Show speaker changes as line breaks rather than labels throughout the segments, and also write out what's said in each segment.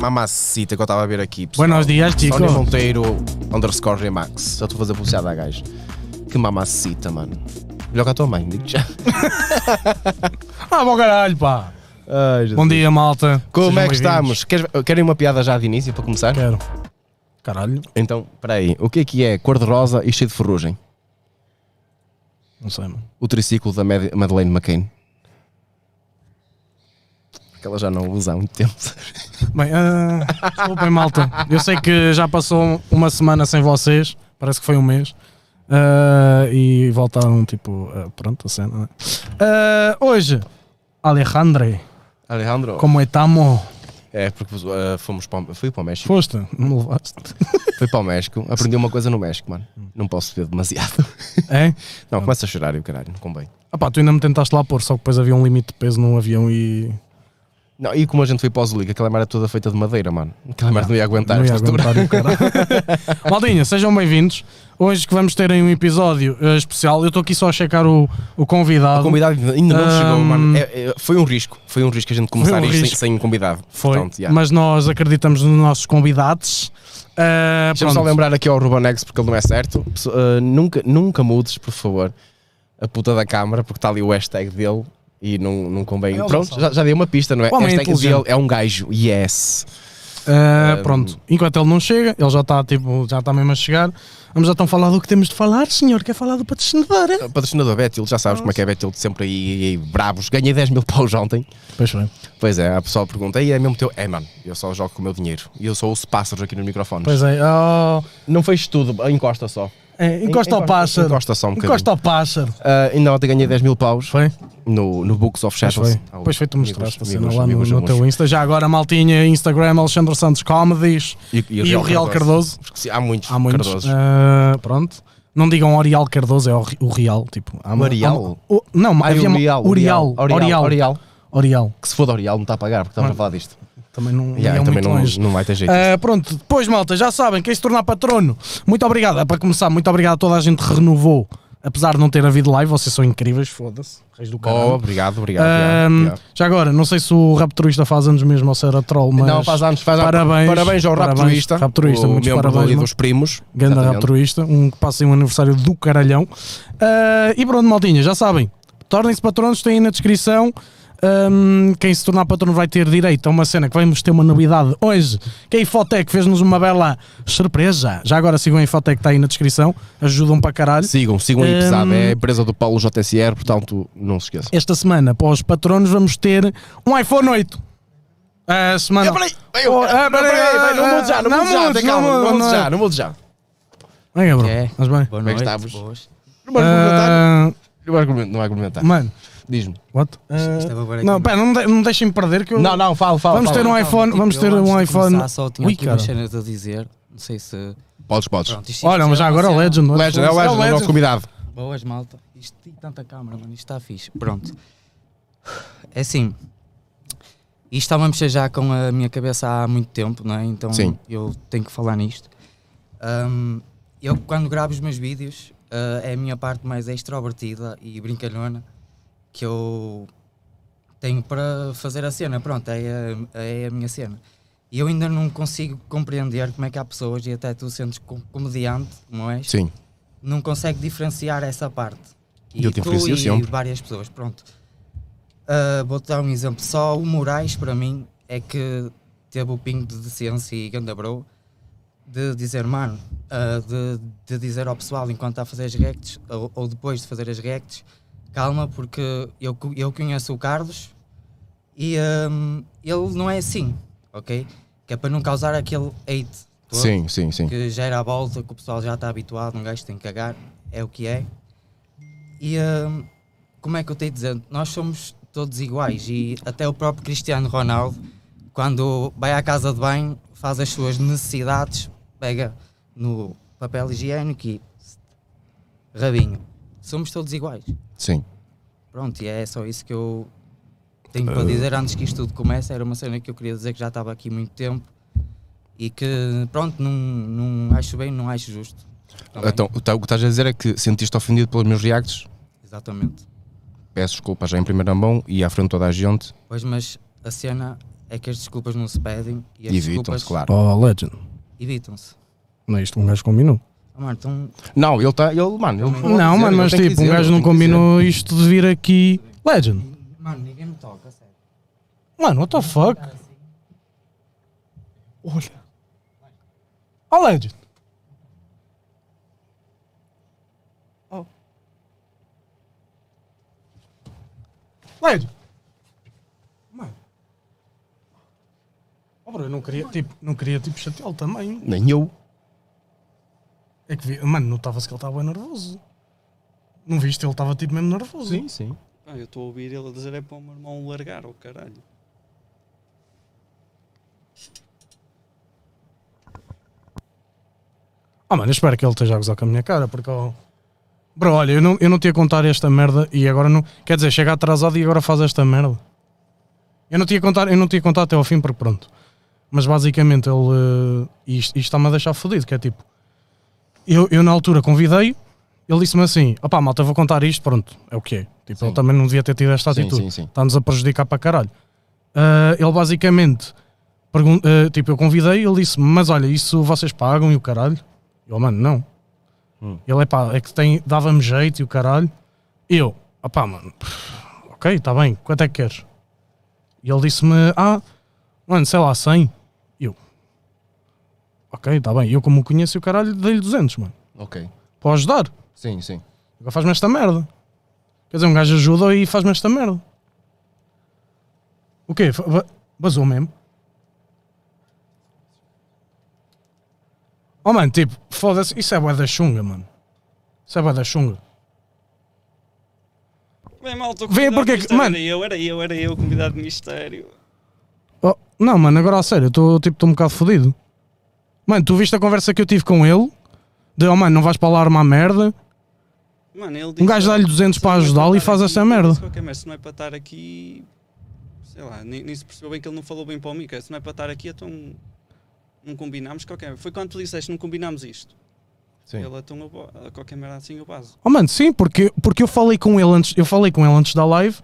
mamacita que eu estava a ver aqui. pessoal.
Buenos dias, Chico.
Sónia Monteiro underscore Remax. Já estou a fazer publicidade à gajo. Que mamacita, mano. Melhor que a tua mãe, digo já.
Ah, bom caralho, pá.
Ai, Jesus.
Bom dia, malta.
Como
Sejam
é que
bem-vindos.
estamos? Queres- Querem uma piada já de início para começar?
Quero. Caralho,
Então, espera aí. O que é que é cor-de-rosa e cheio de ferrugem?
não sei, mano.
O triciclo da Mad- Madeleine McCain. Porque ela já não o usa há muito tempo.
Bem, ah, desculpem, malta. Eu sei que já passou uma semana sem vocês, parece que foi um mês. Ah, e voltaram, tipo, ah, pronto, a cena. né? Ah, hoje, Alejandre,
Alejandro.
como estamos?
É, porque uh, fomos para o, fui para o México.
Foste, não me levaste.
Fui para o México. Aprendi uma coisa no México, mano.
Hum.
Não posso beber demasiado.
É?
Não, começa a chorar e o caralho, não convém.
Ah pá, tu ainda me tentaste lá pôr, só que depois havia um limite de peso num avião e.
Não, e como a gente foi para o Zulica, aquela merda toda feita de madeira, mano. Aquela merda não ia aguentar
Não ia
esta altura.
aguentar o caralho. Maldinha, sejam bem-vindos. Hoje que vamos ter aí um episódio eh, especial. Eu estou aqui só a checar o, o
O
convidado.
convidado ainda não
Ahm.
chegou, mano. É- é- foi um risco. Foi um risco a gente começar
um
isto sem,
risco.
sem um convidado.
Foi,
Portanto, yeah.
mas nós acreditamos nos nossos convidados. Eh,
Deixa-me só
pronto.
lembrar aqui ao Rubanex porque ele não é certo. Pesso- uh, nunca, nunca mudes, por favor, a puta da câmara porque está ali o hashtag dele e não, não convém.
Ah, ele já
Pronto,
sabe.
já, já dei uma pista, não é?
O homem é
hashtag dele
inteligente.
é um gajo. Yes.
Eh,
eh,
pronto. Enquanto ele não chega, ele já está tipo, já está mesmo a chegar. Vamos já então falar do que temos de falar, senhor. Quer falar do patrocinador? eh?
Patrocinador Betil, já sabes como é que é Betil, sempre aí, aí bravos. Ganhei 10 mil paus ontem.
Pois bem,
Pois é, a pessoa pergunta, e é mesmo teu? É, mano, eu só jogo com o meu dinheiro. E eu só ouço pássaros aqui nos microfones.
pois é. Oh,
Não fez tudo, encosta só.
eh, encosta ao pássaro.
Encosta só um bocadinho.
Encosta ao pássaro.
Ah, ainda ontem ganhei 10 mil paus
Foi?
no, no Books of
Pois
Shadows.
foi.
Ao-
Pois foi, tu
amigos,
mostraste a cena
amigos,
lá no,
amigos,
no
amigos.
teu Insta. Já agora, maltinha, Instagram, Alexandre Santos Comedies.
E,
E o Real Cardoso?
Porque, sim, há muitos,
Há muitos.
Cardosos.
Ah, pronto. Não digam Orial Cardoso, é o, Ri- o Real. Tipo, há uma-
Orial?
há uma- o- não,
Ah, e
havia
o
uma-
Real,
Orial.
Orial, Orial, Orial.
Orial.
Que se for de Orial não está a pagar, porque estamos a falar disto.
Também não
Yeah,
iam
também
Ah, é muito
não,
longe.
não vai ter jeito.
Ah, pronto, depois malta, já sabem, quem se tornar patrono, muito obrigado. Ah, Para começar, muito obrigado a toda a gente que renovou, apesar de não ter havido live, vocês são incríveis, foda-se, reis do caralho.
Oh, obrigado, obrigado.
Ah,
yeah, yeah.
Já agora, não sei se o Raptorista faz anos mesmo ou se era troll, mas
não, faz anos, faz anos.
parabéns,
parabéns ao
parabéns,
Rapturista,
Rapturista,
o
muitos
membro
parabéns,
ali
mano.
dos primos.
Ganda
Exatamente.
altruísta, um que passa em um aniversário do caralhão. Ah, e pronto, maltinha, já sabem. Tornem-se patronos, tem aí na descrição. Ahm, quem se tornar patrono vai ter direito a uma cena que vamos ter uma novidade hoje. Que é a Infotec fez-nos uma bela surpresa. Já agora sigam a Infotec, está aí na descrição. Ajudam para caralho.
Sigam, sigam a IPSAB,
Ah,
é a empresa do Paulo JSR, portanto, não se esqueçam.
Esta semana, para os patronos, vamos ter um iPhone 8. A semana.
Ah, peraí, peraí,
Oh,
peraí,
ah, peraí,
peraí,
ah,
peraí, não mude já, não mude já,
mudes,
tem calma, não mude
mudes.
já, não mude já.
Venga, bro.
É.
Mas bem.
Boa
Como é
noite.
que estamos?
boas.
Não vai argumentar,
Ah,
não vai argumentar, não vai argumentar.
mano,
Diz-me.
what?
Isto é agora
Não,
aqui.
pera, não, de, não deixem me perder que eu.
Não, não, fala, fala.
Vamos
fala.
ter um iPhone,
Tipo,
vamos
eu
ter
antes
um
de
iPhone.
começar, só tinha
Ui,
aqui umas
cara.
cenas a dizer. Não sei se.
Podes, podes.
Pronto, isto-
Olha,
isto
mas já
é uma
agora o
cena-
Legend. não é?
Legend, é o
Foda-se,
Legend, é o nosso convidado.
Boas, malta. Isto tem tanta câmara, mano. Isto está fixe. Pronto. É assim. Isto estava a mexer já com a minha cabeça há muito tempo, não é? Então
Sim.
eu tenho que falar nisto. Ahm, eu, quando gravo os meus vídeos, ah, é a minha parte mais extrovertida e brincalhona que eu tenho para fazer a cena. Pronto, é a, é a minha cena. E eu ainda não consigo compreender como é que há pessoas, e até tu sentes com- comediante, como és,
Sim.
não consegue diferenciar essa parte.
Eu te diferencio
e
sempre.
várias pessoas, pronto. Ah, Vou-te dar um exemplo. Só o Moraes, para mim, é que teve o pingo de decência e gandabrou de dizer, mano, ah, de, de dizer ao pessoal enquanto está a fazer as reacts, ou, ou depois de fazer as reacts, calma, porque eu, co- eu conheço o Carlos e ah, ele não é assim, ok? Que é para não causar aquele hate todo
Sim, sim, sim.
que já era a volta, que o pessoal já está habituado, um gajo tem que cagar, é o que é. E hum, como é que eu tenho de dizer? Nós somos todos iguais e até o próprio Cristiano Ronaldo, quando vai à casa de banho, faz as suas necessidades, pega no papel higiênico e rabinho. Somos todos iguais.
Sim.
Pronto, e é só isso que eu tenho
Eh,
para dizer antes que isto tudo comece. Era uma cena que eu queria dizer que já estava aqui muito tempo e que, pronto, não, não acho bem, não acho justo.
Tá
é? Também.
Então, o que estás a dizer é que sentiste ofendido pelos meus reacts?
Exatamente.
Peço desculpa já em primeira mão e à frente de toda a gente.
Pois, mas a cena é que as desculpas não se pedem e as
Evitam-se,
desculpas
claro.
Oh, legend.
evitam-se.
Não é isto, um gajo combinou.
Ah, mano, então,
Não, ele está. Ele, mano, ele
Não, mano, mas tipo, um gajo não combinou isto de vir aqui. Legend.
mano, ninguém me toca, sério.
Mano, what the fuck? Olha. Oh, legend.
Oh.
Legend. Mano. Oh, bro, eu não queria, tipo, não queria, tipo, chateá-lo também.
Nem eu.
É que, vi- mano, notava-se que ele estava nervoso. Não viste? Ele estava tipo mesmo nervoso.
sim.
Ah, eu estou a ouvir ele a dizer é para o meu irmão largar, oh caralho.
Ah, mano, eu espero que ele esteja a gozar com a minha cara, porque. Oh... Bro, olha, eu não, eu não te ia contar esta merda e agora não. Quer dizer, chega atrasado e agora faz esta merda. Eu não te ia contar, eu não te ia contar até ao fim, porque pronto. Mas basicamente ele. eh, Isto, isto está-me a deixar fodido, que é tipo. Eu, eu na altura convidei, ele disse-me assim: opá, malta, eu vou contar isto, pronto, é o que é. Tipo,
Sim.
ele também não devia ter tido esta
Sim,
atitude.
sim, sim.
Está-nos a prejudicar para caralho. Ah, ele basicamente, pergun- ah, tipo, eu convidei, ele disse mas olha, isso vocês pagam e o caralho. Eu, mano, não.
Hum.
Ele, é pá, é que tem, dava-me jeito e o caralho. Eu, opá, mano, ok, está bem, quanto é que queres? E ele disse-me, ah, mano, sei lá, 100. Eu, ok, está bem. Eu, como o conheço e o caralho, dei-lhe 200, mano,
Ok.
para ajudar.
Sim, sim.
Agora faz-me esta merda. Quer dizer, um gajo ajuda e faz-me esta merda. O quê? Fa- ba- Basou mesmo? Oh mano, tipo, foda-se, isso é bué da chunga, mano. Isso é bué da chunga.
Vem malta, o
Vem,
convidado
porque é que-
de mistério
mano-
Era eu, era eu, era eu, convidado de mistério.
Oh, não, mano, agora a sério, eu estou tipo, tô um bocado fodido. Mano, tu viste a conversa que eu tive com ele? De, oh mano, não vais para lá armar merda.
Mano, ele disse,
Um gajo dá-lhe 200 para ajudá-lo e faz esta merda.
Disse, qualquer merda. Se não é para estar aqui, sei lá, nem, nem se percebeu bem que ele não falou bem para o Mica. Se não é para estar aqui, então não combinámos qualquer merda. Foi quando tu disseste, não combinámos isto.
Sim.
Ele então eu bo- qualquer merda assim eu baso.
Oh, mano, sim, porque, porque eu falei com ele antes, eu falei com ele antes da live,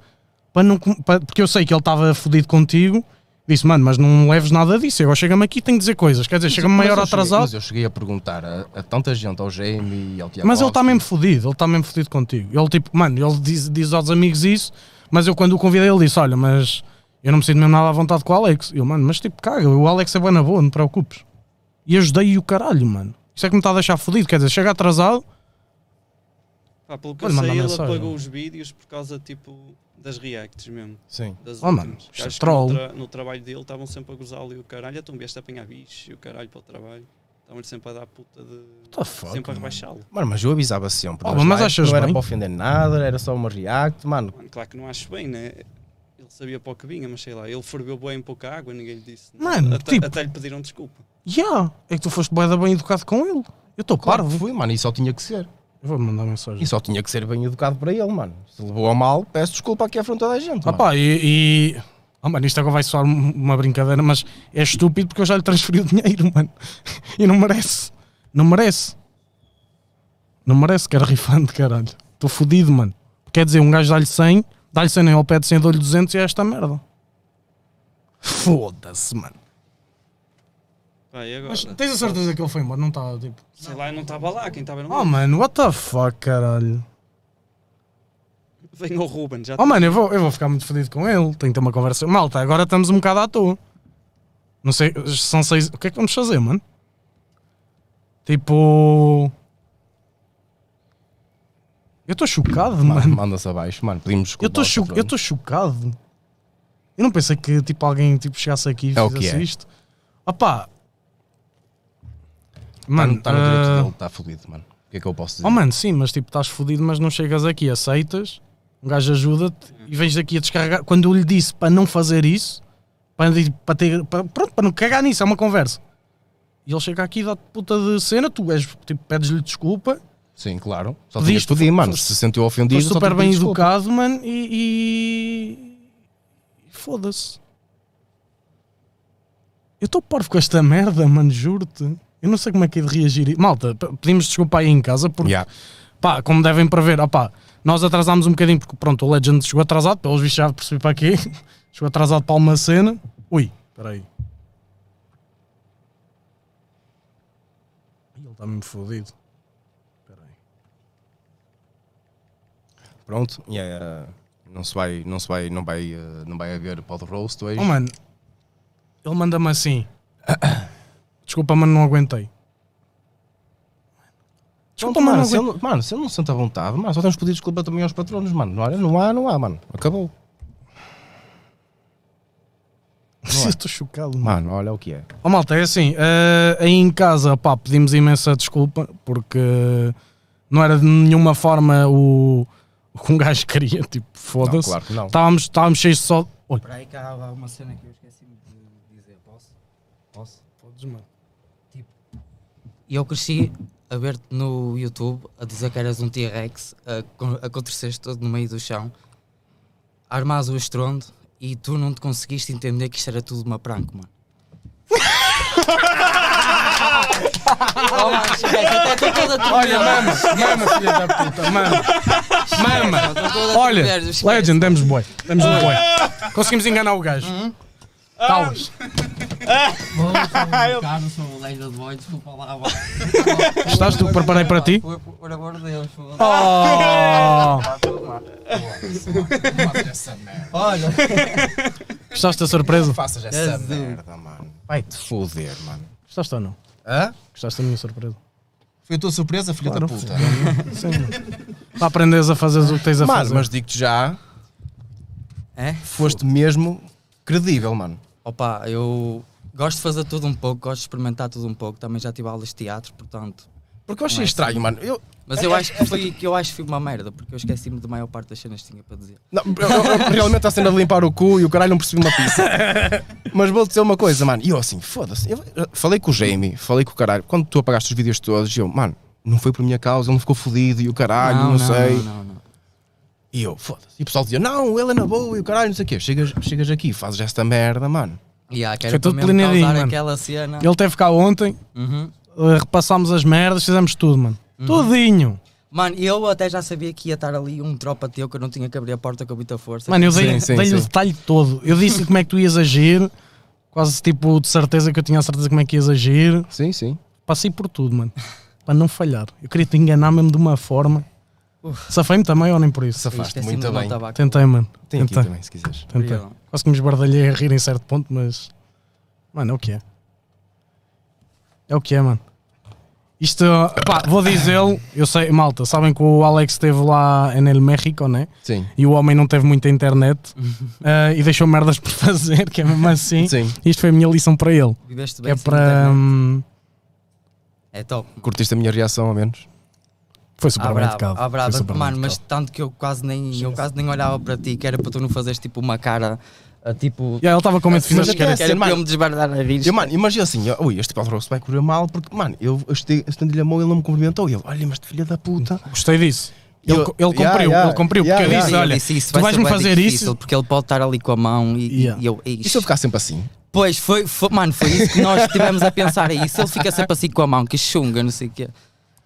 para não, com- para- porque eu sei que ele estava fodido contigo. Disse, mano, mas não leves nada disso. Agora chega-me aqui e tenho que dizer coisas. Quer dizer, chega-me
Mas
meia hora
eu cheguei-
atrasado.
Mas eu cheguei a perguntar a, a tanta gente, ao Jamie e ao Tiago.
Mas ele está
Alves,
mesmo fodido, ele está mesmo fodido contigo. Ele tipo, mano, ele diz, diz aos amigos isso, mas eu quando o convidei ele disse, olha, mas eu não me sinto mesmo nada à vontade com o Alex. Eu, mano, mas tipo, caga, o Alex é boa na boa, não te preocupes. E ajudei o caralho, mano. Isso é que me está a deixar fodido, quer dizer, chega atrasado,
Pá, pelo que eu
Pode mandar
sei, ele
mensagem. é?
apagou os vídeos por causa tipo das reacts mesmo.
Sim.
Das
Oh, mano,
últimas.
isto é
Acho que
troll.
No, tra- no trabalho dele estavam sempre a gozá-lo e o caralho, então vieste apanhar bicho e o caralho para o trabalho. Estavam-lhe sempre a dar puta de.
Tá
what the fuck?
sempre a rebaixá-lo.
Mano, mas eu avisava sempre.
Oh,
nas
mas
lives,
achas
Não era
bem?
para ofender nada, era só uma react, mano.
Mano, claro que não acho bem, né? Ele sabia para o que vinha, mas sei lá, ele ferveu bem pouca água, ninguém lhe disse. nada.
Mano,
até,
tipo-
até lhe pediram desculpa.
Yeah, é que tu foste bué da bem educado com ele. Eu estou
Claro,
parvo.
fui, mano, e só tinha que ser.
Eu vou mandar mensagem.
E só tinha que ser bem educado para ele, mano. Se levou a mal, peço desculpa aqui à frente toda a gente.
Ah
mano.
pá, e. e... Ah, mano, isto agora vai soar um- uma brincadeira, mas é estúpido porque eu já lhe transferi o dinheiro, mano. E não merece. Não merece. Não merece, cara rifante, caralho. Estou fodido, mano. Quer dizer, um gajo dá-lhe 100, dá-lhe 100, não, ele pede 100, dou-lhe 200 e é esta merda. Foda-se, mano.
Pá, e agora?
Mas tens a certeza que ele foi embora? Não está, tipo.
Sei lá, eu não estava lá, quem estava no.
Oh, mano, what the fuck, caralho.
Vem o Ruben, já
Oh mano, eu vou, eu vou ficar muito fodido com ele. Tenho que ter uma conversa. Malta, agora estamos um bocado à toa. Não sei, são seis. O que é que vamos fazer, mano? Tipo. Eu estou chocado,
Mano,
mano.
Manda-se abaixo, mano. Pedimos desculpa.
Eu estou
ao
cho
patrão. Tá
eu tô chocado. Eu não pensei que tipo, alguém tipo, chegasse aqui e
É o
fizesse
que é.
isto. Opá.
Tá no-
Mano,
tá no direito
ah,
dele, está fodido, mano. O que é que eu posso dizer?
Oh mano, sim, mas tipo, estás fodido, mas não chegas aqui, aceitas, um gajo ajuda-te e vens aqui a descarregar. Quando eu lhe disse para não fazer isso, para, para ter. para- pronto, para não cagar nisso, é uma conversa. E ele chega aqui e dá-te puta de cena, tu és, tipo, pedes-lhe desculpa,
Sim, claro. Só tinha que
Pediste-
pedir, mano.
foste-
Se se sentiu ofendido,
estás
só
super
tinha que
bem
pedir desculpa.
educado, mano, e. e... e foda-se. Eu estou parvo com esta merda, mano, juro-te. Eu não sei como é que é de reagir. Malta, p- pedimos desculpa aí em casa porque
Yeah.
pá, como devem prever, opá, nós atrasámos um bocadinho porque pronto, o Legend chegou atrasado, pelos vistos já percebi para aqui, chegou atrasado para uma cena. Ui, Espera aí. Ih, Ele está mesmo fodido. Espera aí.
Pronto, e é, não se vai, não se vai, não vai, eh, não vai haver pod roast hoje.
Oh, mano. Ele manda-me assim. Desculpa, mano, não aguentei. Desculpa,
Pronto,
mano, não
Então, mano, se
aguentei.
ele, mano, se ele não se sente à vontade, mano, só temos que pedir desculpa também aos patronos, mano. Não há, não há, não há mano. Acabou.
Eu Estou chocado, mano.
Mano, olha o que é.
Ó malta, é assim, eh, aí em casa, pá, pedimos imensa desculpa, porque não era de nenhuma forma o, o que um gajo queria, tipo,
Não,
foda-se.
claro que não.
Estávamos, estávamos cheios de só... Oi.
Espera aí que há há uma cena que eu esqueci-me de dizer. Posso? Posso? E eu cresci a ver-te no YouTube a dizer que eras um T-Rex, a, con- a contorcer-te todo no meio do chão, a armares o estrondo e tu não te conseguiste entender que isto era tudo uma prank, mano. oh, mano, esquece, estou toda a
Olha, mama, mama, filha da puta, mama. Mama. Olha, Legend, demos boi, demos um boi. Conseguimos enganar o gajo. Talas.
Cara, não sou o Legend Boy, desculpa lá, mano.
Gostaste do que preparei para ti?
Por, por, por amor de Deus, por favor.
Oh,
Olha,
gostaste da surpresa?
Faças
essa
merda, mano. Vai-te foder, mano.
Gostaste ou não?
Hã?
Gostaste da minha surpresa?
Foi a tua surpresa, filha
Claro,
da puta.
Tá Sim. Para aprenderes a fazer o que tens a
Mano,
fazer.
mas digo-te já,
É?
foste mesmo credível, mano.
Opa, eu gosto de fazer tudo um pouco, gosto de experimentar tudo um pouco. Também já tive aulas de teatro, portanto.
Porque eu achei estranho, mano. Eu,
Mas
É,
eu acho que foi, que eu acho que foi uma merda, porque eu esqueci-me da maior parte das cenas que tinha para dizer.
Não, eu- eu- eu realmente a cena de limpar o cu e o caralho não percebi uma pizza. Mas vou dizer uma coisa, mano. E eu assim, foda-se. Eu eu falei com o Jamie, falei com o caralho. Quando tu apagaste os vídeos todos, eu, mano, não foi por minha causa, ele não ficou fodido e o caralho, Ah, não, sei.
Não, não, não.
E eu, foda-se. E o pessoal dizia, não, ele é na boa e o caralho, não sei o quê. Chegas, chegas aqui, fazes esta merda, mano.
E há, que
Foi
era para
tudo
mesmo
planeadinho,
causar
mano.
aquela cena.
Ele teve cá ontem,
Uhum.
eh, repassámos as merdas, fizemos tudo, mano.
Uhum.
Tudinho.
Mano, eu até já sabia que ia estar ali um tropa teu que eu não tinha que abrir a porta com muita força.
Mano, eu dei-
Sim, sim,
dei-lhe o
sim.
detalhe todo. Eu disse-lhe como é que tu ias agir, quase tipo de certeza que eu tinha a certeza como é que ias agir.
Sim, sim.
Passei por tudo, mano. Para não falhar. Eu queria te enganar mesmo de uma forma. Safei-me também ou nem por isso?
Eu
Safaste
esqueci-me
muito
do meu
bem.
tabaco.
Tentei, mano.
Tem aqui
Tentei.
também, se quiseres.
Tentei.
Obrigado.
Quase que me esbardalhei a rir em certo ponto, mas. Mano, é o que é. É o que é, mano. Isto, pá, vou dizê-lo. Eu sei, malta, sabem que o Alex esteve lá em El México, né?
Sim.
E o homem não teve muita internet eh, e deixou merdas por fazer, que é mesmo assim.
Sim.
Isto foi a minha lição para ele.
Viveste
Que
bem
é
sem
para.
internet.
hum,
É top. Ah,
Curtiste a minha reação, ao menos?
Foi super
À
bem
brava,
educado.
à brava.
Foi super bem
mano, mas
educado.
tanto que eu quase nem eu quase nem olhava para ti, que era para tu não fazeres tipo uma cara ah, tipo.
Yeah, ele estava com medo de
Mas
fizeste
até
cara.
essa-
Quero que
mano.
eu me desbardar a rir.
Eu, mano, imagina assim, eu, ui, este Pedro Rosso vai correr mal, porque, mano, eu este- estendi-lhe a mão e ele não me cumprimentou. E ele, olha, mas de filha da puta.
Gostei disso. Ele,
Eu-
co- ele
Yeah,
cumpriu,
yeah,
ele cumpriu,
yeah,
porque eu
yeah.
disse:
Sim, eu
olha,
disse isso,
tu
vai ser
vais-me
bué
fazer
difícil,
isso?
Porque ele pode estar ali com a mão e, e-
Yeah.
e eu.
E se eu ficar sempre assim?
Pois, foi, foi- mano, foi isso que nós estivemos a pensar. E se ele fica sempre assim com a mão, que chunga, não sei o quê.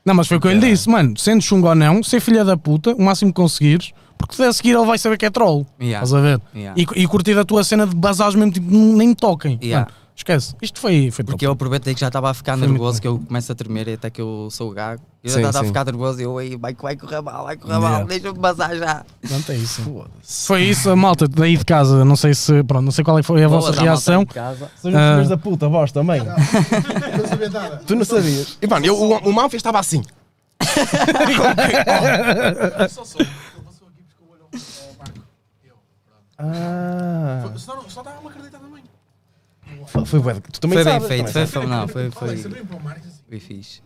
Não, mas foi o que eu lhe disse, mano. Sendo chungo ou não, ser filha da puta, o máximo que conseguires, porque se a seguir ele vai saber que é troll.
Yeah.
Estás a ver?
Yeah.
E, cu- e curtir a tua cena de basares mesmo, tipo, nem me toquem.
Yeah.
Mano, esquece. Isto foi, foi
Porque
top.
eu aproveitei que já estava a ficar
Foi muito
nervoso, que eu começo a tremer e até que eu sou o gago. Eu já
Sim,
estava a
sim.
ficar nervoso e eu aí, vai, vai correr mal, vai correr
Yeah.
mal, deixa-me passar já.
Pronto, é isso.
Foda-se.
Foi isso, malta, daí de casa. Não sei se, pronto, não sei qual é que foi a
Boa,
vossa
dá malta
reação.
em casa.
Sejam
Ah.
filhos da puta, vós também.
Não sabia nada.
tu não sabias. E, mano, eu, o, o Manfred estava assim.
Só sou. Ele passou aqui porque o olho ao ao barco. Eu.
Ah.
Senão só dava uma acreditada também.
Foi bué. de- Tu também
Foi bem
sabes,
feito,
também
foi,
sabes.
foi, não, foi, foi,
Alex, abriu para o Marcos assim.
foi fixe.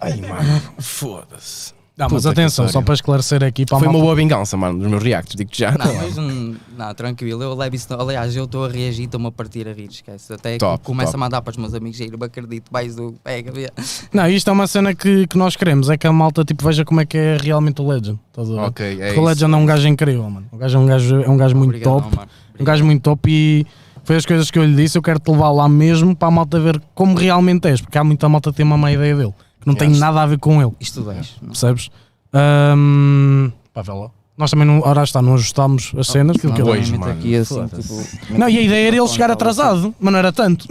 Ai, mano. Foda-se.
Não, mas
Puta que
atenção, só
pariu.
para esclarecer aqui para a
Foi uma
malta.
boa vingança, mano, dos meus reacts. Digo-te já.
Não, mas hum, não, tranquilo, eu levo isso. Aliás, eu estou a reagir, estou-me a partir a rir, esquece. Até
Top,
começo
top.
a mandar para os meus amigos aí, não me acredito, mais um, pega, vê.
Não, isto é uma cena que, que nós queremos, é que a malta tipo, veja como é que é realmente o Legend. Estás a ver?
Ok, é
Porque o
isso.
Legend é um gajo incrível, mano. O gajo é um gajo, é um gajo muito
Obrigado,
top.
Omar.
Um gajo muito top e foi as coisas que eu lhe disse. Eu quero te levar lá mesmo para a malta ver como realmente és, porque há muita malta que tem uma má ideia dele, que não tem
Yes.
nada a ver com ele,
Isto deixo.
percebes? Ahm, pá, vê lá. Nós também, não, ora está, não ajustámos as cenas. aquilo que ele-
Pois,
Normalmente
mano.
aqui assim,
Foda-se.
tipo.
não, e a ideia era ele chegar atrasado, mas não era tanto.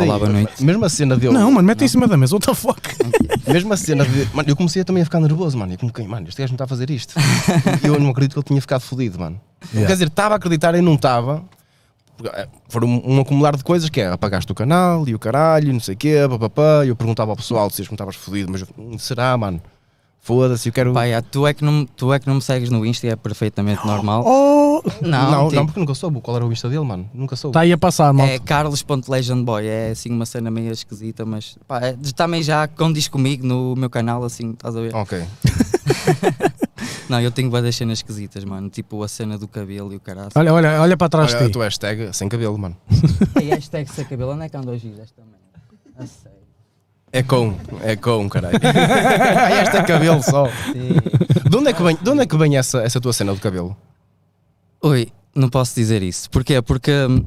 Olá, boa noite.
Mesmo a cena dele.
Não, mano, mete em cima da mesa, what the fuck?
Mesmo a cena de. Mano, eu comecei também a ficar nervoso, mano. Eu como quem, mano, este gajo não está a fazer isto. E eu não acredito que ele tinha ficado fodido, mano. Quer dizer, estava a acreditar e não estava. Porque, eh, Foram um, um acumular de coisas que é apagaste o canal e o caralho, e não sei o quê, papapá. E eu perguntava ao pessoal se eles me estavas fodido, mas eu, "Hum, será, mano? Foda-se, eu quero.
Pai, ah, tu, é que não, tu é que não me segues no Insta e é perfeitamente normal.
Oh,
não, não,
Não, tipo,
porque nunca soube. Qual era o Insta dele, mano? Nunca soube.
está aí a passar, malta.
é carlos.legendboy, é assim uma cena meio esquisita, mas pá, é- também já condiz comigo no meu canal, assim, estás a ver?
Ok.
Não, eu tenho várias cenas esquisitas, mano, tipo a cena do cabelo e o caralho.
Olha, olha, olha para trás
Olha,
de
a
ti.
tua hashtag sem cabelo, mano.
E hashtag sem cabelo, onde é que ando hoje esta merda? A sério.
É com, é com, caralho. Ai, esta é cabelo só. De onde é que vem, de onde é que vem essa, essa tua cena do cabelo?
Oi, não posso dizer isso. Porquê? Porque hum,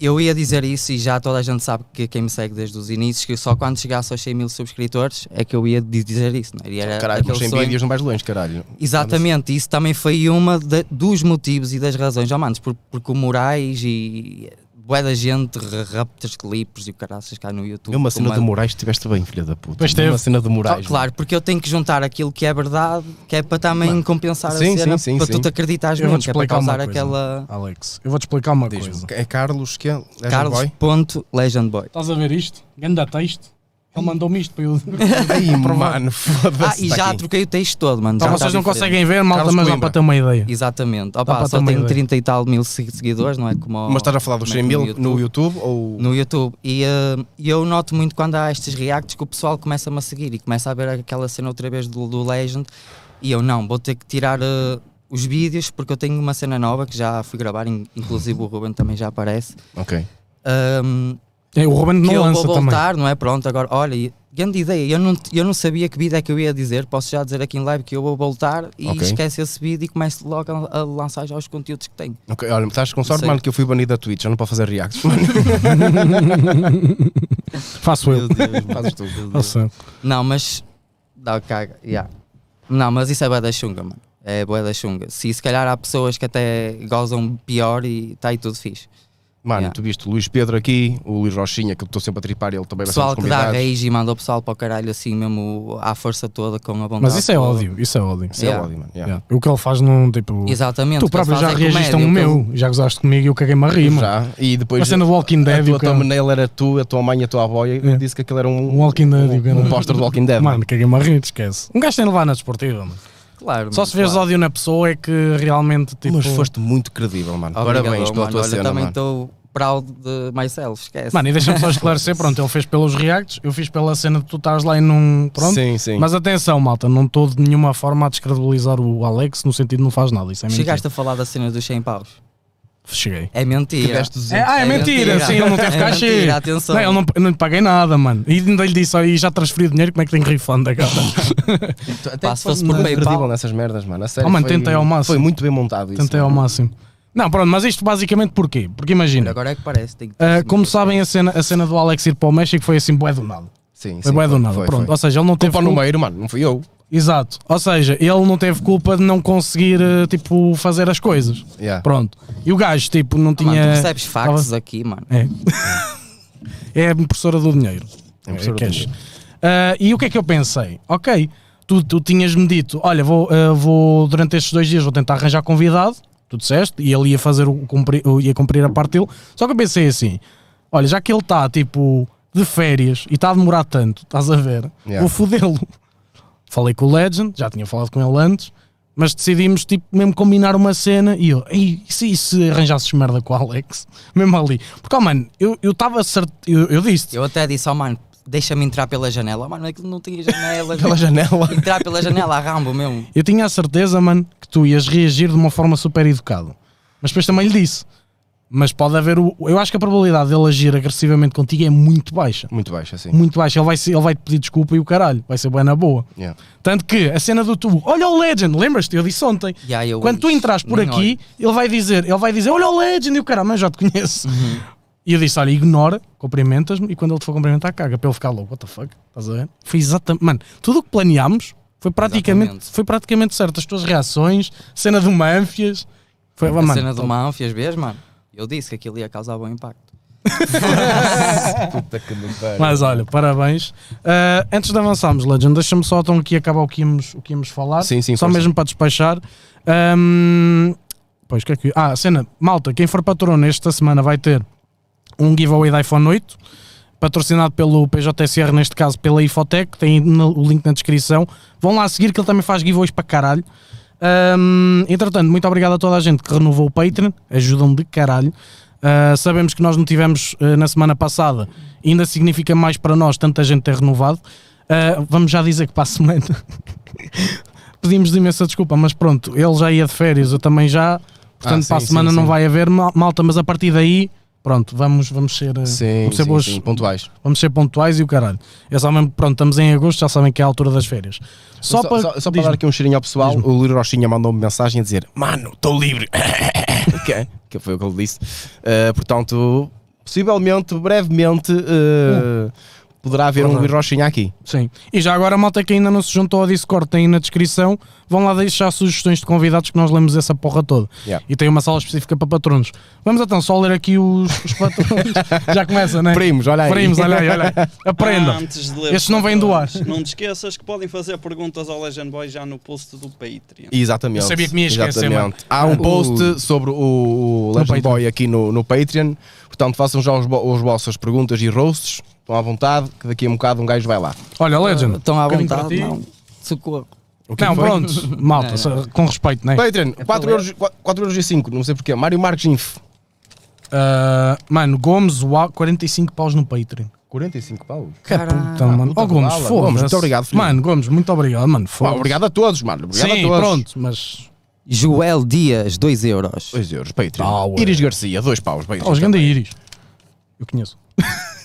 eu ia dizer isso e já toda a gente sabe que quem me segue desde os inícios, que só quando chegasse aos 100 mil subscritores é que eu ia di- dizer isso. Não? é? E era
Caralho,
aquele
mas sem
sonho.
vídeos não vais longe, caralho.
Exatamente, isso também foi uma da- dos motivos e das razões, oh, manos, por- porque o Moraes e bué da gente ra- rapta os clipes e o caraças cá no YouTube.
É uma cena de
comando.
Moraes, estiveste bem, filha da puta.
Pois
É Uma
teve.
cena de Moraes.
Ah, claro, porque eu tenho que juntar aquilo que é verdade, que é para também compensar
Sim,
a cena,
sim, sim,
para
sim.
tu te acreditares
Eu
mesmo,
vou-te
que é para
explicar uma
causar
coisa.
aquela...
Alex, eu vou-te explicar uma
Diz-me,
coisa.
É Carlos que é. é
Carlos
Joy?
ponto Legend Boy.
Estás a ver isto? Ganda texto. Ele mandou-me isto para eu.
Ei,
provar.
mano, foda-se.
É Ah, e
tá
já
aqui.
troquei o texto todo, mano.
Então
já
vocês
está
não
diferente.
conseguem Então ver, malta,
Carlos
mas dá
Coimbra.
para ter uma ideia.
Exatamente.
Dá
Opa,
para ter
só
uma
tenho
ideia.
30 e tal mil se- seguidores, não é como
Mas
tá
estás a falar dos
como é
100 mil
que
no YouTube ou.
No YouTube. E eh, e eu noto muito quando há estes reacts que o pessoal começa-me a seguir e começa a ver aquela cena outra vez do, do Legend. E eu não, vou ter que tirar eh, os vídeos porque eu tenho uma cena nova que já fui gravar, in- inclusive o Ruben também já aparece.
Ok.
Ahm,
É, O Ruben
que
não
eu
lança
vou
também.
voltar, não é? Pronto, agora, olha, e- grande ideia, eu não, eu não sabia que vídeo é que eu ia dizer, posso já dizer aqui em live que eu vou voltar e
Ok.
esquece esse vídeo e começo logo a, a lançar já os conteúdos que tenho.
Ok, olha, estás com sorte,
Sei.
mano, que eu fui banido da Twitch, já não posso fazer reacts, mano.
Faço eu.
Fazes tudo.
Eu sei.
Não, mas, dá caga, yeah. Não, mas isso é bué da chunga, mano. É bué da chunga. Se se calhar há pessoas que até gozam pior e está aí tudo fixe.
Mano,
Yeah.
tu viste o Luís Pedro aqui, o Luís Rochinha, que eu estou sempre a tripar, ele também vai ser um
Pessoal
dos
que dá
convidados.
raiz e manda o pessoal para o caralho assim mesmo à força toda com a vontade.
Mas isso é
toda.
ódio, isso é ódio.
Isso é
Yeah.
ódio, mano. yeah.
Yeah. O que ele faz não, tipo...
Exatamente.
Tu
o que eles
próprio já
fazem é
reagiste a um
comédia, o que
meu, já gozaste comigo e eu caguei-me a rir, mano.
Já. E depois.
A cena do Walking
a
Dead e
tua
o cara...
thumbnail era tu, a tua mãe e a tua avó, e
Yeah.
disse que aquilo era um.
Um Walking Dead e o cara...
Um póster do Walking Dead.
Mano, caguei-me a rir, esquece. Um gajo tem de levar na desportiva, mano.
eu- Claro,
Só se vês
claro.
ódio na pessoa é que realmente, tipo...
Mas foste muito credível, mano.
Obrigado,
Parabéns pela
mano.
tua
Olha,
cena,
também
mano.
estou proud de myself, esquece.
Mano, é e deixa-me só esclarecer, pronto, ele fez pelos reacts, eu fiz pela cena de tu estás lá e não... Pronto.
Sim, sim.
Mas atenção, malta, não estou de nenhuma forma a descredibilizar o Alex, no sentido de não faz nada, isso é mentira.
Chegaste a falar da cena dos 100 paus.
Cheguei.
É
Que
mentira.
deste 200.
É, ah, é,
É
mentira,
mentira.
sim, ele não teve
É
cachê.
mentira, atenção.
Não, eu não, eu não lhe paguei nada, mano. E ainda lhe disse, aí já transferi o dinheiro, como é que tenho refund agora?
Até
Pá, se fosse
foi
por
muito
PayPal.
credível nessas merdas, mano. A sério,
Oh, mano,
foi-
tentei ao máximo.
Foi muito bem montado isso.
Tentei é ao
mano.
máximo. Não, pronto, mas isto basicamente porquê? Porque imagina,
Agora é que parece. tem que-
ah, como sabem, a cena, a cena do Alex ir para o México foi assim, bué do nada.
Sim,
Foi
sim,
bué do nada,
foi,
pronto.
foi.
Ou seja, ele não teve um-
Culpa no
culpa-
meio, mano. Não fui eu.
Exato. Ou seja, ele não teve culpa de não conseguir, eh, tipo, fazer as coisas.
Yeah.
Pronto. E o gajo, tipo, não
Ah, mano,
tinha...
tu percebes factos aqui, mano.
É. é a impressora do dinheiro.
É a impressora do
Cash.
dinheiro.
Ah, e o que é que eu pensei? Ok, tu, tu tinhas-me dito, olha, vou, ah, vou durante estes dois dias vou tentar arranjar convidado, tu disseste, e ele ia fazer o cumprir, ia cumprir a parte dele. Só que eu pensei assim: olha, já que ele está tipo de férias e está a demorar tanto, estás a ver,
Yeah.
vou fodê-lo. Falei com o Legend, já tinha falado com ele antes, mas decidimos tipo mesmo combinar uma cena e eu, "Ei, e se, e se arranjasses merda com o Alex? Mesmo ali. Porque, oh, mano, eu estava certo, eu, eu disse
Eu até disse, ó mano, deixa-me entrar pela janela. Mano, aquilo não tinha janela.
Pela janela.
Entrar pela janela, a Rambo mesmo.
Eu tinha a certeza, mano, que tu ias reagir de uma forma super educada. Mas depois também lhe disse. Mas pode haver o. Eu acho que a probabilidade dele agir agressivamente contigo é muito baixa.
Muito baixo, assim.
Muito baixa. Ele vai, se- ele vai te pedir desculpa e o caralho. Vai ser bem na boa.
Yeah.
Tanto que a cena do tu, olha o Legend, lembras-te? Eu disse ontem.
Yeah, eu-
Quando tu entras por
nem
aqui, ele vai dizer, ele vai dizer, olha o Legend e o caralho, mas já te conheço.
Uhum.
E eu disse, olha, ignora, cumprimentas-me e quando ele te for cumprimentar, caga para ele ficar louco, what the fuck? Estás a ver? Foi exatamente. Mano, tudo o que planeámos Foi praticamente,
Exatamente.
foi praticamente certo. As tuas reações, cena do Manfias. Foi,
a
mano,
cena do Manfias, vês, mano? Eu disse que aquilo ia causar bom impacto.
Puta que me pariu.
Mas olha, parabéns. Ah, antes de avançarmos, Legend, deixa-me só então aqui acabar o que íamos, o que íamos falar.
Sim, sim,
só
força.
mesmo para despachar. Ahm, pois, o que é que. Ah, cena, malta, quem for patrono esta semana vai ter um giveaway da iPhone 8, patrocinado pelo PJSR, neste caso pela Ifotec. Tem na- o link na descrição. Vão lá seguir, que ele também faz giveaways para caralho. Ahm, entretanto, muito obrigado a toda a gente que renovou o Patreon, ajudam de caralho. Ah, sabemos que nós não tivemos ah, na semana passada, ainda significa mais para nós tanta gente ter renovado. Ah, vamos já dizer que para a semana pedimos imensa desculpa, mas pronto, ele já ia de férias, eu também já. Portanto,
Ah,
para a
sim,
semana
sim,
não
sim.
vai haver mal- malta, mas a partir daí, pronto, vamos, vamos ser, ah,
Sim,
vamos ser
sim,
boas,
sim, pontuais.
vamos ser pontuais e o caralho. É só mesmo, pronto, estamos em agosto, já sabem que é a altura das férias. Só,
Só,
para,
só- só para
diz-me.
dar aqui um cheirinho ao pessoal, o Liro Rochinha mandou-me mensagem a dizer: Mano, estou livre. Ok, que foi o que ele disse. Uh, portanto, possivelmente, brevemente, uh, poderá haver um
Poderá.
Liro Rochinha aqui.
Sim. E já agora a malta que ainda não se juntou ao Discord tem aí na descrição. Vão lá deixar sugestões de convidados que nós lemos essa porra toda.
Yeah.
E tem uma sala específica para patronos. Vamos então só ler aqui os, os patronos. já começa, né?
Primos, olha aí.
Primos, olha aí, olha aí.
Ah,
Aprendam.
tá Antes de ler
Estes não vêm do ar.
Não te esqueças que podem fazer perguntas ao Legend Boy já no post do Patreon.
Exatamente.
Eu sabia que me ia esquecer,
Exatamente.
mano.
Há um post
O-
sobre o, o Legend
Patreon.
Boy aqui no, no Patreon. Portanto, façam já os, vo- as vossas perguntas e roasts. Estão à vontade, que daqui a um bocado um gajo vai lá.
Olha, Legend.
uh, Estão à
um bocadinho para
vontade,
ti.
não. É. Socorro.
O que é
Não,
que foi?
pronto. Malta, só- com respeito, né?
Patreon,
para
4
ler.
euros, 4 euros e 5, não sei porquê. Mário Marques Inf.
Ah, mano, Gomes, uau, 45 paus no Patreon.
45 paus.
Que puta,
Ah,
mano.
puta
Oh,
que
Gomes,
bala.
foda
Gomes, muito obrigado, filho.
Mano, Gomes, muito obrigado, mano.
Pá,
foda-se.
obrigado a todos, mano. Obrigado
Sim,
a todos.
pronto, mas.
Joel Dias, 2 euros.
2 euros, Patreon.
Power.
Iris Garcia, 2 paus. Bem,
Oh, os ganda Iris. Eu conheço.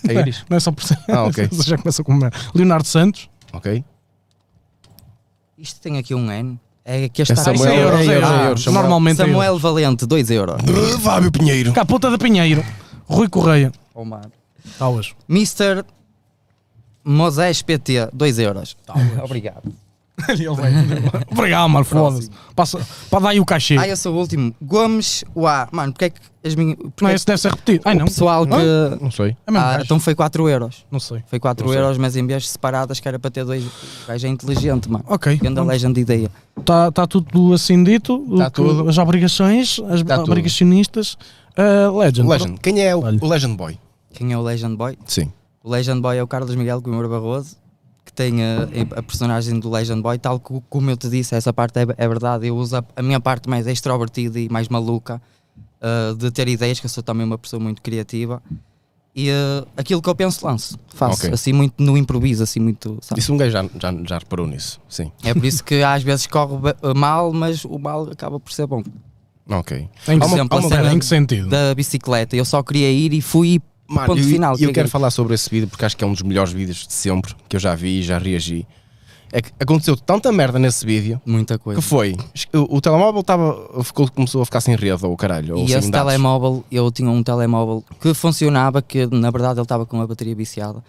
É Iris.
Não é só por ser.
Ah, ok.
já começa com merda. Leonardo Santos.
É, ok.
Isto tem aqui um N. É que esta
Samuel-
é euros, é euros, é euros.
Samuel-
Normalmente é euros.
Ah, Samuel Valente, 2 euros.
Fábio Pinheiro.
Cá, puta da Pinheiro. Rui Correia.
Omar.
Tauas.
Mr. Moisés PT, 2 euros.
Tá,
Obrigado.
Ele vai. Obrigado, mano. Foda-se. Passa, para dar aí o cachê.
Ah, eu sou o último. Gomes Uá. Mano, porque é que as minhas. Porque
não,
é
esse deve ser repetido. Ai,
que
não.
o pessoal que.
Não sei.
É mesmo
Ah,
gajo.
então foi 4 euros.
Não sei.
Foi 4 euros, mas em vez separadas, que era para ter dois. O gajo é inteligente, mano.
Ok.
Grande legend de ideia.
Está tá tudo assim dito. o
Tá
que-
tudo.
As obrigações, as
Tá tudo.
obrigacionistas. Ah, Legend.
Legend. Quem é o,
Olha.
o Legend Boy?
Quem é o Legend Boy?
Sim.
O Legend Boy é o Carlos Miguel Coimbra Barroso, que tem eh, a, personagem do Legend Boy, tal co- como eu te disse, essa parte é, é verdade. Eu uso a, a minha parte mais extrovertida e mais maluca eh, de ter ideias, que eu sou também uma pessoa muito criativa. E eh, aquilo que eu penso, lanço. Faço
Ok.
assim muito no improviso, assim muito. sabe?
Isso um gajo já, já, já reparou nisso. Sim.
É por isso que às vezes corre ba- ah, mal, mas o mal acaba por ser bom.
Ok.
Em que,
Há uma-
exemplo,
há uma-
a cena
em que sentido?
Da bicicleta, eu só queria ir e fui
Mano,
ponto
eu,
final.
eu
caguei.
quero falar sobre esse vídeo porque acho que é um dos melhores vídeos de sempre que eu já vi e já reagi. É que aconteceu tanta merda nesse vídeo
Muita coisa.
que foi. O, o telemóvel tava, ficou, começou a ficar sem rede ou caralho. ou
E
sem
esse
dados.
telemóvel, eu tinha um telemóvel que funcionava, que na verdade ele estava com a bateria viciada.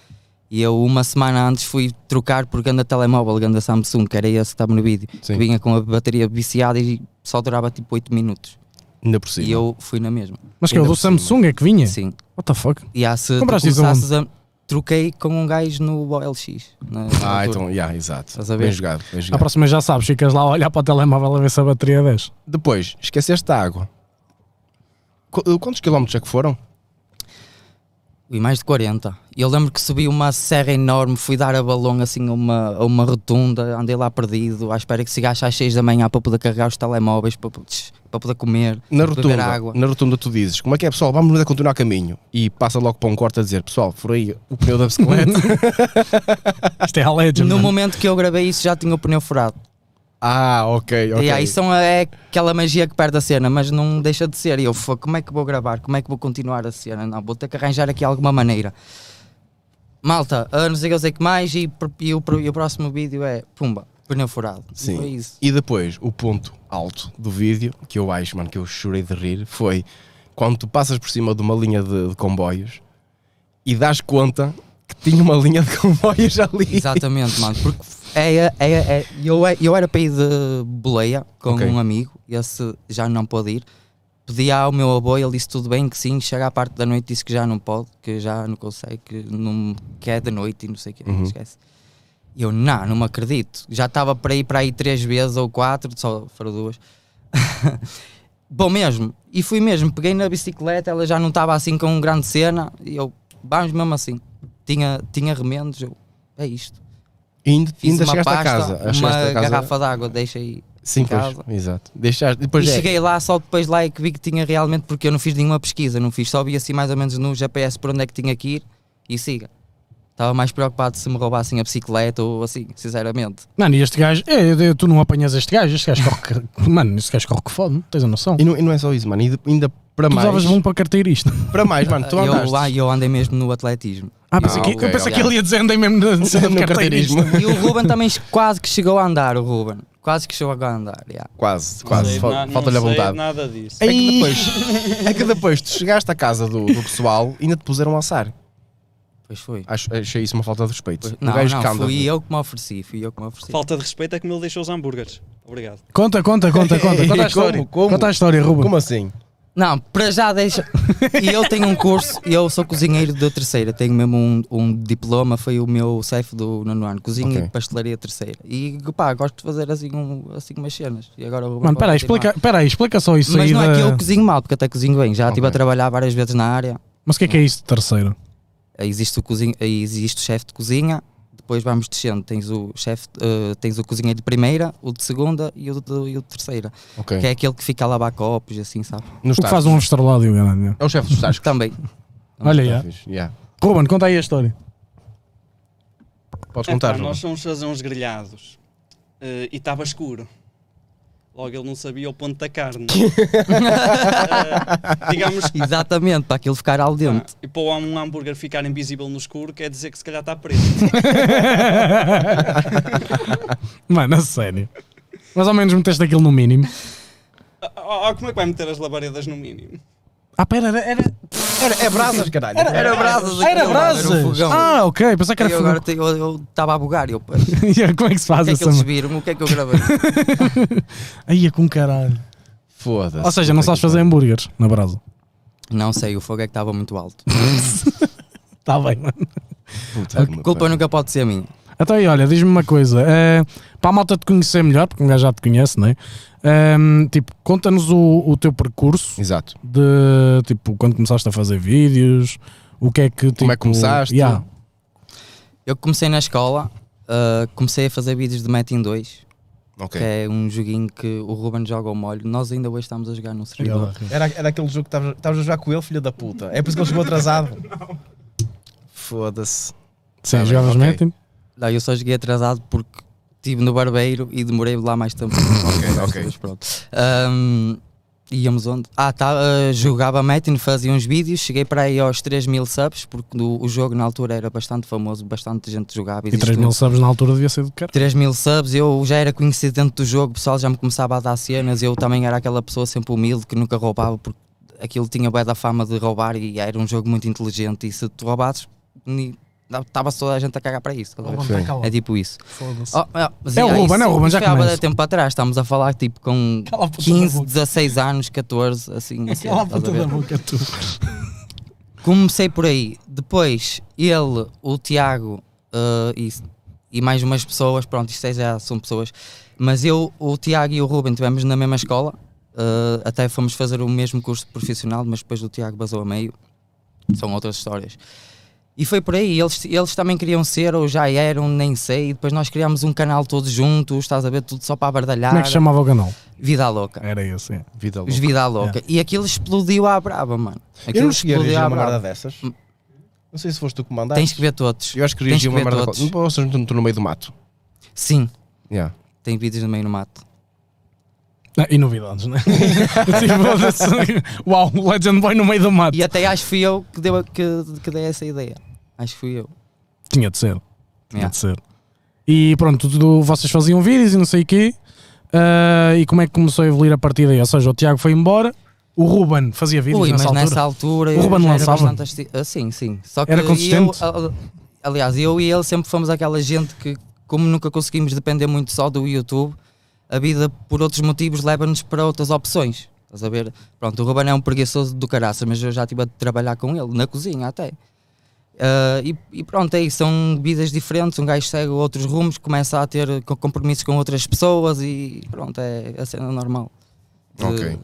E eu, uma semana antes, fui trocar por ganda telemóvel, ganda Samsung, que era esse que estava no vídeo. que
Sim.
vinha com a bateria viciada e só durava tipo 8 minutos.
Ainda por cima.
E eu fui na mesma.
Mas que é o
Ainda
do
por cima.
Samsung é que vinha?
Sim.
What the fuck?
E há se tu
Compraste isso
começasses a- Troquei com um gajo no OLX. na- na
Ah,
altura.
então, yeah, exato.
Estás a ver?
Bem jogado, bem
A
jogado.
próxima já sabes, ficas lá a olhar para o telemóvel a ver se a bateria desce.
Depois, esqueceste da água. Qu- Quantos quilómetros é que foram?
E mais de 40. E Eu lembro que subi uma serra enorme, fui dar a balão assim a uma, a uma rotunda, andei lá perdido, à espera que se gaste às 6 da manhã para poder carregar os telemóveis, para, poder- para poder comer,
Na
beber
rotunda,
água.
na rotunda tu dizes, como é que é pessoal, vamos continuar a caminho. E passa logo para um corte a dizer, pessoal, furei o pneu da bicicleta.
Isto é a Legend.
No
mano.
momento que eu gravei isso já tinha o pneu furado.
ah, ok, ok.
E aí são, é aquela magia que perde a cena, mas não deixa de ser. E eu, "Fogo, como é que vou gravar? Como é que vou continuar a cena? Não, vou ter que arranjar aqui alguma maneira. Malta, ah, não sei o que eu sei que mais, e, pr- e o, pr- e o próximo vídeo é, pumba, pneu furado. E
Sim.
foi isso.
E depois, o ponto alto do vídeo, que eu acho, mano, que eu chorei de rir, foi quando tu passas por cima de uma linha de, de comboios e dás conta que tinha uma linha de comboios ali.
Exatamente, mano. Porque É, é, é, é. Eu, é- eu era para ir de boleia com
Ok.
um amigo, esse já não pode ir. Pedi ao meu avô, ele disse tudo bem, que sim, chega à parte da noite, disse que já não pode, que já não consegue, que, não, que é de noite e não sei o que,
Uhum.
esquece. E eu, não, não me acredito. Já estava para ir para aí três vezes ou quatro, só foram duas. Bom mesmo, e fui mesmo, peguei na bicicleta, ela já não estava assim com grande cena, e eu, vamos mesmo assim. Tinha, tinha remendos, eu, é isto.
E ainda,
Fiz
ainda
uma
chegaste
pasta,
a casa. Ah,
uma
chegaste a casa.
garrafa d'água, deixa aí.
Sim,
em
pois.
casa.
Exato. Deixaste, depois
e
é.
cheguei lá, só depois lá é que vi que tinha realmente, porque eu não fiz nenhuma pesquisa, não fiz, só vi assim mais ou menos no GPS por onde é que tinha que ir e siga. Estava mais preocupado se me roubassem a bicicleta ou assim, sinceramente.
Mano, e este gajo, é, eu- tu não apanhas este gajo, este gajo corre. que- mano, este gajo corre que fode, não tens a noção.
E não, e não é só isso, mano. Ainda, ainda para
Tu
mais.
davas bom para carteirista.
Para mais, mano. Tu
um- Eu, lá,
andaste.
eu andei mesmo no atletismo.
Ah, pensei
Ah,
que,
ok,
eu pensei que
ok.
ele ia dizer andei mesmo de, de,
No
carteirismo.
carteirismo.
E o Ruben também quase que chegou a andar, o Ruben. Quase que chegou a andar, yeah.
Quase,
Não
quase.
sei
Fal-
de na- não
Falta-lhe a
sei de
vontade.
nada disso.
É que, depois, é que depois tu chegaste à casa do, do pessoal e ainda te puseram a assar.
Pois foi.
Acho, achei isso uma falta de respeito.
Pois-
Ah, o
não,
gajo
não,
canta.
fui eu que me ofereci, fui eu que me ofereci.
Falta de respeito é como ele deixou os hambúrgueres. Obrigado.
Conta, conta, conta, conta. Conta a
Como,
história.
como?
Conta a história, Ruben.
Como assim?
Não, para já deixa. E eu tenho um curso, e eu sou cozinheiro da terceira, tenho mesmo um, um diploma, foi o meu safe do nono ano, cozinha
Ok.
e pastelaria terceira. E pá, gosto de fazer assim, um, assim umas cenas. E agora o
Mano, peraí, explica, peraí, explica só isso
Mas
aí.
não é que
da-
eu cozinho mal, porque até cozinho bem, já estive a
Ok.
trabalhar várias vezes na área.
Mas o que é que é isso de terceiro?
Aí existe o, cozinho, aí existe o chefe de cozinha, depois vamos descendo, tens o chefe, eh, tens o cozinheiro de primeira, o de segunda e o de, e o de terceira,
Ok.
que é aquele que fica a lavar copos, assim, sabe?
Nos
O que faz um estrelado e o caralho.
É o chefe dos tascos.
Também.
Olha aí.
Talvez, yeah.
ó. Ruben, conta aí a história.
Podes
É
Epá,
contar, João.
nós fomos fazer uns grelhados eh, e estava escuro. Logo ele não sabia o ponto da carne. Eh, digamos que
Exatamente, para aquilo ficar al dente.
Ah, e para um hambúrguer ficar invisível no escuro quer dizer que se calhar está preto.
Mano, a sério. Mas ao menos meteste aquilo no mínimo.
Ah, ah, ah, como é que vai meter as labaredas no mínimo?
Ah, pera, era. Era,
Era, é brasas, caralho.
Era brasas.
era
aquilo,
brasas.
Era um fogão.
ah, ok. Pensava que
eu
era fogão.
agora te- eu- eu estava a bugar. Eu, pô, o que
E Como é que se faz
é que
essa?
eles
mano?
viram? O que é que eu gravei?
Aí é com caralho.
Foda-se.
Ou seja, não sabes fazer hambúrgueres na brasa.
não sei, o fogo é que estava muito alto.
Está Tá bem, mano.
Puta,
A culpa nunca pode ser minha.
Então aí, olha, diz-me uma coisa. eh, para a malta te conhecer melhor, porque um gajo já te conhece, não é? Ehm, tipo, conta-nos o, o teu percurso
Exato.
de tipo quando começaste a fazer vídeos, o que é que tipo,
Como é que começaste?
Yeah.
Eu comecei na escola, ah, comecei a fazer vídeos de Metin 2,
Ok.
que é um joguinho que o Ruben joga ao molho. Nós ainda hoje estamos a jogar num servidor.
Obrigado.
Era, era aquele jogo que estavas a jogar com ele, filha da puta. É por isso que ele chegou atrasado. Foda-se.
Sim,
Tá bem,
jogavas
ok.
Metin?
Não, eu só joguei atrasado porque estive no barbeiro e demorei lá mais tempo. ok,
ok.
pronto. Ahm, íamos onde? Ah, tá, ah, jogava Metin, fazia uns vídeos, cheguei para aí aos 3 mil subs, porque do- o jogo na altura era bastante famoso, bastante gente jogava. um
E
um-
3 mil subs na altura devia ser do cara.
3 mil subs, eu já era conhecido dentro do jogo, o pessoal já me começava a dar cenas, eu também era aquela pessoa sempre humilde que nunca roubava, porque aquilo tinha bué da fama de roubar e era um jogo muito inteligente e se tu roubasses, estava toda a gente a cagar para isso. estás a ver? É tipo isso.
Foda-se.
Oh, oh, mas
É o
yeah,
Ruben,
isso-
é o Ruben, já
isso foi há bué
começa.
de tempo atrás, estamos a falar tipo com
Cala a puta da
15,
boca.
16 anos, 14, assim. assim
Cala a
estás a
puta da
ver?
boca, tu.
Comecei por aí. Depois, ele, o Tiago eh, e, e mais umas pessoas, pronto, isto aí já são pessoas, mas eu, o Tiago e o Ruben estivemos na mesma escola, eh, até fomos fazer o mesmo curso profissional, mas depois o Tiago basou a meio. São outras histórias. E foi por aí, eles, eles também queriam ser, ou já eram, nem sei, e depois nós criámos um canal todos juntos, estás a ver, tudo só para abardalhar.
Como é que se chamava o canal?
Vida louca.
Era esse, é.
Vida
Os
louca. É.
Vida louca. E aquilo explodiu à brava, mano. Aquilo
Eu não cheguei a reagir
explodiu à
a uma merda
brava. Hum.
dessas. Não sei se foste tu que mandaste.
Tens que ver todos.
Eu acho que
Tens
reagi a uma
ver
merda.
todos.
qual- Ou seja, estou no meio do mato.
Sim,
Yeah.
tem vídeos no meio no mato.
Ah, e novidades, né? tipo, foda-se. Uau, o Legend Boy no meio do mato.
E até acho que fui eu que, deu, que, que dei essa ideia. Acho que fui eu.
Tinha de ser. Tinha
Yeah.
de ser. E pronto, tudo, vocês faziam vídeos e não sei o quê. Ah, e como é que começou a evoluir a partir daí? Ou seja, o Tiago foi embora, o Ruben fazia vídeos
Ui, mas
nessa altura.
nessa altura.
O
eu
Ruben
já era
lançava?
bastante asti- Ah, sim, sim. Só que
Era
eu-
consistente?
al- aliás, eu e ele sempre fomos aquela gente que como nunca conseguimos depender muito só do YouTube, a vida por outros motivos leva-nos para outras opções. Estás a ver? Pronto, o Ruben é um preguiçoso do caraça, mas eu já estive a trabalhar com ele, na cozinha até. Ah, e, e pronto, é isso, são vidas diferentes, um gajo segue outros rumos, começa a ter co- compromissos com outras pessoas e pronto, é a cena normal. De-
Ok.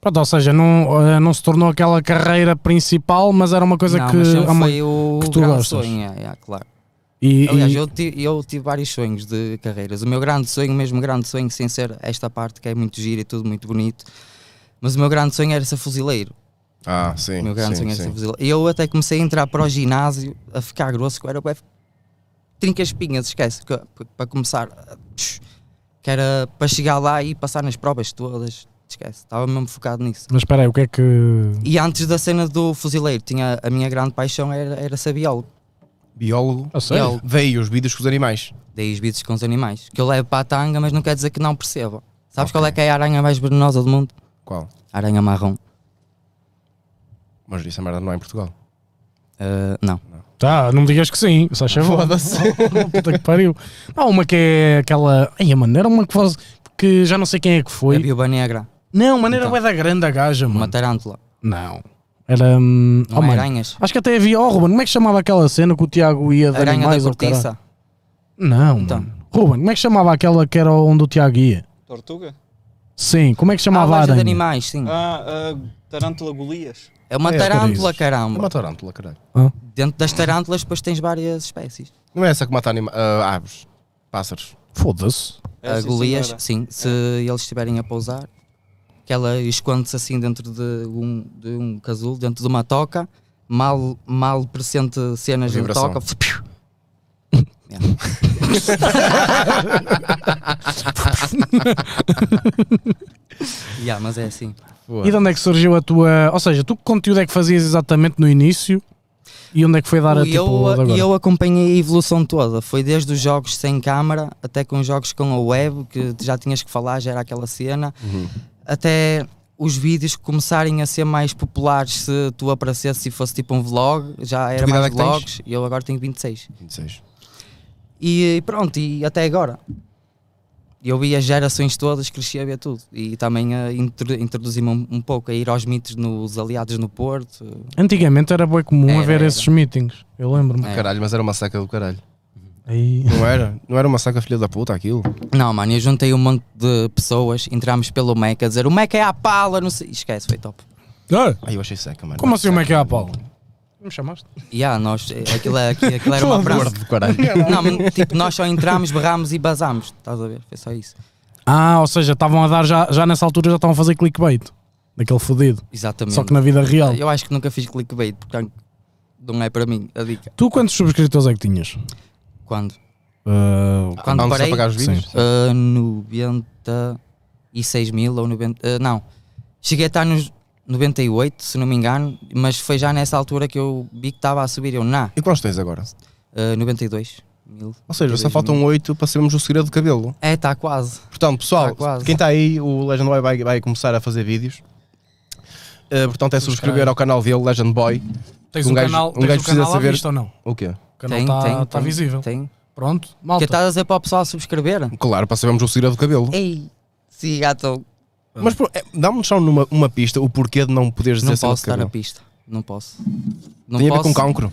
Pronto, ou seja, não, eh, não se tornou aquela carreira principal, mas era uma coisa
Não,
que.
mas sempre
há uma-
foi o
que tu
grande
gostas.
sonho, é, é, claro.
E,
Aliás,
e-
eu, ti- eu tive vários sonhos de carreiras. O meu grande sonho, mesmo grande sonho, sem ser esta parte que é muito gira e tudo muito bonito, mas o meu grande sonho era ser fuzileiro.
Ah, sim.
o meu grande
sim,
sonho era
sim.
ser fuzileiro. Eu até comecei a entrar para o ginásio, a ficar grosso, que eu era bué f- trinca espinhas, esquece, que eu- p- para começar, ah, psh, que era para chegar lá e passar nas provas todas, esquece, estava mesmo focado nisso.
Mas espera aí, o que é que.
E antes da cena do fuzileiro, tinha, a minha grande paixão era, era ser biólogo.
Biólogo.
A sério?
Biólogo.
Veio os vídeos com os animais.
Dei os bichos com os animais. Que eu levo para a tanga, mas não quer dizer que não perceba. Sabes qual é que é a aranha mais venenosa do mundo?
Qual?
A aranha marrom.
Mas isso é merda não é em Portugal.
Ah, não.
Tá, não me digas que sim, só chavou.
Foda-se.
Oh, Puta que pariu. Há uma que é aquela. Ai, mano, era uma é que faz. que já não sei quem é que
A
foi.
viúva negra.
Não, mano, era
Então.
bué da grande a gaja,
Uma
mano.
tarântula.
Não. Era. Hum,
Não
oh,
é
mano.
aranhas.
Acho que até havia. Oh, Ruben, como é que chamava aquela cena que o Tiago ia de
Aranha da
animais ou caralho?
cortiça.
Não.
Então.
mano. Ruben, como é que chamava aquela que era onde o Tiago ia?
Tortuga?
Sim, como é que
Ah,
chamava a
loja de
aranha?
animais, sim.
Ah, ah, tarântula Golias.
É uma
É,
tarântula,
Ah, caralho.
É
caramba.
uma tarântula, caralho.
Dentro das tarântulas depois tens várias espécies.
Não é essa que mata anima- ah, aves, pássaros.
Foda-se.
É,
a
sim,
Golias,
senhora. É.
sim, se eles estiverem a pousar, que ela esconde-se assim dentro de um, de um casulo, dentro de uma toca, mal, mal pressente cenas de
Vibração.
toca. yeah, mas é assim.
E de onde é que surgiu a tua. Ou seja, tu que conteúdo é que fazias exatamente no início e onde é que foi dar a
E
tipo
eu,
de agora?
e eu acompanhei a evolução toda. Foi desde os jogos sem câmara até com os jogos com a web, que já tinhas que falar, já era aquela cena,
Uhum.
até os vídeos começarem a ser mais populares se tu aparecesse e fosse tipo um vlog, já era
idade é
mais
que tens?
vlogs, e eu agora tenho 26.
26.
E pronto, e até agora. Eu vi as gerações todas, cresci a ver tudo. E também a introdu- introduzi-me um, um pouco a ir aos mitos nos aliados no Porto.
Antigamente era bem comum
Era,
haver
era.
esses meetings, eu lembro-me.
É.
Caralho, mas era uma saca do caralho.
Aí-
Não era? Não era uma saca filha da puta aquilo?
Não, mano, eu juntei um monte de pessoas, entramos pelo Mac a dizer o Mac é à pala, não sei. Esquece, foi top.
Ah!
Ai, eu achei seca, mano.
Como assim o
Seca.
Mac é à pala? Me chamaste?
E yeah, nós, aquilo, é- aquilo, aquilo era uma frase.
Gordo do caralho.
Não, mas, tipo, nós só entramos, berramos e basámos. Estás a ver? Foi só isso.
Ah, ou seja, estavam a dar já, já nessa altura já estavam a fazer clickbait. Daquele fodido.
Exatamente.
Só que na vida real.
Eu acho que nunca fiz clickbait, portanto, não é para mim a dica.
Tu quantos subscritores é que tinhas?
Quando?
Ah,
Quando
Antes de
parei?
apagar os vídeos?
Ah, 96 mil ou 90. ah, não, cheguei a estar nos 98, se não me engano, mas foi já nessa altura que eu vi que estava a subir. Eu, na,
E quantos tens agora?
ah, 92 mil.
Ou seja, só
92 mil.
faltam 8 para sabermos o segredo do cabelo.
É, está quase.
Portanto, pessoal,
Tá quase.
quem está aí, o Legend Boy vai, vai começar a fazer vídeos. Uh, portanto, é subscrever ao canal dele, Legend Boy.
tens
um
o
gajo-
canal,
um
tens
gajo
o
precisa
canal à
saber-
vista ou não?
O quê?
O canal está tá visível.
Tem.
Pronto,
Que tá-
malta.
estás a dizer para o pessoal subscrever?
Claro, para sabermos o segredo do cabelo.
Ei, sim, gato.
Mas pô, é, dá-me só numa, uma pista o porquê de não poderes dizer
Não
cena
posso
de
dar a
cabelo.
pista. Não posso. Não
Tem a ver com
posso.
cancro?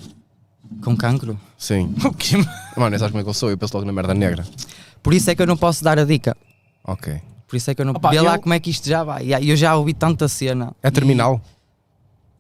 Com cancro.
Sim.
O quê?
Mano, sabes como é que eu sou? Eu penso logo na merda negra.
Por isso é que eu não posso dar a dica.
Ok.
Por isso é que eu não
Opa,
Vê lá
eu-
como é que isto já vai. E Eu já ouvi tanta cena.
É terminal?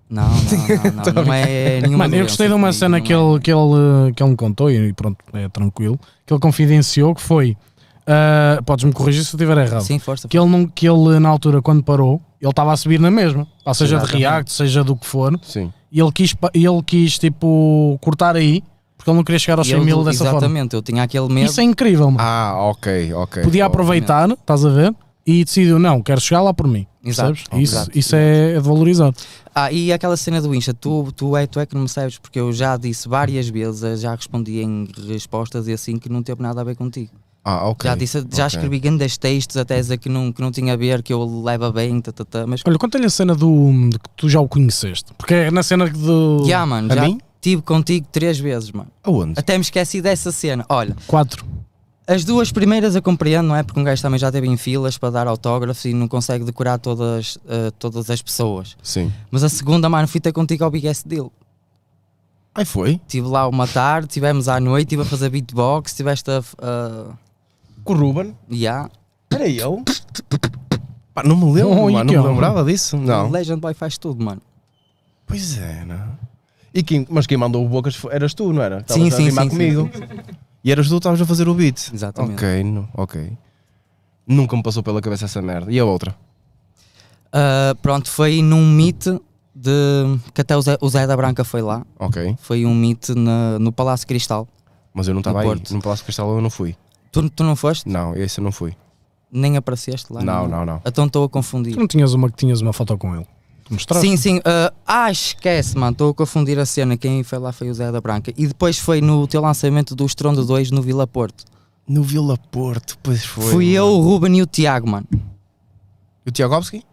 E- Não, não, não, não, não é nenhuma.
Mano, eu gostei de
doença
uma
comigo,
cena
não
que
é.
ele, que, ele, que ele me contou, e pronto, é tranquilo, que ele confidenciou, que foi, ah, podes-me corrigir se eu estiver errado,
Sim, força.
que, ele não, que ele na altura, quando parou, ele estava a subir na mesma, ou seja, de
Exatamente.
React, seja do que for,
Sim.
e ele quis, pa- ele quis tipo, cortar aí, porque ele não queria chegar aos
E
100
eu-
mil dessa forma.
Exatamente, eu tinha aquele medo.
Isso é incrível, mano.
Ah, ok, ok.
Podia
Oh.
aproveitar, estás a ver, e decidiu, não, quero chegar lá por mim.
Exato.
Percebes? Isso,
Exato.
isso é, é de valorizar.
Ah, e aquela cena do Insta, tu, tu, é, tu é que não me sabes, porque eu já disse várias vezes, já respondi em respostas e assim que não teve nada a ver contigo.
Ah, ok.
Já, disse, já
ok.
escrevi grandes textos até dizer que não, que não tinha a ver, que eu leva bem, tá, tá, tá, mas.
Olha, conta-lhe a cena do, de que tu já o conheceste, porque é na cena do...
Já, mano,
A
já
mim?
tive contigo três vezes, mano.
Aonde?
Até me esqueci dessa cena. Olha,
4.
As duas primeiras eu compreendo, não é? Porque um gajo também já teve em filas para dar autógrafos e não consegue decorar todas, eh, todas as pessoas.
Sim.
Mas a segunda, mano, fui ter contigo ao Big S Deal.
Aí foi.
Estive lá uma tarde, estivemos à noite, estive a fazer beatbox, estiveste a. Uh,
Com o Ruben.
yeah.
Era eu? Pá, não me lembro,
Oh, e
mano,
que
não
honra.
me lembrava disso. Não.
Legend Boy faz tudo, mano.
Pois é, não. E quem, mas quem mandou o Bocas foi- eras tu, não era? Estavas
Sim,
a
sim,
rimar
sim, sim.
comigo. E eras tu que estavas a fazer o beat.
Exatamente.
Ok, não, ok. Nunca me passou pela cabeça essa merda. E a outra?
Ah, pronto, foi num meet de. que até o Zé, o Zé da Branca foi lá.
Ok.
Foi um meet na- no Palácio Cristal.
Mas eu não estava aí.
Porto.
No Palácio de Cristal eu não fui.
Tu, tu não foste?
Não, esse eu não fui.
Nem apareceste lá?
não, não, não.
Então estou a
Tu
confundir.
não tinhas uma que tinhas uma foto com ele? Tu mostraste?
Sim, sim. ah, ah, esquece, mano. Estou a confundir a cena. Quem foi lá foi o Zé da Branca. E depois foi no teu lançamento do Estrondo 2 no Vila Porto.
No Vila Porto, pois foi.
Fui eu,
mano.
o Ruben e o Tiago, mano.
E o Tiagovski?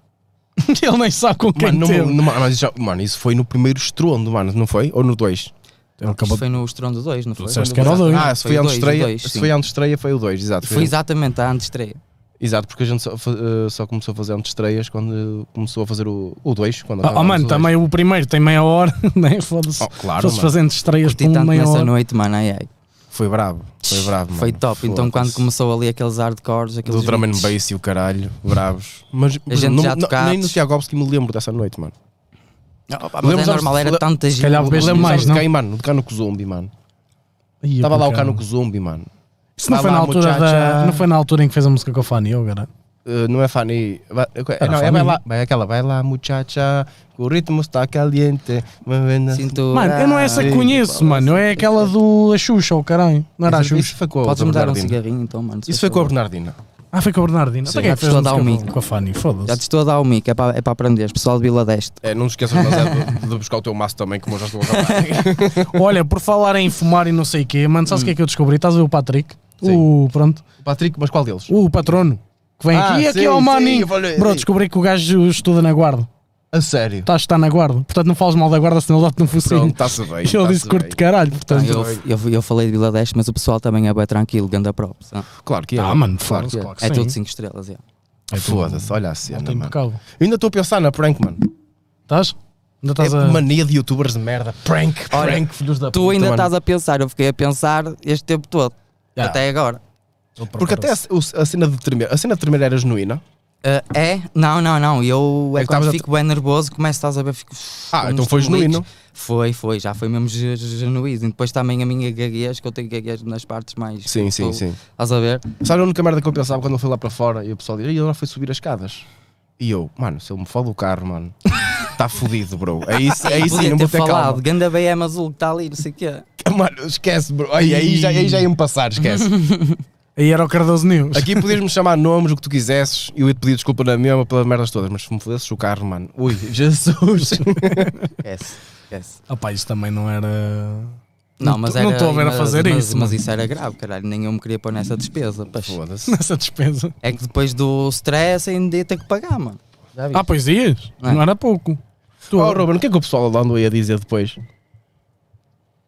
ele nem sabe com quem
Mano, não-
teve.
não- mas isso já- mano, isso foi no primeiro estrondo, mano, não foi? Ou no 2?
Ele
Isto
acabou de...
foi no Estrondo 2, não foi?
disseste que era o dois.
Ah, se foi,
Foi o
antes
dois, o
estreia,
dois,
se
sim.
foi antes estreia foi o 2, exato.
Foi exatamente a antestreia.
Exato, porque a gente só, fa- eh, só começou a fazer antes estreias quando eh, começou a fazer o 2. quando
Oh, oh,
acabámos
mano,
o dois.
também o primeiro tem meia hora, né? Foda-se.
Oh, claro,
Fosse
mano.
fazendo estreias
Curti
por
tanto
uma meia
nessa
hora.
noite, mano. Ai, ai.
Foi brabo, um foi brabo.
Foi
mano.
top. Então, quando
Foda-se.
começou ali aqueles hardcores, aqueles.
Do drum and
beats,
bass e o caralho, bravos. Mas por
gente
exemplo,
já tocados.
nem no Tiagovski me lembro dessa noite, mano.
Ah, opa, mas é
Lembro-me,
normal, era
sabes,
tanta gente.
Ah,
calhar bebeste
Lembro-me
é mais,
sabes de
não?
quem, mano? De cá no Zumbi, mano.
Ia
Estava
para
lá o cá
caralho.
no Zumbi, mano.
Isso não
Vai
foi, na
lá,
altura da...
muchacha.
não foi na altura em que fez a música com a Fanny, eu, cara.
Eh, não é Fanny. Vai-
Era
não, é
Fanny.
vai lá, vai aquela, vai lá, muchacha, o ritmo está caliente. uma venda-
Sinto-
Mano, eu não é essa que
tipo,
conheço, mano. É aquela do a Xuxa, o caralho. Não era a
Isso-
Xuxa.
Isso foi com a
Podes
outra
me dar um
Bernardina.
cigarrinho, então, mano. se
Isso foi
faz
com a
favor.
Bernardina.
Ah, foi com a Bernardina. Até
Sim.
quem é que
Já
fez
estou
a
a dar um
música
mico.
com- com a Fanny,
Já te
foda-se.
estou a dar o mic, é para é para aprenderes. Pessoal de Vila Deste.
É, não te esqueças mas é, de, de buscar o teu maço também, como eu já estou a acabar.
Olha, por falar em fumar e não sei o quê, mano, sabes o que é que eu descobri? Estás a ver o Patrick?
Hum. Sim.
O, pronto,
Patrick, mas qual deles?
o patrono. Que vem
Ah,
aqui e aqui
sim,
é o
sim,
maninho.
eu falei-
Bro, descobri que o gajo estuda na guarda.
A sério?
Estás está na guarda. Portanto, não fales mal da guarda, senão ele dá-te um
Pronto,
focinho.
está-se bem.
E ele
tá-se
disse que curto de
bem.
caralho,
Então,
Ah,
portanto.
eu, eu, eu falei de Vila Deste, mas o pessoal também é bem tranquilo, ganda props. Ah,
Claro que é.
Ah, mano,
claro.
foda-se, claro que
é
sim.
tudo 5 estrelas,
Então,
é.
É tudo-
Foda-se, olha a
Não é
cena,
tem
mano.
pecado.
Ainda estou a pensar na prank, mano.
Estás? Ainda estás
É
a.
mania de youtubers de merda. Prank,
Olha,
prank, filhos da
Tu
puta,
ainda
então, mano.
estás a pensar, eu fiquei a pensar este tempo todo,
Yeah.
até agora.
Porque até a, o- a cena de tremer, a cena de tremer era genuína.
Ah, é? Não, não, não. Eu é
É que
quando
estavas a-
fico bem nervoso, começo estás a ver, fico.
Ah,
uns
então foi
tumblitos.
genuíno.
Foi, foi, já foi mesmo ge- ge- genuíno. E depois também a minha gaguez, que eu tenho gaguez nas partes mais.
Sim, sim,
tu-
sim.
Estás a ver?
Tipo, Sabe a única merda que eu pensava quando eu fui lá para fora e o pessoal dizia, e agora foi subir as escadas. E eu, mano, se ele me fode o carro, mano, está fodido, bro. É isso, é isso,
Ah, Podia
sim, não
ter
vou ter
falado,
calma.
ganda BM azul que está ali, não sei o quê.
Mano, esquece, bro. Aí, aí, já, aí já ia-me passar, esquece.
Aí era o Cardoso News.
Aqui podias-me chamar nomes, o que tu quisesses, e eu ia te pedir desculpa na mesma pelas merdas todas, mas se me fodesses o carro, mano, ui, Jesus.
Esquece, esquece.
Ah, pá, isso também não era.
Não, mas
tô-
era.
não tô a ver a
mas-
fazer
mas-
isso,
Mas
mano.
isso era grave, caralho. Nem eu me queria pôr nessa despesa. pois.
Foda-se.
Nessa despesa.
É que depois do stress ainda ia ter que pagar, mano. Já viste?
Ah, pois ias?
É.
Não era pouco. Tu,
Oh, Ruben, o que é que o pessoal lá andou aí a dizer depois?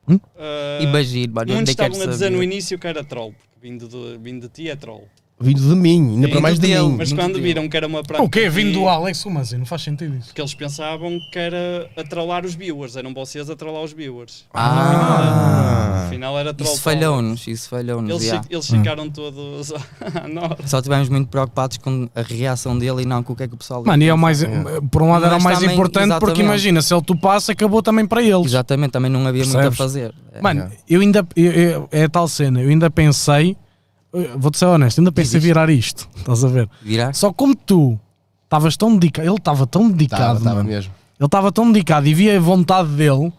Ah,
Imagino, mano. eu
muitos
nem
é
quero
estavam a dizer
é saber.
no início que era troll, porque vindo de, vindo de ti é troll.
Vindo de mim, ainda
Sim.
para mais de
Vindo dele,
mim.
Mas
Muito
quando
bem.
viram que era uma prática.
o quê? Vindo
de-
do Alex, como assim? Não faz sentido isso.
Porque eles pensavam que era a trollar os viewers, eram vocês a trollar os viewers.
Ah,
Afinal era troll.
isso
troll.
falhou-nos, isso falhou-nos.
Eles,
já.
fi- eles
Hum.
ficaram todos. Não.
Só estivemos muito preocupados com a reação dele e não com o que é que o pessoal.
Mano, e é o mais, por um lado era o
Mas
mais
também-
importante porque
exatamente.
imagina, se ele tu passa, acabou também para eles.
Exatamente, também não havia muito a
Percebes?
fazer. É.
Mano, eu ainda eu- eu- é a tal cena, eu ainda pensei, eu vou-te ser honesto, ainda pensei virar isto, estás a ver?
Virar?
Só como tu estavas tão dedicado, ele estava tão dedicado,
Estava, estava
mano.
mesmo.
ele estava tão dedicado e via a vontade dele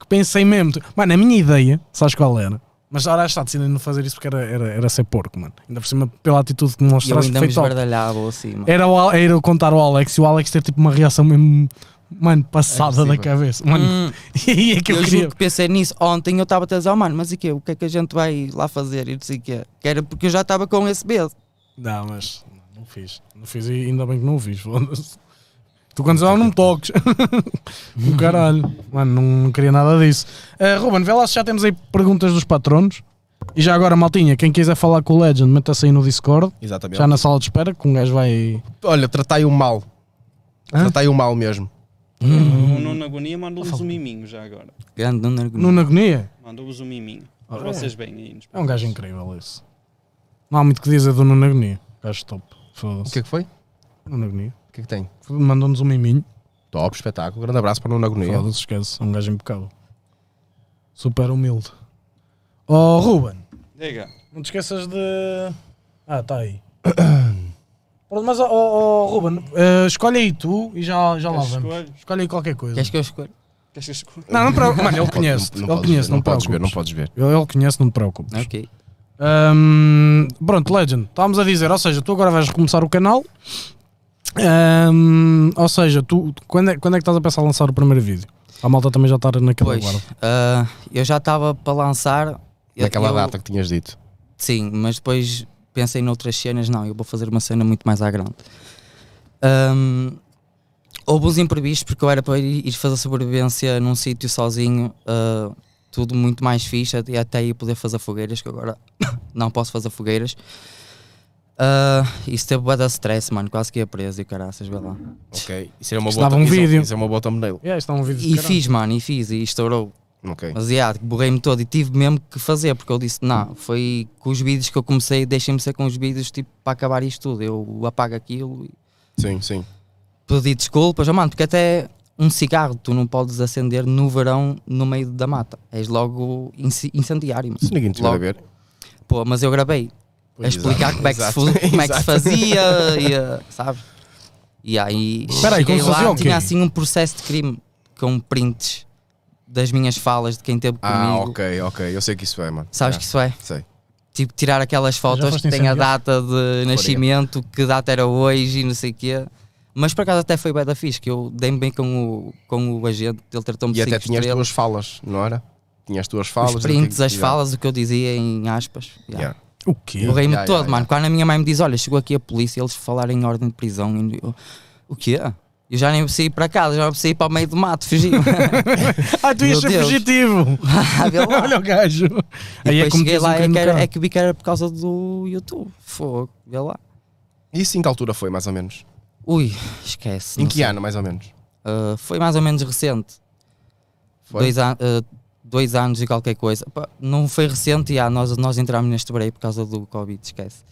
que pensei mesmo, tu- mano, a minha ideia, sabes qual era? Mas agora está decidindo não fazer isso porque era, era, era ser porco, mano. Ainda por cima, pela atitude que
E eu
mostraste,
ainda
foi
me
top.
esbardalhava ou assim, mano.
Era, o, Al- era eu contar ao Alex e o Alex ter tipo uma reação mesmo, mano, passada da
Agressiva.
cabeça. Mano,
É Hum,
e é que
eu
eu,
juro
queria.
que pensei nisso ontem. Eu estava a dizer, oh, mano, mas e quê? O que é que a gente vai lá fazer? E não sei o quê. Que era porque eu já estava com esse medo.
Não, mas não fiz. Não fiz e ainda bem que não o fiz. foda-se. Tu quando já não me toques. o Eh, caralho. Mano, não, não queria nada disso. Ah, Ruben, vê lá se já temos aí perguntas dos patronos. E já agora, maltinha, quem quiser falar com o Legend, meta-se aí no Discord,
Exatamente.
já na sala de espera, que um gajo vai.
Olha, tratai o mal.
Hã?
Tratai o mal mesmo.
Hum.
O Nuno Agonia mandou-vos um miminho já agora.
Grande Nuno Argumento.
Nuna Agonia.
Mandou-vos um miminho. Para vocês bem aí. nos
É um gajo incrível esse. Não há muito que dizer do Nuna Agonia. Gajo top.
O
Foda-se.
que é que foi? O
Nuno Agonia.
que é que tem?
Mandou-nos um miminho.
Top, espetáculo. Grande abraço para o Nuno Agonia.
Foda-se, esquece. É um gajo impecável. Super humilde. Oh, Ruben,
Diga.
não te esqueças de. Ah, está aí. Pronto, mas, oh, oh, Ruben, eh, escolhe aí tu e já, já lá
Queres
vamos.
escolher?
Escolhe aí qualquer coisa.
Queres que eu escolha?
Queres que eu escolha?
Não, não preocupes. Mano, ele
Não pode-
conhece. Ele
podes
conhece,
ver,
não
podes ver, não
preocupes.
podes ver.
Ele ele conhece, não te preocupes.
Ok.
Hum, pronto, Legend, estávamos a dizer, ou seja, tu agora vais recomeçar o canal. Hum, ou seja, tu quando é, quando é que estás a pensar em lançar o primeiro vídeo? A malta também já está naquela
Pois,
então agora.
ah, eu já estava para lançar. eu-
Naquela
eu-
data que tinhas dito.
Sim, mas depois pensei noutras cenas, não, eu vou fazer uma cena muito mais à grande. Ahm, houve uns imprevistos porque eu era para ir ir fazer sobrevivência num sítio sozinho, ah, tudo muito mais fixe, e até aí poder fazer fogueiras, que agora não posso fazer fogueiras. Ah, isso teve bué de stress, mano, quase que ia preso e caraças, vê lá.
Ok. Isso era uma
Isto dava um
isso é-
vídeo.
Isso é uma boa thumbnail.
Yeah, isto é um vídeo de
E
caralho.
fiz, mano, e fiz, e estourou.
Ok.
Mas yeah, borrei-me todo e tive mesmo que fazer, porque eu disse,
Hum.
não, foi com os vídeos que eu comecei, deixem-me ser com os vídeos, tipo, para acabar isto tudo, eu apago aquilo e
Sim, sim.
pedi desculpas, oh, mano, porque até um cigarro tu não podes acender no verão no meio da mata, és logo inci- incendiário, mano.
Se ninguém tiver a
Logo.
ver.
Pô, mas eu gravei, a
Pois,
explicar
exato,
como é, que se,
exato,
fu- como é que se
exato.
fazia, e, eh, sabe? E aí,
Espera aí,
cheguei
como se fazia
lá,
o quê?
tinha assim um processo de crime com prints das minhas falas de quem teve
Ah,
comigo.
ok, ok. Eu sei que isso é, mano.
Sabes
Já,
que isso é?
Sei.
tipo, tirar aquelas
Já
fotos
foste
que tem a
incendiado?
data de nascimento, que data era hoje e não sei o quê. Mas por acaso até foi bem da fixe, que eu dei-me bem com o, com o agente, ele tratou-me
E
de
até
cinco
tinhas
estrelas.
tuas falas, não era? Tinhas tuas falas.
os prints,
aquilo-
as
Yeah.
falas, o que eu dizia em aspas. Yeah.
Yeah.
O quê?
Eu rei-me
Yeah,
todo,
yeah,
mano. Quando a minha mãe me diz, olha, chegou aqui a polícia, eles falaram em ordem de prisão. E eu, o quê? Eu já nem preciso ir para casa, já preciso ir para o meio do mato, fugir.
Ah, tu ias
Meu
ser
Deus.
fugitivo!
Vê lá.
Olha o gajo!
E depois cheguei
diz um
lá, é
crime
que,
no
era,
carro.
é que vi que era por causa do YouTube. Fogo, vê lá.
Isso em que altura foi, mais ou menos?
Ui, esquece.
Em
não
que
sei.
ano, mais ou menos?
Uh, foi mais ou menos recente.
Foi?
Dois, an- uh, dois anos e qualquer coisa. Pá, não foi recente, e ah, nós, nós entramos neste break por causa do Covid, esquece.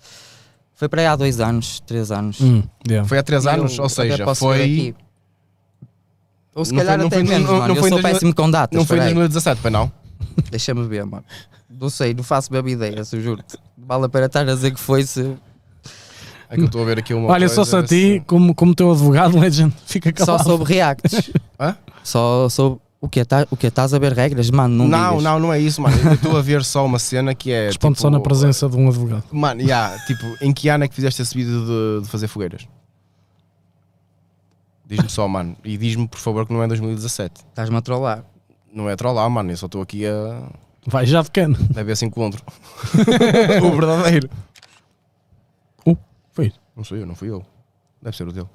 Foi para aí há dois anos, três anos.
Hum, yeah.
Foi há 3
E
anos,
eu
ou
até
seja,
posso ver
foi.
aqui. Ou se
Não
calhar
foi- não
até
foi- não-
menos,
não-
mano.
não
eu
foi em
sou
dois mil-
péssimo com datas.
Não foi em
peraí.
2017, para não?
Deixa-me ver, mano. Não sei, não faço mesmo ideia, se eu juro-te. Vale a pena estar a dizer que foi se.
É que eu estou a ver aqui uma.
Olha,
coisa
só se a ti,
assim.
como, como teu advogado, Legend, fica
Só
calado.
sobre reacts.
Hã?
Só sobre. O que O que Estás a ver regras, mano? Não,
Não,
digas.
não, não é isso, mano. Eu estou a ver só uma cena que é.
Responde só
tipo,
na presença de um advogado.
Mano, yeah, tipo, em que ano é que fizeste esse vídeo de, de fazer fogueiras? Diz-me só, mano. E diz-me, por favor, que não é 2017.
Estás-me a trollar.
Não é trollar, mano. Eu só estou aqui a.
Vai já de cano.
Deve esse encontro. o verdadeiro.
Uh, foi.
Não sou eu, não fui eu. Deve ser o dele.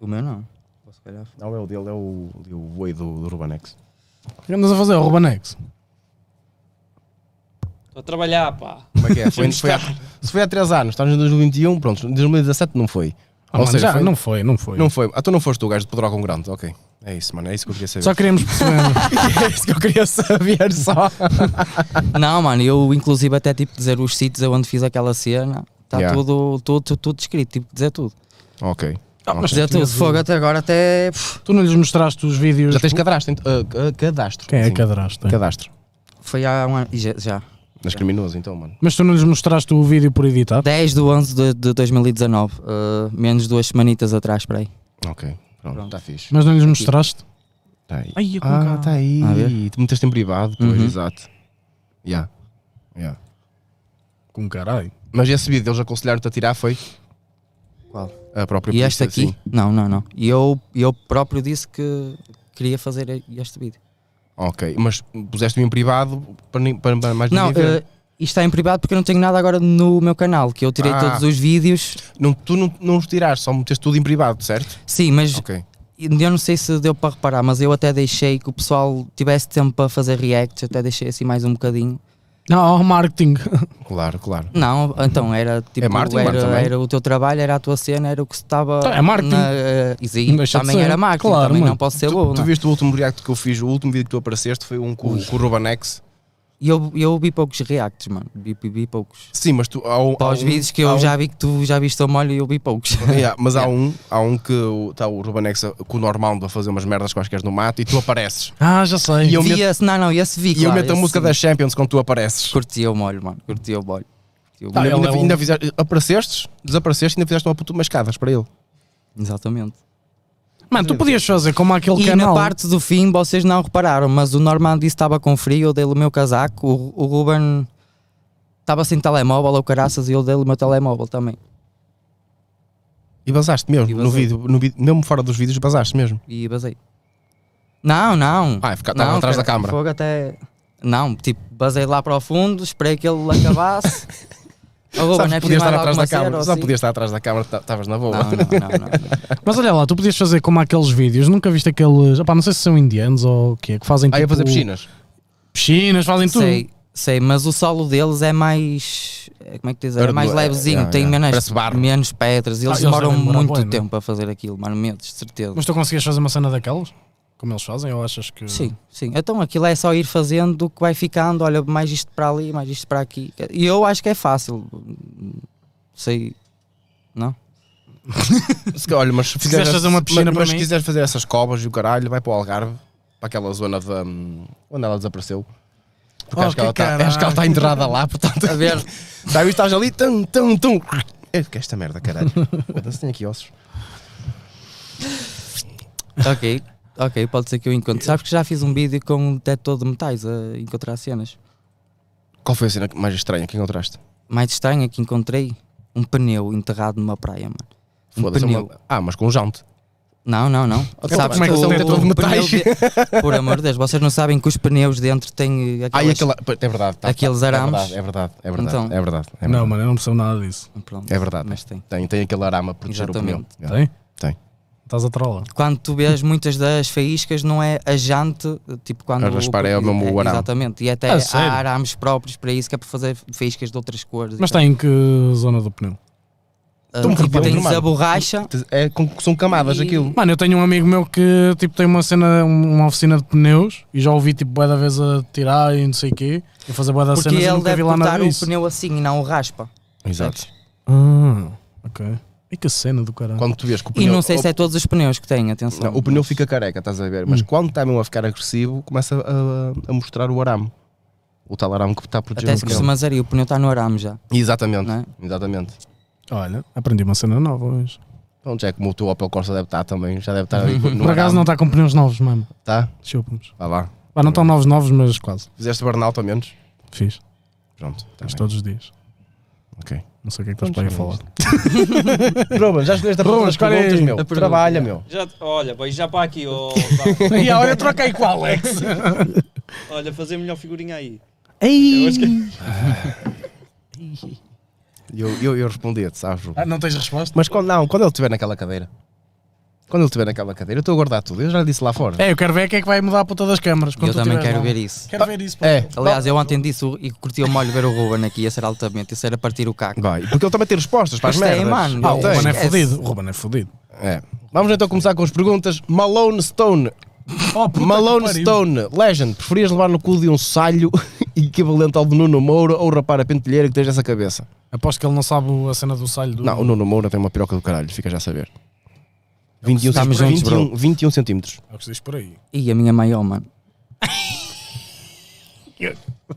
O meu não. Ou se calhar foi.
Não é o dele, é o, o boi do, do Rubanex.
O que andas a fazer, Rubanex?
Estou a trabalhar, pá.
Como é que é? Foi, foi há, se foi há 3 anos, estamos em 2021, pronto, em 2017 não foi.
Ah,
Ou
mano,
seja,
já,
foi-
não foi, não foi.
Não foi. Ah, tu não foste tu, o gajo de Pedro com Grande. Ok. É isso, mano. É isso que eu queria saber.
Só queríamos perceber.
é isso que eu queria saber só.
Não, mano, eu inclusive até tipo dizer os sítios onde fiz aquela cena. Está
Yeah.
tudo, tudo, tudo, tudo escrito, tipo dizer tudo.
Ok.
mas
dizer
já
tudo,
tinhas o-
fogo até agora, até. pff,
tu não lhes mostraste os vídeos.
Já tens cadastro. ent- ah, ah, cadastro.
Quem é
Sim.
cadrasta?
Cadastro.
Foi há um ano. e Já. já.
Nas criminosas, então, mano.
Mas tu não lhes mostraste o vídeo por editar?
10 de 11 de, de 2019, eh, menos duas semanitas atrás, para aí.
Ok. Pronto,
Pronto.
está fixe.
Mas não lhes mostraste?
Tá
Está aí.
Ai, eu com
ah,
calma.
está aí.
A
Tu meteste em privado, pois,
Uhum.
exato. Já. Já.
Com caralho.
Mas esse vídeo eles aconselharam-te a tirar foi
Qual?
a própria
E este
polícia,
aqui?
sim.
Não, não, não. E eu, eu próprio disse que queria fazer este vídeo.
Ok, mas puseste-me em privado para, nin- para, para mais
Não,
ninguém ver.
eh, isto está em privado porque eu não tenho nada agora no meu canal, que eu tirei
Ah.
todos os vídeos.
Não, tu não, não os tiraste, só meteste tudo em privado, certo?
Sim, mas
Ok.
E Eu não sei se deu para reparar, mas eu até deixei que o pessoal tivesse tempo para fazer react, até deixei assim mais um bocadinho.
Não, ao marketing.
Claro, claro.
Não, então era tipo
É marketing,
era,
marketing também.
era o teu trabalho, era a tua cena, era o que se estava.
Tá, é marketing.
na- eh, e sim,
Não deixa de
também
ser,
era marketing,
claro,
também
mano.
não posso ser
tu,
bobo.
tu
não é?
viste o último react que eu fiz, o último vídeo que tu apareceste foi um com, com o Rubanex.
E eu, eu vi poucos reacts, mano. Vi, vi- vi poucos.
Sim, mas tu há um. há
Para os
um-
vídeos que
há
eu
um-
já vi que tu já viste o molho e eu vi poucos.
Yeah, mas há um, há um que está o Rubanex a- com o Normando a fazer umas merdas quaisquer no mato e tu apareces.
Ah, já sei.
E eu
vi
meto-
esse, não, não, esse vi.
E eu
claro,
meto a
esse
música
sim.
das Champions quando tu apareces.
Curti o molho, mano. Curti o molho. Curti o
ele
Ainda-
molho.
ainda,
é um-
ainda fizeste, apareceste, desapareceste e ainda fizeste uma puta umas escadas para ele.
Exatamente.
Mano, tu podias fazer como aquele
e
canal.
na parte do fim vocês não repararam, mas o Norman disse que estava com frio, eu dei-lhe o meu casaco, o, o Ruben estava sem telemóvel ou caraças e eu dei-lhe o meu telemóvel também.
E basaste mesmo,
E
no,
basei.
vídeo, no vídeo, mesmo fora dos vídeos, basaste mesmo.
E basei. Não, não.
Ah, fica- tava atrás da
cara,
câmara.
Fogo até. Não, tipo, basei lá para o fundo, esperei que ele acabasse. o Ruben
Sabes, podias
é primeiro
estar
alguma
atrás da
cena
câmara,
ou
só
assim?
podias estar atrás da câmara, estavas na boa.
Não, não, não, não.
Mas olha lá, tu podias fazer como aqueles vídeos. Nunca viste aqueles. Opá, não sei se são indianos ou o quê, que fazem
Ah,
Aí a
tipo,
fazer piscinas.
Piscinas, fazem tudo.
Sei, sei, mas o solo deles é mais. é, Como é que te dizer? É
Ardu-
mais
é,
levezinho,
yeah,
tem
yeah.
menos,
Parece barro.
menos pedras. Eles
Ah, eles
demoram
devem demorar
muito
bué, não é?
tempo a fazer aquilo, mano, meses, de certeza.
Mas tu conseguias fazer uma cena daquelas? Como eles fazem? Ou achas
Hum.
que.
Sim, sim. Então aquilo é só ir fazendo o que vai ficando. Olha, mais isto para ali, mais isto para aqui. E eu acho que é fácil. Sei. Não?
Se, olha, mas se
quiseres fazer uma piscina
mas,
para
mas se
mim-
quiseres fazer essas covas e o caralho, vai para o Algarve, para aquela zona de, hum, onde ela desapareceu. Porque
Oh,
acho, que
que
ela tá,
caralho.
acho que ela está enterrada lá, portanto.
A ver.
Já viste, estás ali, tum, tum, tum. É que esta merda, caralho. Foda-se, tenho aqui ossos.
ok, ok, pode ser que eu encontre. Sabes que já fiz um vídeo com um detector de metais a encontrar cenas.
Qual foi a cena mais estranha que encontraste?
Mais estranho é que encontrei um pneu enterrado numa praia, mano. Um
Foda-se.
pneu.
uma- Ah, mas com jante.
Não, não, não.
Então,
Sabes
como é que
o-
ele tem todo
o
metais?
um pneu de- Por amor de Deus, vocês não sabem que os pneus dentro têm eh,
Ah, e
aquelas...
aquela. pois, É verdade. tá,
aqueles
tá,
arames.
É verdade, é verdade. É verdade.
Então.
é verdade, é
Não,
verdade.
mano, eu não percebo nada disso.
Ah, Pronto,
É verdade.
Mas tem.
Tem, tem aquele arame a proteger o
Exatamente.
pneu.
Tem?
Tem.
Estás a trola.
Quando tu vês muitas das faíscas, não é a jante, eh, tipo quando...
A raspar é o mesmo o arame.
Exatamente, e até
Ah,
há
sério?
arames próprios para isso, que é para fazer faíscas de outras cores. e
Mas
tal.
está em que zona do pneu?
Ah,
Tão
tipo,
preparado,
tens
mano.
a borracha...
É, com- são camadas
E-
aquilo.
Mano, eu tenho um amigo meu que tipo, tem uma cena, uma oficina de pneus e já ouvi tipo bué da vez a tirar e não sei o quê e fazer bué da
Porque
cenas e
ele
nunca vi
deve
lá
cortar
nada
o
disso.
pneu assim e não o raspa.
Exato.
Ah, ok. E que cena do caralho.
Quando tu vês que o
E
pneu.
não sei se
o,
é todos os pneus que têm, atenção.
não, o pneu fica careca, estás a ver? Mas
Hum.
quando está mesmo a ficar agressivo, começa a, a mostrar o arame. O tal arame que está a proteger
Até
o
se
pneu.
costuma dizer, e o pneu está no arame já.
Exatamente.
Não é?
Exatamente.
Olha, aprendi uma cena nova hoje.
Então, já é como o teu Opel Corsa deve estar também. Já deve estar ali no
Por acaso não
tá.
arame.
está com pneus novos, mano.
Tá?
Chupa-nos.
Vá lá.
Pá, não estão novos, novos, mas quase.
Fizeste burnout ao menos?
Fiz.
Pronto. Tá
Fiz
bem.
todos os dias.
Ok.
Não sei o que é que estás para aí a falar.
Ruben, já escolheste a
Ruben,
pergunta das
escolhe
perguntas,
aí. É.
meu.
A pergunta.
Trabalha, meu.
Já, olha, vai já para aqui, ó. Paulo.
e a hora troquei com o Alex.
olha, fazer melhor figurinha aí. Eu
Ei!
acho que-
Eu, eu, eu respondia-te, sabes, Ruben?
Ah, não tens resposta?
Mas quando, não, quando ele estiver naquela cadeira. Quando ele estiver naquela cadeira, eu estou a guardar tudo. Eu já lhe disse lá fora.
É, eu quero ver quem é que vai mudar a puta das câmaras. quando
Eu
tu
também
tiveres
quero
lá.
ver isso.
Quero ver isso. pá.
É.
Aliás, eu ontem disse o- e curti o molho ver o Ruben aqui, ia ser altamente, ia ser a partir o caco.
Vai, porque ele também tem respostas para as
Mas tem,
merdas.
mano.
Ele
Ah, o
tem.
Ruben é
Esquece.
fodido. O Ruben é fodido.
É. Vamos então começar com as perguntas. Malone Stone.
Oh, puta
Malone
que pariu.
Stone. Legend. Preferias levar no cu de um salho equivalente ao de Nuno Moura ou rapar a pentelheira que tens essa cabeça?
Aposto que ele não sabe o- a cena do salho do.
Não, o Nuno Moura tem uma piroca do caralho, fica já a saber. 21,
Estamos juntos,
21, 21 centímetros.
É o que se diz por aí.
E a minha maior, mano.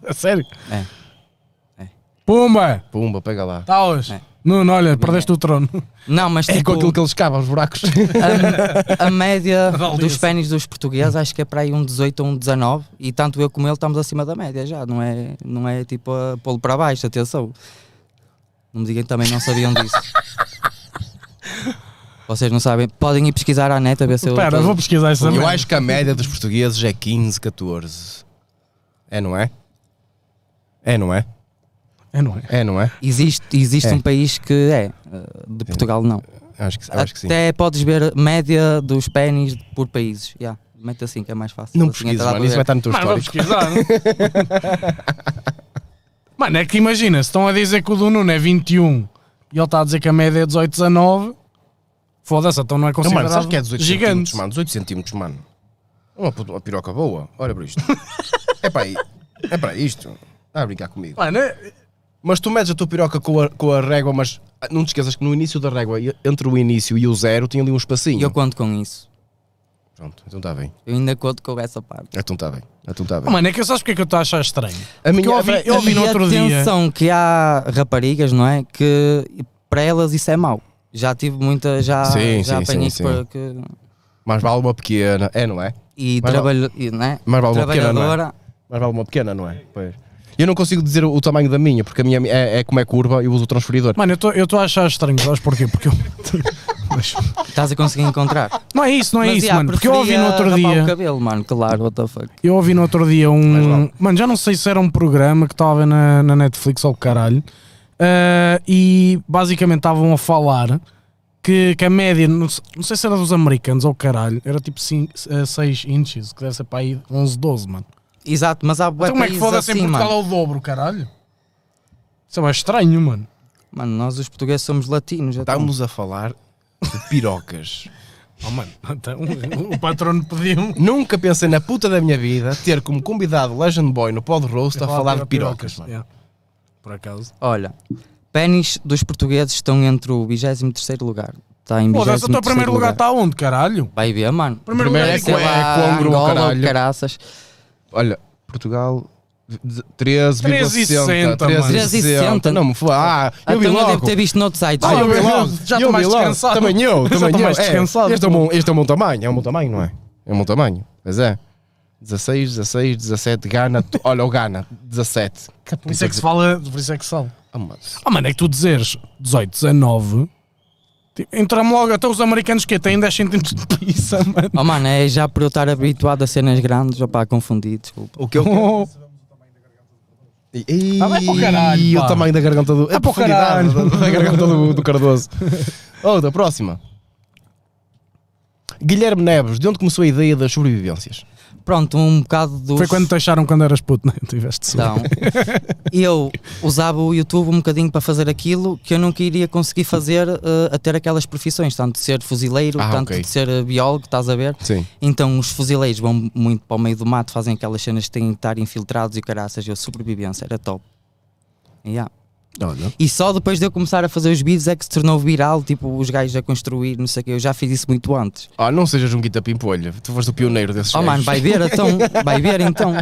A sério?
É. É.
Pumba!
Pumba, pega lá.
Tá hoje.
É.
Nuno, olha, perdeste o trono.
Não, mas
É com
tipo,
aquilo que eles cavam, os buracos.
a, a média
Avalia-se.
dos pênis dos portugueses acho que é para aí um 18 ou um 19 e tanto eu como ele estamos acima da média já, não é, não é tipo a pô-lo para baixo, atenção. Não me digam que também não sabiam disso. Vocês não sabem, podem ir pesquisar à neta ver se eu...
Espera,
tô-
vou pesquisar isso também.
Eu acho que a média dos portugueses é 15, 14. É, não é? É, não é?
É, não é?
É, não é?
Existe, existe
É.
um país que é, uh, de Portugal não.
Acho que, acho que sim.
Até podes ver a média dos pênis por países. Yeah. Mete assim que é mais fácil.
Não
assim,
pesquises,
entra lá
mano.
para
Isso vai
ver.
estar no teu
Mano, vou
é?
histórico.
pesquisar. não? Mano, é que imagina, se estão a dizer que o do Nuno é 21 e ele está a dizer que a média é 18, 19, foda-se, então não é
Não,
considerado
mano, sabe o que é 18 centímetros,
gigante.
mano? 18 centímetros, mano. É Uma, puta- uma piroca boa. Olha para isto. é para aí. É para isto. Está a brincar comigo.
Mano, é-
Mas tu medes a tua piroca com a, com a régua, mas ah, não te esqueças que no início da régua, e- entre o início e o zero, tinha ali um
E
espacinho.
eu conto com isso.
Pronto, então está bem.
Eu ainda conto com essa parte.
Então está bem. Então está
Oh,
bem.
mano, é que eu sabes porque é que eu estou a achar estranho?
A
Porque eu ouvi, eu ouvi no
E
outro dia.
atenção que há raparigas, não é? Que para elas isso é mau. Já tive muita, já,
Sim,
já
sim,
apanhei
sim,
para que.
Mais vale uma pequena. É, não é?
E
Mas
trabalho, e, não é?
Mais vale uma pequena, não é?
Trabalhadora.
Mais vale uma pequena, não é? Pois. Eu não consigo dizer o tamanho da minha, porque a minha é, é como é curva, eu uso o transferidor.
Mano, eu estou- eu estou a achar estranho, sabes porquê? Porque eu. Mas-
Estás a conseguir encontrar.
Não é isso, não é
Mas,
isso,
yeah,
mano. Porque eu ouvi
preferia um
no outro
rapar
dia.
o cabelo, mano, claro, what the fuck.
Eu ouvi no outro dia
Mais
um.
logo.
Mano, já não sei se era um programa que estava a ver na, na Netflix ou o caralho. Ah, e basicamente estavam a falar que, que a média, não, se- não sei se era dos americanos ou o caralho, era tipo 6 inches, que deve ser para aí 11, 12, mano.
Exato, mas há bué
Então como é que
países
foda-se em
assim,
Portugal
mano.
é o dobro, caralho? Isso é mais estranho, mano.
Mano, nós os portugueses somos latinos.
Tá
então.
Estamos a falar de pirocas.
Oh, mano, então, o, o patrono um. pediu-me.
Nunca pensei na puta da minha vida ter como convidado Legend Boy no Pod Roast a falar de pirocas, mano.
Yeah. Por acaso.
Olha, pênis dos portugueses estão entre o 23º lugar. Está em 23º
Foda-se, o teu primeiro lugar está onde, caralho?
Vai ver, mano.
Primeiro
tá-
lugar
Primeiro é
em
que
Sei
é
lá,
congro,
Angola, é-
caralho.
caraças.
Olha, Portugal
13,60, mano.
13,60. 13,60. Não me foi. Ah, eu
Então
vi
eu
logo.
devo ter visto noutro site.
Ah,
Ah,
eu vi
eu-
logo.
já estou
eu vi
mais
logo.
descansado.
Também eu,
Já
também
estou
eu.
mais
É,
descansado.
Este é, o meu, este é o meu tamanho, é o meu tamanho, não é? É o meu tamanho. Pois é. 16, 16, 17, Gana. tu- Olha o Gana, 17.
Por isso é que se fala. Por isso é que se fala.
Ah, mano.
Ah, mano, é que tu dizeres 18, 19. tipo, Entra-me logo, até os americanos que têm 10 centímetros de pizza, mano.
Oh, mano, é já por eu estar habituado a cenas grandes. Opá, confundi, desculpa.
O que eu.
Oh,
E,
Ah, vai para o caralho,
e
pá.
o tamanho da garganta do.
Ah,
a
para o
profundidade
caralho.
da, da garganta do, do Cardoso. Outra, próxima. Guilherme Neves, de onde começou a ideia das sobrevivências?
Pronto, um bocado dos...
Foi quando te acharam quando eras puto, né? Tiveste sorte.
Então, eu usava o YouTube um bocadinho para fazer aquilo que eu nunca iria conseguir fazer eh, a ter aquelas profissões, tanto de ser fuzileiro,
Ah,
tanto
ok.
de ser eh, biólogo, estás a ver?
Sim.
Então os fuzileiros vão muito para o meio do mato, fazem aquelas cenas que têm que estar infiltrados e caraças, eu sobrevivência, era top. Yeah.
Olha.
E só depois de eu começar a fazer os vídeos é que se tornou viral, tipo os gajos a construir, não sei o que, eu já fiz isso muito antes.
Ah, não sejas um guita pimpolha. Tu foste o pioneiro desses
Oh mano,
gajos.
vai ver então, vai ver então.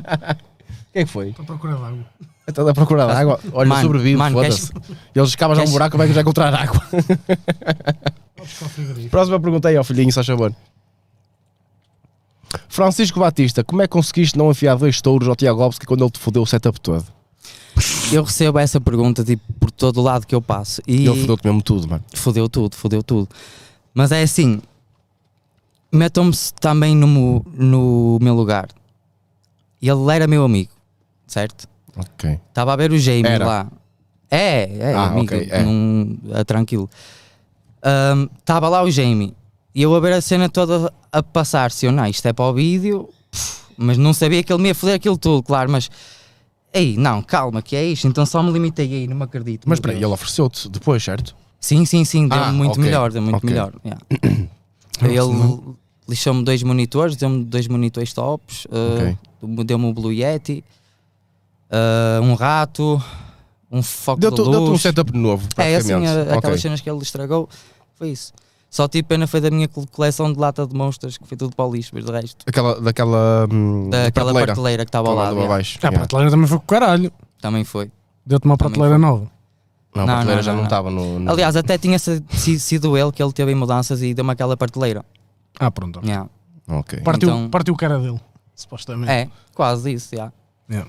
Quem é que foi?
Estou a procurar água.
Estás a procurar água? Olha,
Mano,
sobrevive,
mano,
foda-se. Eles escavam já um
queres-
buraco, como é que já encontrar água? Próxima pergunta aí ao filhinho, se faz favor. Francisco Batista, como é que conseguiste não enfiar dois touros ao Tiago Lopes que quando ele te fodeu o setup todo?
Eu recebo essa pergunta tipo por todo o lado que eu passo. E
Ele fodeu-te mesmo tudo, mano.
Fodeu tudo, fodeu tudo. Mas é assim, metam-se também no, mo- no meu lugar. Ele era meu amigo, certo?
Ok.
Estava a ver o Jamie
Era.
lá. É, é,
Ah,
amigo,
ok, é.
não- é tranquilo. Estava lá o Jamie e eu a ver a cena toda a passar-se. Eu, não, isto é para o vídeo, pff, mas não sabia que ele me ia foder aquilo tudo, claro. Mas, ei, não, calma, que é isto. Então só me limitei aí, não me acredito.
Mas
meu
espera aí,
Deus.
ele ofereceu-te depois, certo?
Sim, sim, sim, deu-me
Ah,
muito
ok,
melhor, deu muito
ok.
melhor. yeah. Ele lixou-me dois monitores, deu-me dois monitores tops, uh, deu-me um Blue Yeti, uh, um rato, um foco de
Deu-te
luz.
deu um setup novo,
é assim,
praticamente.
a-
Ok.
aquelas cenas que ele estragou, foi isso. Só tive pena foi da minha cole- coleção de lata de monstros, que foi tudo para o lixo, mas de resto.
Daquela, daquela, hum,
Daquela
prateleira.
prateleira que estava
Aquela
ao lado,
lá
yeah,
abaixo.
Ah, A
Yeah.
prateleira também foi com o caralho.
também foi.
Deu-te uma
Também
prateleira nova.
Não, a
Não,
prateleira
não,
já
não,
não
não.
estava no... no-
Aliás, até tinha se- si- sido ele que ele teve em mudanças e deu-me aquela parteleira.
Ah, pronto.
yeah.
Ok.
Partiu,
Então-
partiu o cara dele, supostamente.
É, quase isso, yeah.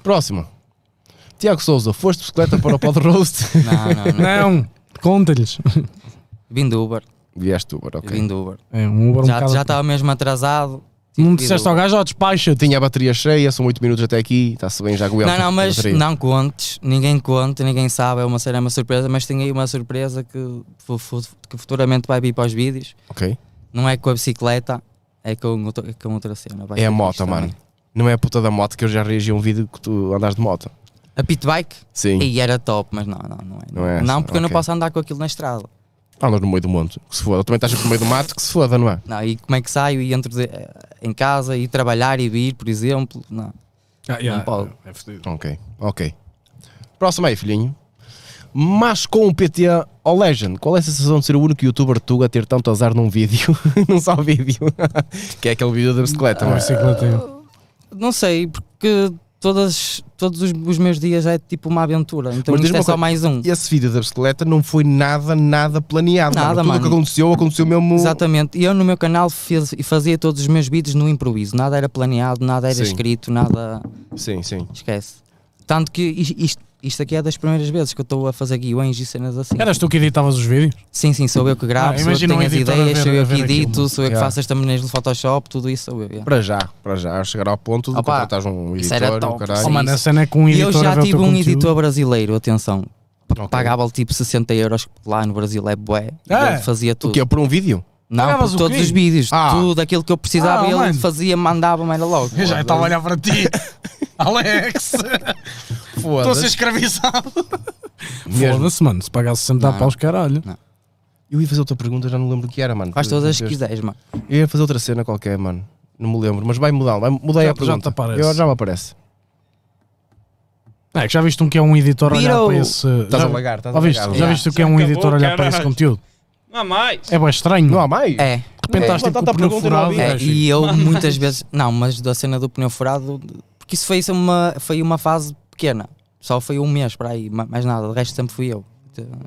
Próximo. Tiago Souza, foste de bicicleta para o Pod Roast?
Não, não, não.
Não, conta-lhes.
Vim do Uber.
Vieste tu, ok.
Vim do Uber.
É, um Uber um
já
bocado-
já estava mesmo atrasado. Tipo,
Não
Vim
me disseste
do
ao
Uber.
gajo, ó, despacha-te.
Tinha a bateria cheia, são 8 minutos até aqui, está-se bem, já aguento.
Não, não,
a
mas
bateria.
não contes, ninguém conta, ninguém sabe, é uma cena, é uma surpresa, mas tenho aí uma surpresa que, fu- fu- que futuramente vai vir para os vídeos.
Ok.
Não é com a bicicleta, é com, outra- é com outra cena. vai
É a
ser
moto,
isto
mano.
também.
Não é a puta da moto que eu já reagi a um vídeo que tu andas de moto.
A pit bike?
Sim.
E era top, mas não, não, não é.
Não é
não
essa,
porque eu não
ok.
posso andar com aquilo na estrada.
Andas no meio do monte, que se foda. Também estás no meio do mato, que se foda, não é?
Não, e como é que saio e entro de- eh, em casa e trabalhar e vir, por exemplo? Não. yeah, pode. Então
É
Ok, ok. Próximo aí, filhinho. Mas com o PT ao Legend, qual é a sensação de ser o único youtuber tuga a ter tanto azar num vídeo? num só vídeo. que é aquele vídeo da bicicleta, não é?
Não sei, porque todas, todos os, os meus dias é tipo uma aventura. Então
Mas
isto
diz-me
é
uma
só
coisa,
mais um.
Esse vídeo da bicicleta não foi nada, nada planeado. mano. Tudo
Nada,
o que
mano.
aconteceu, aconteceu mesmo.
Exatamente. E eu no meu canal fiz, e fazia todos os meus vídeos no improviso. Nada era planeado, nada era
Sim.
escrito, nada.
Sim, sim.
Esquece. Tanto que is- isto, isto aqui é das primeiras vezes que eu estou a fazer guiões e cenas assim.
Eras tu que editavas os vídeos?
Sim, sim, sou eu que gravo,
Ah,
sou eu que
imagina
tenho
um
as
editor a
ideias,
ver-
sou
a
eu que
ver aquilo,
edito,
mano.
sou eu que
Yeah.
faço as thumbnails no Photoshop, tudo isso sou eu. yeah.
Para já, para já. Chegar ao ponto de
Opa,
contratares um
isso
editor
era
e o
top.
caralho.
Oh, mano, a
isso.
cena é com um
E
editor
eu
a
já
ver o teu
tive um
conteúdo.
editor brasileiro, atenção. P-
Ok.
Pagava-lhe tipo 60 euros lá no Brasil, é bué. e
É?
Ele fazia
O
tudo.
que é por um vídeo?
Não,
Pagavas
por
o
todos
quê?
os vídeos,
Ah.
tudo aquilo que eu precisava,
Ah,
ele
mano.
fazia, mandava-me era logo.
Eu já tá estava a olhar para ti, Alex. Estou a ser
Foda-se.
escravizado.
Mesmo.
Foda-se, mano. Se pagasse 60
Não.
paus, caralho.
Eu ia fazer outra pergunta, já não lembro o que era, mano.
Faz todas as que
Fizeste.
quiseres, mano.
Eu ia fazer outra cena qualquer, mano. Não me lembro, mas vai mudar. Vai, mudei
Já-
a pergunta.
já te aparece.
Eu, já me aparece.
É que já viste um que é um editor a olhar
Pirou.
para esse.
Estás
já-
a lagar, estás
Já
a
viste,
lagar.
já
Já.
viste o que é
Já
um
acabou,
editor a olhar para
caralho.
esse conteúdo?
Não há mais.
É bem estranho.
Não há mais?
É.
De repente estás
Não,
tipo
tá
com o pneu
pergunta, não
furado.
ouvi.
É,
gajo.
e eu muitas vezes. Não, mas da cena do pneu furado, porque isso foi isso uma, foi uma fase pequena. Só foi um mês para aí, ma- mais nada. O resto sempre fui eu.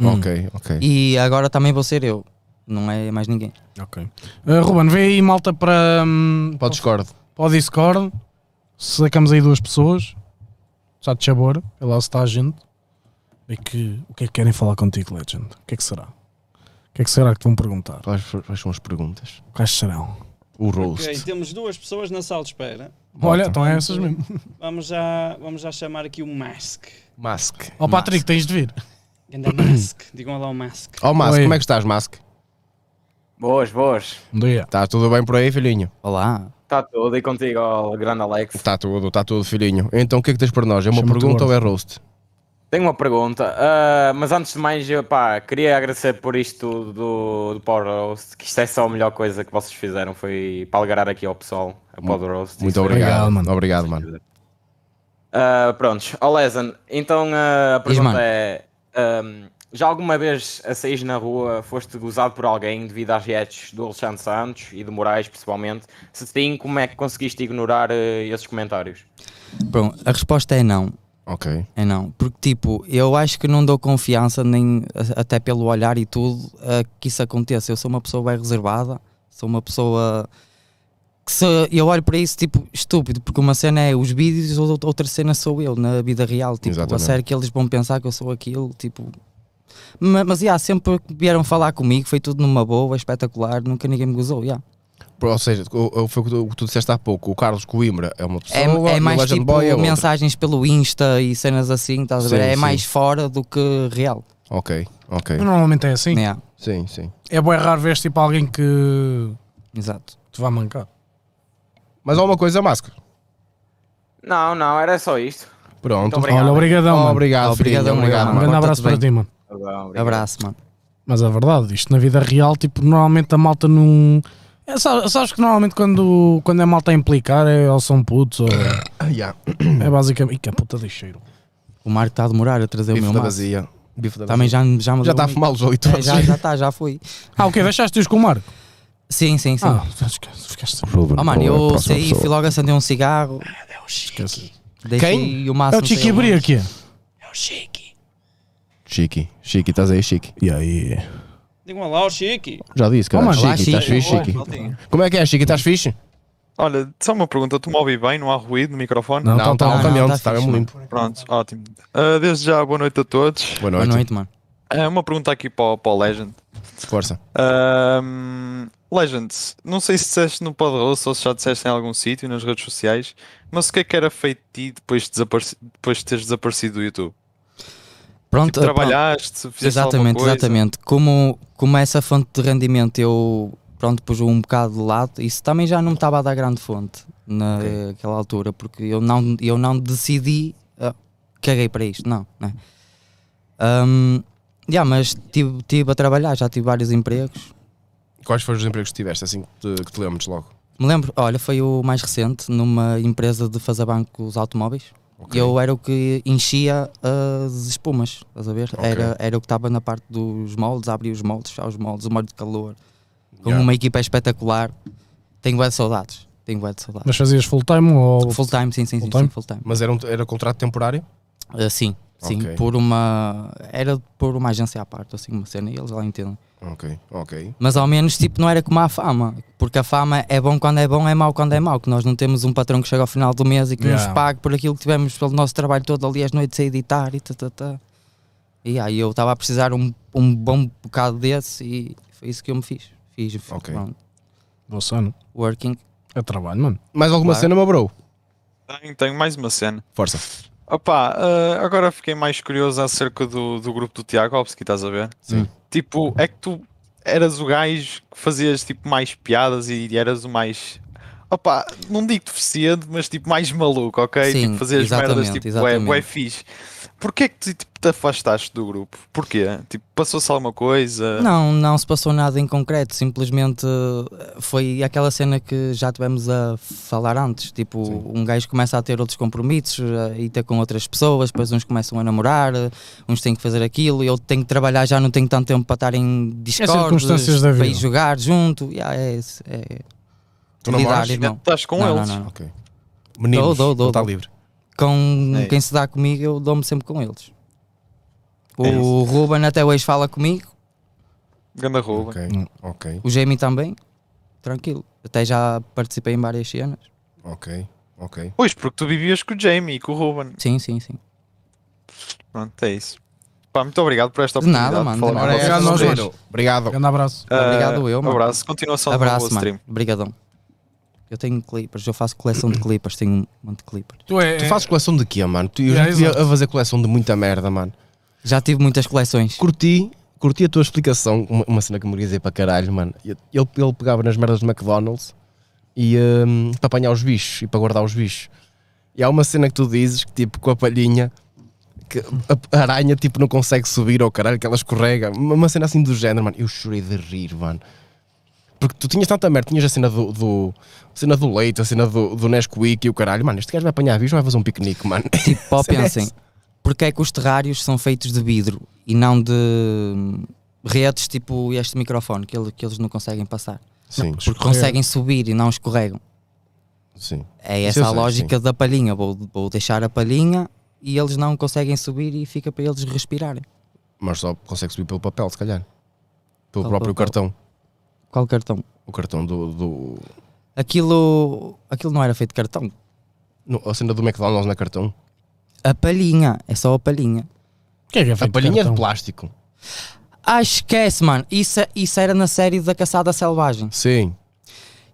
Hum,
Ok, ok.
E agora também vou ser eu. Não é mais ninguém.
Ok. Uh, Ruben, vê aí malta para, hum,
Pode discordo.
para o Discord. Sacamos aí duas pessoas. Já de chabor. É lá se está a gente. E que, o que é que querem falar contigo, Legend? O que é que será? O que é que será que te vão perguntar?
Quais, quais são as perguntas?
Quais serão?
O roast.
Ok, temos duas pessoas na sala de espera.
Olha, então é essas mesmo.
Vamos já, vamos já chamar aqui o Mask.
Mask.
Ó Patrick, tens de vir.
Ganda Mask. Digam lá o Mask.
Ó, Mask,
Oi.
como é que estás, Mask?
Boas, boas.
Um dia.
Está Tá tudo bem por aí, filhinho?
Olá.
Está Tá tudo e contigo, ó, grande Alex.
Está tudo, está tudo, filhinho. Então o que é que tens para nós? É uma
Chama-te gordo.
pergunta ou é roast?
Tenho uma pergunta, ah, mas antes de mais, eu, pá, queria agradecer por isto do, do Power Roast, que isto é só a melhor coisa que vocês fizeram, foi para alegrar aqui ao pessoal, a Power Roast.
Muito
isso foi-
obrigado.
Obrigado, mano.
Obrigado, mano.
Ah, prontos, ó Lesan, então ah, a
Diz, mano.
pergunta é, ahm, já alguma vez a saís na rua foste gozado por alguém devido às reads do Alexandre Santos e do Moraes, principalmente? Se sim, como é que conseguiste ignorar ah, esses comentários?
Pronto, a resposta é não.
Ok.
É não. Porque, tipo, eu acho que não dou confiança, nem a- até pelo olhar e tudo, a que isso aconteça. Eu sou uma pessoa bem reservada, sou uma pessoa. que se eu olho para isso, tipo, estúpido, porque uma cena é os vídeos, ou- outra cena sou eu na vida real. Tipo,
Exatamente.
a sério que eles vão pensar que eu sou aquilo, tipo. Ma- Mas, já, sempre que vieram falar comigo, foi tudo numa boa, espetacular, nunca ninguém me gozou, já.
Ou seja, o- o- foi o que tu- o que tu disseste há pouco. O Carlos Coimbra é uma pessoa.
É,
e
é
o
mais
Legend
tipo
Boy é outra.
mensagens pelo Insta e cenas assim, estás a ver?
Sim,
É
sim.
mais fora do que real. né,
Ok, ok.
Normalmente é assim.
Yeah,
Sim, sim.
É bem raro ver tipo alguém que
exato.
te vá mancar.
Mas há uma coisa, Mask.
Não, não, era só isto.
Pronto.
Muito obrigado.
Então, Olha, obrigadão, mano.
Obrigado,
Obrigado,
filhinho.
obrigado,
Obrigado,
Um
mano.
mano.
grande
Tá
abraço
tudo
para
bem.
ti, mano.
Abraço, mano.
Mas é verdade, isto na vida real, tipo, normalmente a malta não. É, sabes, sabes que normalmente quando, quando é malta a implicar, é, ou são putos, ou. É
Yeah.
basicamente. Ih, que é puta de cheiro.
O Marco está a demorar a trazer o
Bife
meu
da
um maço.
vazia. Bife da
Também
tá
vazia.
já, já me
Já
deu
está a
um-
fumar os oito
É,
anos.
já, já está, já fui.
Ah, o quê? Deixaste-os com o Marco?
Sim, sim, sim.
Ah, esquece, esquece.
oh, mano, eu saí, fui logo acender um cigarro.
É
esquece.
Deixei o
É
maço.
o
não Ah, sei
Chiqui
onde.
Bria aqui.
É
Chiqui, Chiqui, estás aí, Chiqui.
E aí?
Digam lá o Chique.
Já disse, cara.
Oh, mano.
Chiqui,
Olá,
estás
Chiqui.
fixe, Chiqui. Como é que é, Chiqui? Estás fixe?
Olha, só uma pergunta, tu me ouvi bem, não há ruído no microfone?
Não,
Não,
tá-
está
tá-
altamente,
tá
está
fixe,
mesmo
mano.
limpo.
Pronto, ótimo. Ah, desde já, boa noite a todos.
Boa
Boa
noite.
noite, mano.
Ah, uma pergunta aqui para, o- para o Legend.
Força.
Ahm, Legend, não sei se disseste no Podroço ou se já disseste em algum sítio, nas redes sociais, mas o que é que era feito de ti depois de, desapareci- depois de teres desaparecido do YouTube?
Pronto,
Tipo,
ah, pronto.
trabalhaste, fizeste alguma
Exatamente,
coisa?
exatamente. Como, como é essa fonte de rendimento eu pronto, pus um bocado de lado, isso também já não me estava a dar grande fonte naquela altura, porque eu não, eu não decidi ah, que caguei para isto, não, né? Ahm, yeah, mas estive tive a trabalhar, já tive vários empregos.
Quais foram os empregos que tiveste, assim, que te, que te lembres logo?
Me lembro, olha, foi o mais recente, numa empresa de fazer bancos automóveis. Eu era o que enchia as espumas, estás a ver?
Ok.
Era, era o que estava na parte dos moldes, abria os moldes, fechava os moldes, o molde de calor. Como
Yeah.
uma equipa espetacular, tenho bué de saudades. Tenho bué de saudades.
Mas fazias full time ou.
Full time, sim, sim, sim,
Full-time?
sim, full time.
Mas era, um, era contrato temporário?
Ah, sim, sim,
Ok.
por uma. Era por uma agência à parte, assim, uma cena, e eles lá entendem.
Ok, ok.
Mas ao menos, tipo, não era como a fama. Porque a fama é bom quando é bom, é mau quando é mau. Que nós não temos um patrão que chega ao final do mês e que
Yeah.
nos pague por aquilo que tivemos pelo nosso trabalho todo ali às noites a editar e tatatá. E aí eu estava a precisar um, um bom bocado desse e foi isso que eu me fiz. Fiz o
Ok.
pronto,
Boa sono.
working.
É trabalho, mano.
Mais alguma
Claro.
cena, meu bro?
Tenho, tenho mais uma cena.
Força.
Opa, ah, agora fiquei mais curioso acerca do, do grupo do Tiago Opski, estás a ver?
Sim.
Tipo, é que tu eras o gajo que fazias tipo mais piadas e, eras o mais. Opa, não digo deficiente, mas tipo mais maluco, ok?
Sim,
tipo, fazias merdas
exatamente,
tipo, ué,
exatamente.
ué, fixe. Porquê é que tu tipo, te afastaste do grupo? Porquê? Tipo, passou-se alguma coisa?
Não, não se passou nada em concreto, simplesmente eh, foi aquela cena que já tivemos a falar antes. Tipo, um gajo começa a ter outros compromissos eh, e ter com outras pessoas, depois uns começam a namorar, eh, uns têm que fazer aquilo, eu tenho que trabalhar já, não tenho tanto tempo para estar em discordes,
É circunstâncias da
para ir
vida.
jogar junto. Yeah, é isso, é
Tu
lidar,
namoras?
Ainda
irmão.
estás com
Não, não,
eles?
não, não.
Ok. Meninos,
Dou, dou, dou,
ele está
dou.
livre.
Com
É
quem se dá comigo, eu dou-me sempre com eles. O
É isso.
Ruben até hoje fala comigo,
Ganda rouba.
Ok, ok,
o Jamie também, tranquilo. Até já participei em várias cenas.
ok, ok.
Pois, porque tu vivias com o Jamie e com o Ruben.
Sim, sim, sim.
Pronto, é isso. Pá, muito obrigado por esta
De nada,
oportunidade. de
mano, de
falar com
nada.
vocês.
Obrigado, nós,
Obrigado. Obrigado.
Grande abraço.
Ah,
Obrigado eu, mano.
Abraço, continuação do
Abraço,
stream.
mano. Obrigadão. Eu tenho clippers, eu faço coleção de clippers, tenho um monte de clippers.
Tu é.
Tu fazes coleção de quê, mano? Tu, eu
Yeah,
já te vi
exato.
a fazer coleção de muita merda, mano.
Já tive muitas coleções.
Curti, curti a tua explicação, uma, uma cena que me dizer para caralho, mano. Ele, ele pegava nas merdas do McDonald's e hum, para apanhar os bichos e para guardar os bichos. E há uma cena que tu dizes que tipo com a palhinha que a- a aranha tipo não consegue subir ao caralho que ela escorrega. Uma, uma cena assim do género, mano. Eu chorei de rir, mano. Porque tu tinhas tanta merda, tinhas a cena do, do- a cena do leite, a cena do, do Nesquik e o caralho, mano, este gajo vai apanhar bicho, vai fazer um piquenique, mano.
Tipo, pó,
Sério?
pensem, porque é que os terrários são feitos de vidro e não de hum, redes tipo este microfone que, ele- que eles não conseguem passar?
Sim,
Porque conseguem subir e não escorregam.
sim.
É
Isso
essa
eu
a
sei,
lógica da palhinha. Vou, vou deixar a palhinha e eles não conseguem subir e fica para eles respirarem.
Mas só consegue subir pelo papel, se calhar. Pelo
Pelo
próprio
papel.
cartão.
Qual cartão?
O cartão do. do
Aquilo, aquilo não era feito de cartão.
no- a cena do McDonald's não é cartão.
A palhinha, é só a palhinha.
O que é que é
A
feito
palhinha é de
cartão?
plástico.
Ah, esquece, mano. Isso, isso era na série da Caçada Selvagem.
Sim.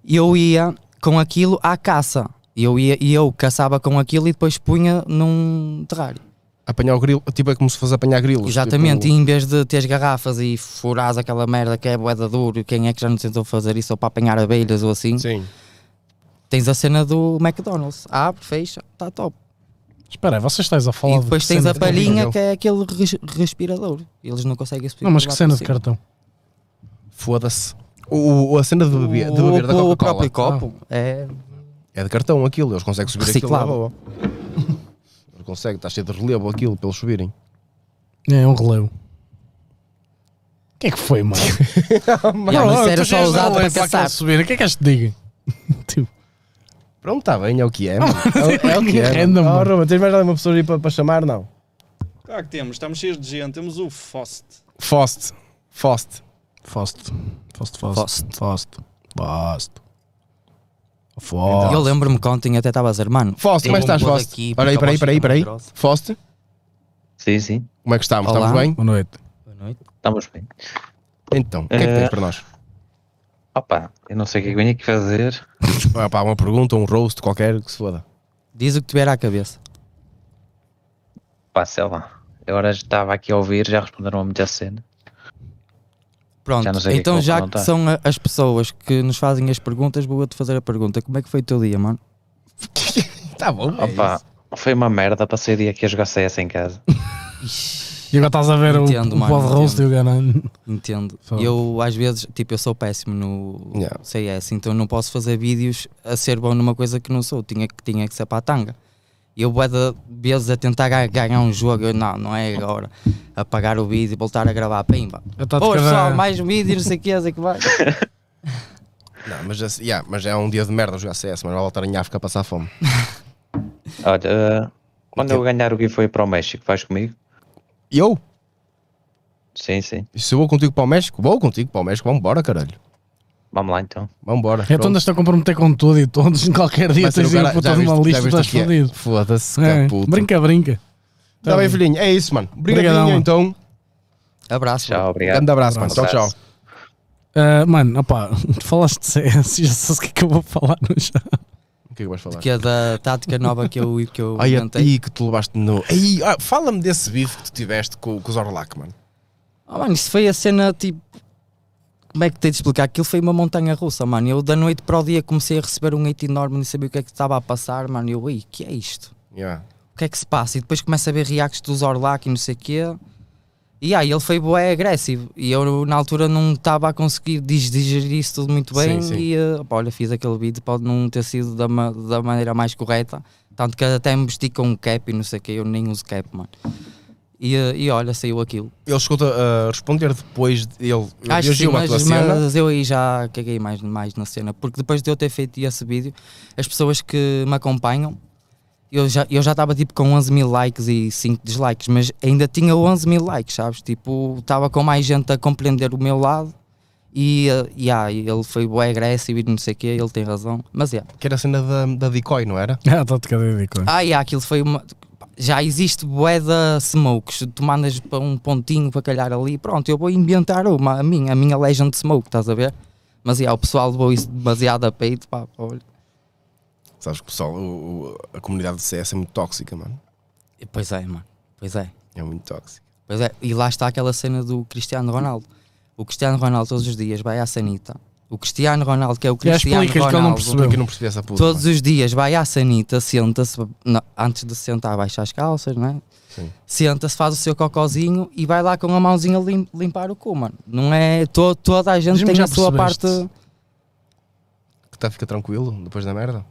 E Eu ia com aquilo à caça. E Eu, ia, e eu caçava com aquilo e depois punha num terrário.
Apanhar o grilo. Tipo, é como se fosse apanhar grilos.
Exatamente.
tipo-
E em vez de teres garrafas e furares aquela merda que é boeda duro, quem é que já não tentou fazer isso ou para apanhar abelhas ou assim,
Sim.
tens a cena do McDonald's. Abre, fecha, está top.
Espera aí, vocês estás a falar
e depois
de
tens
cena
a
de-
palhinha que é aquele res- respirador. Eles não conseguem subir.
Não, mas
lá
que
para
cena de
cima.
cartão.
Foda-se. O, o- a cena de beber, de beber da
O- o
Coca-Cola
Ah.
próprio copo é
é de cartão aquilo, eles conseguem subir
Reciclado.
aquilo. na boa. Eles conseguem, está cheio de relevo aquilo para eles subirem.
É um relevo. O que é que foi, mano?
Yeah, mas
Bro,
era
tu já
só
és
usado
relevo
para
aquele
caçar.
subir. O que é que és que diga? Tipo,
Pronto, está bem, é o que é. mano. É, o- é o que é.
Random,
mano.
mano.
Oh, Ruben, tens mais alguma pessoa aí para, para chamar? Não.
Claro que temos, estamos cheios de gente, temos o Fost.
Fost. Fost.
Fost. Fost,
Fost.
Fost. Fost.
E Eu
Fost.
lembro-me que ontem até estava a dizer, mano,
Fost, como é que estás,
Eu vou
Fost?
daqui,
Espera aí,
porque a
espera aí,
voz
espera aí, espera aí.
fica mais grossa.
Fost,
Sim, sim,
como é que estamos?
Olá.
Estamos bem?
Boa noite.
boa noite.
estamos bem.
Então, o que é que
Eh,
tens para nós?
Opa, eu não sei o que é que venho aqui fazer.
Ah, pá, uma pergunta, um roast qualquer que se foda.
diz o que tiver à cabeça.
Pá, sei lá. Eu agora já estava aqui a ouvir, já responderam a muita cena.
Pronto,
Já não sei o que é que
então
vou
já que
perguntar.
são a- as pessoas que nos fazem as perguntas, vou eu te fazer a pergunta. Como é que foi o teu dia, mano?
Tá bom,
Opa, Foi uma merda, passei o dia aqui a jogar CS em casa.
E agora estás a ver o,
Entendo,
o
mano,
pod roast e o ganho.
Entendo.
Fogo.
Eu às vezes, tipo, eu sou péssimo no
Yeah.
CS, então não posso fazer vídeos a ser bom numa coisa que não sou, tinha que, tinha que ser para a tanga. E Eu bué de vezes a tentar ga- ganhar um jogo, eu, não, não é agora. Apagar o vídeo e voltar a gravar, pimba.
Eu
Pô,
estou a
pessoal,
cada...
mais um vídeo, não sei o que, sei que vai.
Não, mas, assim, yeah, mas é um dia de merda jogar CS, mas vai voltar em África a passar fome.
Olha, eh, quando eu ganhar o que foi para o México, vais comigo?
E eu?
Sim, sim.
E se eu vou contigo para o México? Vou contigo para o México, vambora, caralho.
Vamos lá então.
Vambora.
É tu
pronto.
andas-te a comprometer com tudo e todos, em qualquer dia
Vai ser
tens
o
aí
cara-
um puta
já
de uma
viste- já
lista,
viste
estás
aqui é?
fodido.
Foda-se,
É,
caputo.
Brinca, brinca.
Tá bem, filhinho. É isso, mano. Obrigadinho,
Obrigadão,
então.
Abraço.
Tchau, obrigado.
Grande abraço, mano. Tchau, tchau.
Ah, mano, opá, tu falaste de CS, já sabes o que é que eu vou falar no já.
O que é que vais falar?
Que é da tática nova que eu, que eu
Ai, a
inventei.
ti que tu levaste no. Ai, ah, fala-me desse bife que tu tiveste com, com o Zorlac, mano.
Oh, mano, isso foi a cena tipo. Como é que tenho de explicar? Aquilo foi uma montanha russa, mano. Eu da noite para o dia comecei a receber um hate enorme, não sabia o que é que estava a passar, mano. Eu, ei, que é isto?
Yeah.
O que é que se passa? E depois começo a ver reacts do Zorlac e não sei o quê. E aí ele foi bué agressivo. E eu na altura não estava a conseguir dig- digerir isso tudo muito bem.
Sim, sim.
E eh, pá, olha, fiz aquele vídeo, pode não ter sido da, ma- da maneira mais correta. Tanto que até me vesti com um cap e não sei o quê. Eu nem uso cap, mano. E, eh, e olha, saiu aquilo.
Ele chegou a responder depois de ele
Acho que sim,
reagiu à
mas,
tua cena.
mas eu aí já caguei mais, mais na cena, porque depois de eu ter feito esse vídeo, as pessoas que me acompanham, eu já eu já estava tipo com 11 mil likes e 5 dislikes, mas ainda tinha 11 mil likes, sabes? Tipo, estava com mais gente a compreender o meu lado e, eh, e ah, ele foi bué agressivo e não sei o quê, ele tem razão, mas é.
Que era a cena da, da decoy, não era?
Ah, está-te cada ridículo.
Ah, e há, aquilo foi uma. Já existe bué de smokes, tu mandas para um pontinho para calhar ali, pronto, eu vou inventar uma, a minha, a minha Legend Smoke, estás a ver? Mas e há, o pessoal levou isso demasiado a peito, pá, olha.
Sabes que o pessoal, o- o- a comunidade de CS é muito tóxica, mano.
E Pois é, mano, pois é,
É muito tóxica.
pois é. E lá está aquela cena do Cristiano Ronaldo. O Cristiano Ronaldo todos os dias vai à Sanita. O Cristiano Ronaldo, que é o
Já
Cristiano
explicas que ele não
Ronaldo,
percebeu.
Como é que eu não percebi essa puta?
todos
mano?
os dias vai à sanita, senta-se, na- antes de se sentar baixa as calças, não é?
Sim.
Senta-se, faz o seu cocozinho e vai lá com a mãozinha lim- limpar o cu, mano. Não é? to- toda a gente
Diz-me
tem
que já
a sua parte.
percebeste.
Que tá, fica tranquilo depois da merda?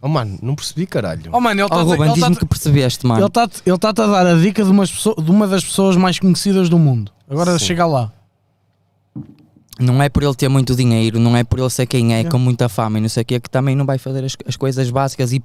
Oh, mano, não percebi, caralho.
Oh, mano, ele
Oh, Ruben,
está-te
diz-me que percebeste, mano.
ele tá-te- ele tá-te a dar a dica de, umas pessoa- de uma das pessoas mais conhecidas do mundo. Agora
Sim.
chega lá. tá-
Não é por ele ter muito dinheiro, não é por ele ser quem é, com muita fama e não sei o quê, que também não vai fazer as, as coisas básicas e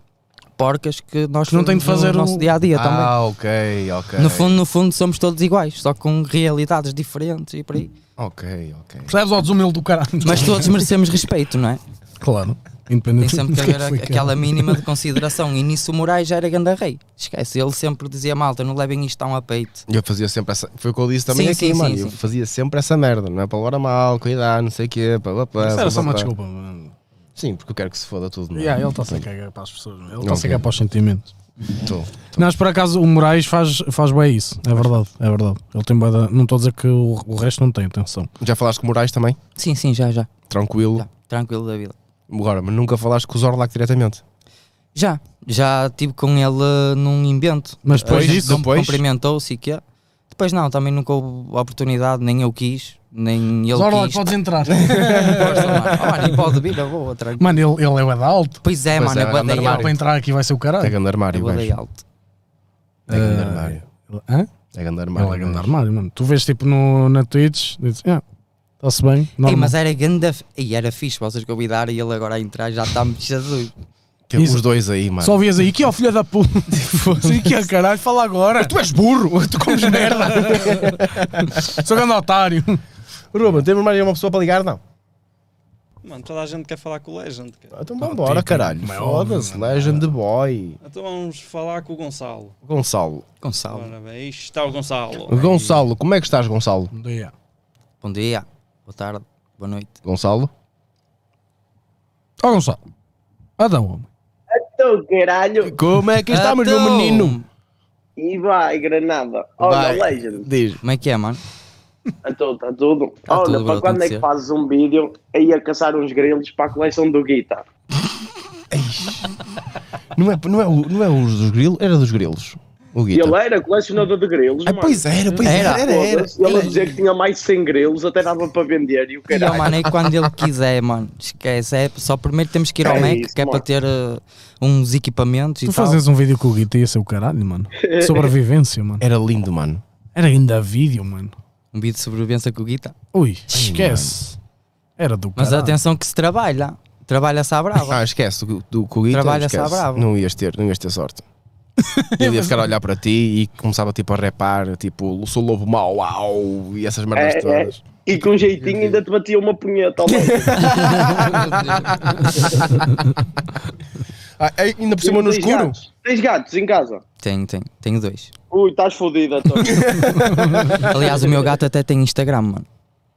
porcas que nós
Que não tem de
fazemos
fazer o-
no nosso dia a dia também.
ah, ok, ok.
No fundo, no fundo, somos todos iguais, só com realidades diferentes e por aí.
Ok, ok.
Percebes ao desumilde do caralho?
Mas todos merecemos respeito, não é?
claro.
Tem
Independente
sempre que
do que é.
haver
foi,
a- aquela mínima de consideração. E nisso o Moraes já era ganda rei. Esquece, ele sempre dizia malta, não levem isto tão a um peito.
Eu fazia sempre essa. Foi o que eu disse também
Sim,
aqui,
sim, sim,
mano. eu
sim.
fazia sempre essa merda, não é? Para levar a mal, cuidar, não sei o quê. Pá, pá, pá,
Isso
pá,
era só
pá,
uma
pá.
desculpa, mano.
Sim, porque eu quero que se foda tudo, não é?
Yeah, ele tá está-se a cagar para as pessoas, ele está-se
Ok.
a cagar para os sentimentos.
Tô.
Então.
Não, mas por acaso o Moraes faz, faz bem isso, é verdade, é verdade. Ele tem bué da- Não estou a dizer que o, o resto não tem, atenção.
Já falaste com o Moraes também?
Sim, sim, já, já.
Tranquilo.
já. Tranquilo da vida.
Agora, mas nunca falaste com o Zorlac diretamente.
Já, já estive com ele eh, num invento.
Mas depois
A gente
disso,
com-
depois?
Cumprimentou-se e quê? Depois não, também nunca houve oportunidade, nem eu quis, nem ele
Zorla,
quis.
podes entrar.
Força, mano. Oh, mano, e pode vir, eu vou, tranquilo.
Mano, ele, ele é bué da alto.
Pois é,
Pois
mano,
é,
é bué
anda
da
Dá
armário.
alto.
para entrar aqui vai ser o
É
caralho.
grande
É
armário,
bué
gajo.
da alto.
É grande
Ah,
armário.
Hã?
É grande armário.
Ele é grande
gajo.
armário, mano. Tu vês tipo no, na Twitch, dizes, yeah, está-se bem.
Ei,
normal."
mas é- era ganda. E era fixe vocês convidarem e ele agora a entrar já está-me Jesus.
Que- Os
Isso.
dois aí, mano.
Só vias aí, que ó filha da puta. Sim, que ó caralho, fala agora.
Tu és burro! Tu comes merda!
Sou grande otário.
Ruben, temos mais uma pessoa para ligar? Não.
Mano, toda a gente quer falar com o Legend. cara.
Então
Ah,
vambora,
tem que-
caralho.
como é óbvio,
Foda-se.
mano.
Legend Boy.
Então vamos falar com o Gonçalo.
Gonçalo.
Gonçalo.
Ora bem, aí está o Gonçalo.
Gonçalo, como é que estás, Gonçalo?
Bom dia, boa tarde, boa noite.
Gonçalo?
Ó Gonçalo. Adão, homem.
Então, caralho,
Como é que estamos, meu
Então,
menino?
e vai, Granada. Olha,
Vai.
Legend.
Diz.
Como é que é, mano?
Então, está tudo.
Tá
Olha,
tudo, bro,
para quando
tem
é
que
que
ser.
fazes um vídeo aí a caçar uns grilos para a coleção do Guita?
Não é, não é, o- não é o dos grilos, era dos grilos. O
E
Guita.
ele é era colecionador de grelos,
Ah,
mano.
pois era, pois era, era, era.
Foda-se. Ele a dizer que tinha mais de 100 grelos, até dava para vender e o
E, ó,
caralho.
mano, é quando ele quiser, mano. Esquece. É, só primeiro temos que ir ao
É
Mac,
isso,
que é para
mano.
ter eh, uns equipamentos e
Tu
tal.
fazes um vídeo com o Guita ia ser o caralho, mano. Sobrevivência, mano.
Era lindo, mano.
Era ainda vídeo, mano.
Um vídeo de sobrevivência com o Guita.
Ui, esquece. Era do
Mas
caralho.
atenção que se trabalha. Trabalha-se à brava.
Ah, esquece, do, do com o Guita,
Trabalha-se à
esquece.
brava.
Não ias ter, não ias ter sorte. Ele ia ficar a olhar para ti e começava tipo a repar, tipo, o sou lobo mau, au, e essas merdas
É, é.
todas.
E com jeitinho ainda te batia uma punheta ao lado.
Ah, é, ainda por cima no
Tens
escuro?
gatos? Tens gatos em casa?
Tenho, tenho. Tenho dois.
Ui, estás fodida, António.
Aliás, o meu gato até tem Instagram, mano.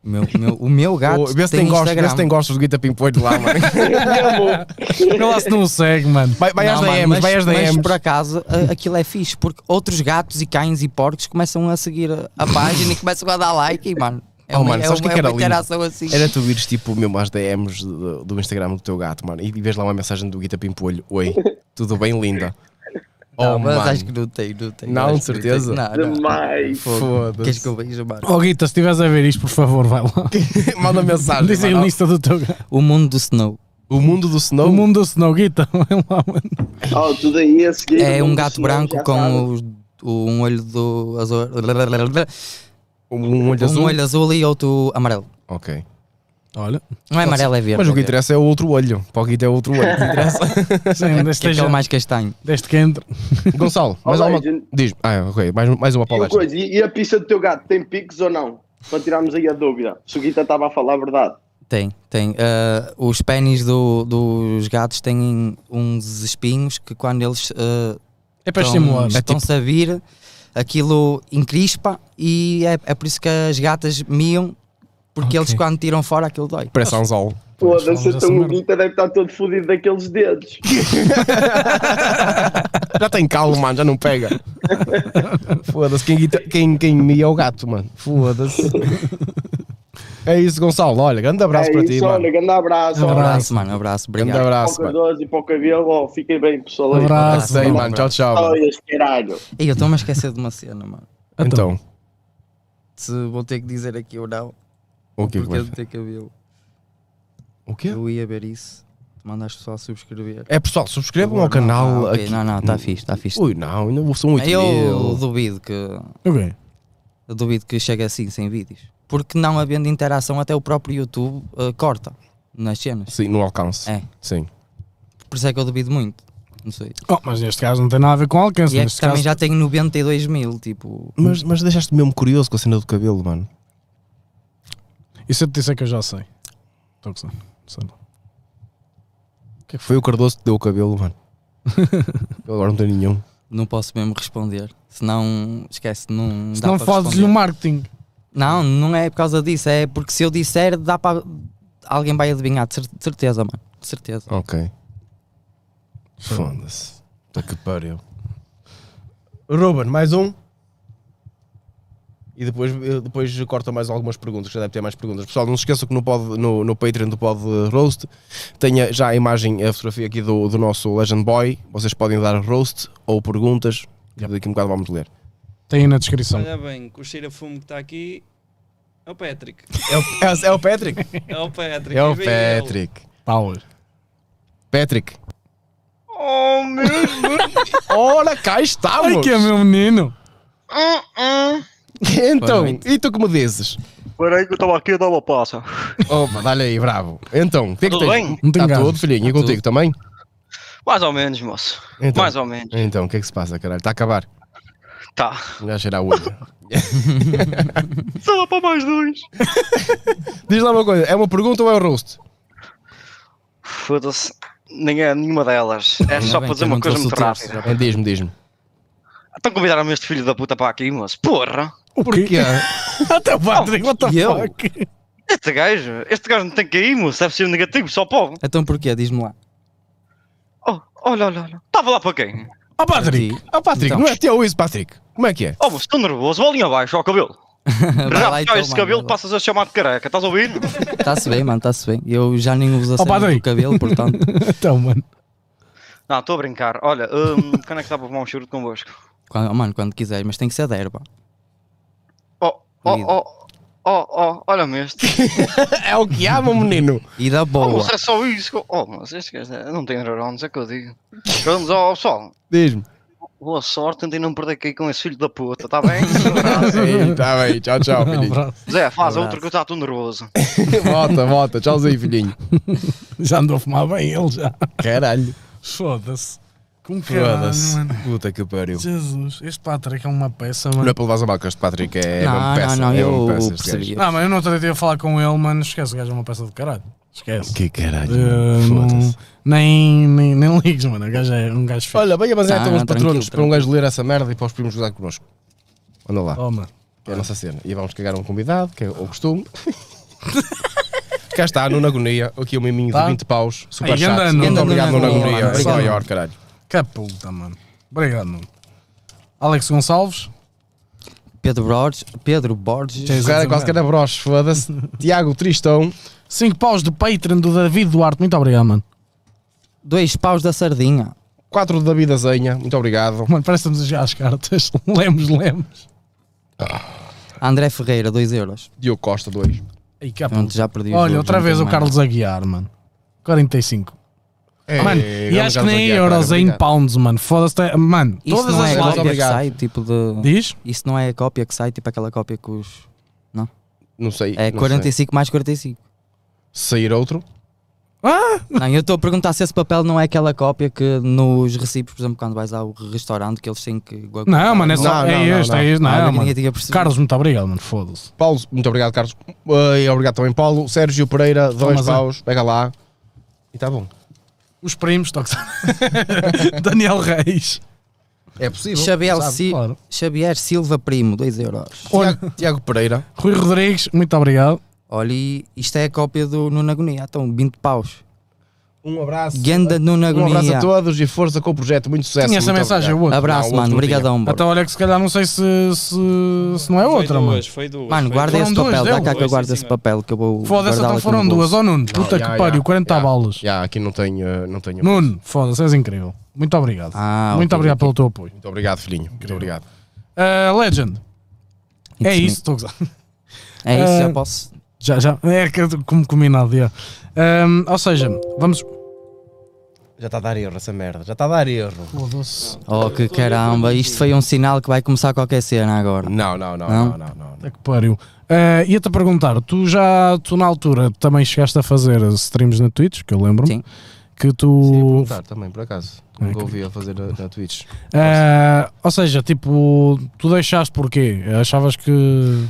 O meu, o meu, o meu gato
Ou, vê se
tem
tem gostos,
Instagram.
vê se tem gostos do Guita Pimpoito lá, mano.
Ele lá se não o segue, mano.
Vai, vai
Não,
às
mano,
DMs,
mas,
vai às DMs.
Mas por acaso a- aquilo é fixe, porque outros gatos e cães e porcos começam a seguir a, a página e começam a dar like e, mano. É
Oh,
uma,
mano,
é
sabes o
uma,
que é que era
é uma
lindo?
interação assim.
Era tu vires tipo mesmo às DMs do, do Instagram do teu gato, mano, e vês lá uma mensagem do Guita Pimpolho: Oi, tudo bem, linda?
Não,
oh,
mas
mano,
acho que não tem, não tem.
Não,
acho
de
que tem.
certeza?
Ah, Não, não. Queres
Demais.
foda-se.
que eu veja, mano?
Ó Guita, se estiveres a ver isto, por favor, vai lá.
Manda mensagem.
Diz aí a
mano.
lista do teu gato.
O mundo do Snow
O mundo do Snow.
O mundo do Snow Guita, vai lá, mano.
Oh, tudo aí a seguir.
é um
Mundo
gato
Snow,
branco
já
com o- o- um olho do azul,
Um olho azul.
um olho É azul e outro amarelo.
Ok.
Olha,
Não é amarelo, é verde.
Mas o que
é verde.
interessa é o outro olho. Para o Guita é o outro olho. que interessa.
sim, deste,
Que é aquele
já-
mais castanho.
deste que entre.
Gonçalo,
Olha
mais
aí,
alguma.
gente.
Diz. Ah, ok. Mais, mais uma
E, uma
palestra.
coisa, e, e a pista do teu gato tem picos ou não? Para tirarmos aí a dúvida. Se o Guita estava a falar a verdade.
Tem, tem. Ah, os pênis do- dos gatos têm um, uns espinhos que quando eles ah,
É para
estão,
estimular.
tipo-
estão a vir, aquilo encrispa e é, é por isso que as gatas miam, porque
Ok.
eles quando tiram fora aquilo dói.
Parece anzol.
Foda-se,
falamos dessa
então o
merda.
Guita deve estar todo fodido daqueles dedos.
Já tem calo, mano. Já não pega. Foda-se. Quem, guita- quem, quem mia é o gato, mano. Foda-se. É isso, Gonçalo. Olha, grande abraço
é
para
isso,
ti,
olha,
mano.
grande abraço.
Um
Abraço.
abraço, mano, um abraço,
Grande
obrigado.
abraço,
Para o
mano.
Cardoso e para o Cabelo, oh, fiquem bem, pessoal. aí.
Abraço.
Abraço aí, mano. Tchau, tchau. mano.
Olha, esse caralho.
Ei, eu estou-me a esquecer de uma cena, mano.
Então,
Se vou ter que dizer aqui ou não,
o que é que
porque
vai
eu não tenho cabelo.
O quê?
Eu ia ver isso, mandaste só subscrever.
É pessoal, subscrevam ao
Não,
canal.
ah, ok,
aqui.
Não, não, está fixe, está fixe.
Ui, não, ainda um são 8
Eu
mil.
duvido que
Ok.
Eu duvido que chegue assim sem vídeos. Porque não havendo interação, até o próprio YouTube eh, corta nas cenas.
Sim, no alcance.
É.
Sim.
Por isso é que eu duvido muito. Não sei.
Oh, mas neste caso não tem nada a ver com alcance.
E é que
neste
também
caso,
já tenho 92 mil, tipo.
Mas, mas deixaste-me mesmo curioso com a cena do cabelo, mano.
E se eu te disser que eu já sei? Estou a gozar. Sei lá.
Foi o Cardoso que deu o cabelo, mano. Eu agora não tenho nenhum.
Não posso mesmo responder. Senão, esquece, não.
Se
dá
não
para
fazes-lhe o
responder.
marketing.
Não, não é por causa disso. É porque se eu disser, dá para. Alguém vai adivinhar, de cer- de certeza, mano. De certeza.
Ok. Foda-se. Puta que pariu. Ruben, mais um? E depois, eh, depois corta mais algumas perguntas, já deve ter mais perguntas. Pessoal, não se esqueçam que no, pod, no, no Patreon do Pod Roast tenha já a imagem, a fotografia aqui do, do nosso Legend Boy. Vocês podem dar roast ou perguntas. Daqui a um bocado vamos ler.
Tem aí na descrição.
Olha bem, com o cheiro a fumo que está aqui. É o Patrick.
É o, é o Patrick?
É o Patrick.
É o
e vem ele.
Patrick.
Power.
Patrick.
Oh meu
Ora, cá estamos!
Ai que é meu menino.
Então,
Boa noite.
e tu que me dizes?
Peraí que eu estava aqui a dar uma passa.
Opa, dá-lhe aí, bravo. Então, o que é que
Tudo
tens?
bem?
Não tem
Está
gás.
Tá tudo, filhinho, e contigo também?
Mais ou menos, moço.
Então,
Mais ou menos.
então, o que é que se passa, caralho? Está a acabar.
Tá.
Já cheira a olho.
Só para mais dois.
Diz lá uma coisa, é uma pergunta ou é o roast?
Foda-se. Nem é nenhuma delas. É
Ainda
só
bem
para dizer
que eu
uma
não
coisa
trouxe
muito
o terço,
rápida.
É, Diz-me, diz-me.
Então convidaram-me este filho da puta para aqui, moço. Porra!
O
Porquê?
quê? Até o Patrick, what the
E eu?
fuck?
Este gajo, este gajo não tem que ir, moço. Deve ser um negativo, só pode.
Então porquê? Diz-me lá.
Oh, olha, olha, olha. Estava lá para quem?
Ó Oh, Patrick.
Para ti.
Ah, Patrick,
Então.
não é teu isso, Patrick. Como é que é?
Oh, moço, estou nervoso. Bolinha abaixo, ao cabelo.
Vai lá
Já
então,
puxar este
mano,
cabelo,
vai lá.
passas a chamar de careca. Estás a ouvir?
Está-se bem, mano, está-se bem. Eu já nem uso a
Ó,
cena
Patrick.
do cabelo, portanto.
Então, mano.
Não, estou a brincar. Olha, hum, quando é que dá para fumar um charuto convosco?
Quando, oh, mano, quando quiseres, mas tem que ser de erva.
Oh, oh, oh, oh, oh, olha-me este.
é o que há, meu menino.
E da
Oh,
boa.
mas é só isso. que eu- Oh, mas este gajo é- não tem neurônios, é que eu digo. Vamos ao sol.
Diz-me.
Boa sorte, tentem não perder aqui com esse filho da puta, está bem?
Está Ah, tá bem, tchau, tchau, filhinho.
Zé, faz
Um abraço.
outro que eu estou nervoso.
volta, volta, tchauzinho, filhinho.
Já andou a fumar bem ele já.
Caralho.
Foda-se. Com Um caralho,
Foda-se.
mano.
Puta que pariu.
Jesus, este Patrick é uma peça, mano.
Não é para levar a mal, que este Patrick é
Não,
mesmo peça.
não, não,
é mesmo
eu
peça este
percebi.
gajo.
Não, mas eu não tentei a falar com ele, mano. Esquece, o gajo é uma peça de caralho. Esquece.
Que caralho.
Eh, não-
Foda-se.
nem, nem, nem ligues, mano. O gajo é um gajo feio.
Olha, bem
Não,
avançar então
não,
os patronos
Tá, tranquilo,
para um gajo ler essa merda e para os primos jogar connosco. Anda lá,
Toma.
que é a nossa cena. E vamos cagar um convidado, que é o costume. Cá está, a Nuna Agonia. Aqui o miminho
Tá.
de 20 paus. Super
Aí,
chato.
ganda
Muito
Nuna.
obrigado, Nuna
Ganda Nuna,
Agonia. É
obrigado.
Nova York, caralho.
Que puta, mano. Obrigado, mano. Alex Gonçalves.
Pedro Borges. Pedro Borges.
O cara quase que era broche, foda-se. Tiago Tristão.
5 paus de Patreon do David Duarte. Muito obrigado, mano.
Dois paus da sardinha.
4 da Vida Zenha. Muito obrigado.
Mano, parece que estamos a jogar as cartas. Lemos, lemos.
André Ferreira, 2 euros.
Diogo Costa 2.
Aí, que puta.
Pronto, já perdi os
Olha,
dois,
outra
não
vez
tenho
o
mais
Carlos Aguiar, mano. 45. mano,
é
e acho que nem em euros,
euros
é em pounds, mano. Foda-se. tá- Mano,
Isso
todas
não
as
é a
lives-
cópia
Obrigado.
que sai, tipo de...
Diz?
Isso não é a cópia que sai, tipo aquela cópia que os...
Não sei.
É
não
45 mais 45.
sei. Sair outro.
Não, eu estou a perguntar se esse papel não é aquela cópia que nos recibos, por exemplo, quando vais ao restaurante, que eles têm que...
Não, mano, é só.
Não, não,
é este,
não,
é este. Não,
Ah,
mano.
ninguém tinha percebido.
Carlos, muito obrigado, mano. Foda-se.
Paulo, muito obrigado, Carlos. Eh, e obrigado também, Paulo. Sérgio Pereira, dois
Toma, Zé.
paus. Pega lá. E está bom.
Os primos, toque Daniel Reis.
É possível.
Xavier,
sabe,
Si-
claro.
Xavier Silva Primo, 2 euros.
Tiago, Tiago Pereira.
Rui Rodrigues, muito obrigado.
Olha, e isto é a cópia do Nuno Agonia, então 20 paus.
Um abraço.
Ganda Nuno
Um abraço
Agonia.
a todos e força com o projeto. Muito sucesso.
Tinha essa
Muito
mensagem,
obrigado.
o outro.
Não,
Abraço,
o outro
mano.
não tinha.
Obrigadão, bro.
Até Então, olha que se calhar não sei se, se, se não é outra,
foi
mano.
duas, foi duas.
Mano,
foi
guarda
duas.
esse
Foram
papel,
duas
dá cá
deles?
que eu
Foi,
guardo
sim,
esse
senhor.
papel que eu vou.
Foda-se,
guardá-lo
então
aqui
foram
no
duas.
um bolso.
Oh, Nuno,
Não,
puta
já,
que
já,
pariu, 40
já.
balas.
Já, aqui não tenho. eh, Não tenho.
Nuno, foda-se, és incrível. Muito obrigado.
Ah,
muito
ok,
obrigado
ok.
pelo teu apoio.
Muito obrigado, filhinho. Muito obrigado.
Ah, Legend, é
It's me.
isso, estou a gozar.
É isso,
Ah,
já posso.
Já, já, é que- como combinado, já. Ahm, Um, ou seja, vamos.
Já está a dar erro essa merda. Já está a dar erro.
Foda-se.
Oh, que caramba, isto foi um sinal que vai começar qualquer cena agora.
Não, não, não,
Não?
não, não, não. não.
Puta é que pariu. Ah, Ia-te a perguntar, tu já, tu na altura também chegaste a fazer streams na Twitch, que eu lembro-me.
Sim.
Que
Sim,
tu uh,
perguntar também, por acaso.
É,
Nunca
que-
ouvi a fazer na, na Twitch.
Ah, ou seja, tipo, tu deixaste porquê? Achavas que.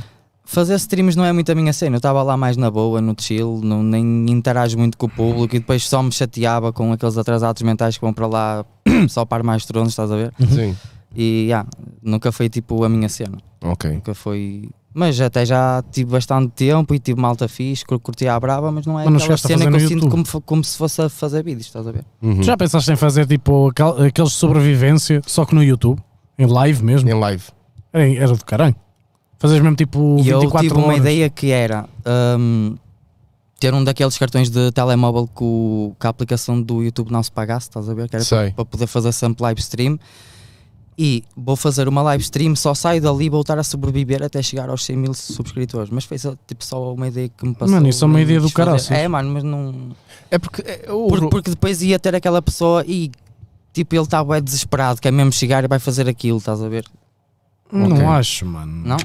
Fazer streams não é muito a minha cena. Eu estava lá mais na boa, no chill, não, nem interajo muito com o público e depois só me chateava com aqueles atrasados mentais que vão para lá só para mais tronos, estás a ver?
Uhum.
Sim.
E yeah, nunca foi tipo a minha cena.
Ok.
Nunca foi. Mas até já tive bastante tempo e tive malta fixe, cur- curti à brava, mas não é
Mas não
aquela
chegaste a
cena
fazer
que eu
no
sinto
YouTube?
como, fo- como se fosse a fazer vídeos, estás a ver?
Uhum.
Tu já pensaste em fazer tipo aquel- aqueles de sobrevivência, só que no YouTube, em live mesmo?
Em live.
Era, era do caralho. Fazes mesmo tipo
E eu
24
tive
horas.
uma ideia que era hum, ter um daqueles cartões de telemóvel que, o- que a aplicação do YouTube não se pagasse, estás a ver? Que era
Sei.
para, para poder fazer sempre live stream. E vou fazer uma live stream, só saio dali e voltar a sobreviver até chegar aos 100 mil subscritores. Mas foi só, tipo, só uma ideia que me passou.
Mano, isso é uma
em
ideia do
desfazer.
caraças.
É, mano, mas não.
É porque. é, o-
Por- porque depois ia ter aquela pessoa e tipo ele estava é desesperado, quer mesmo chegar e vai fazer aquilo, estás a ver?
Não
Ok.
acho, mano.
Não?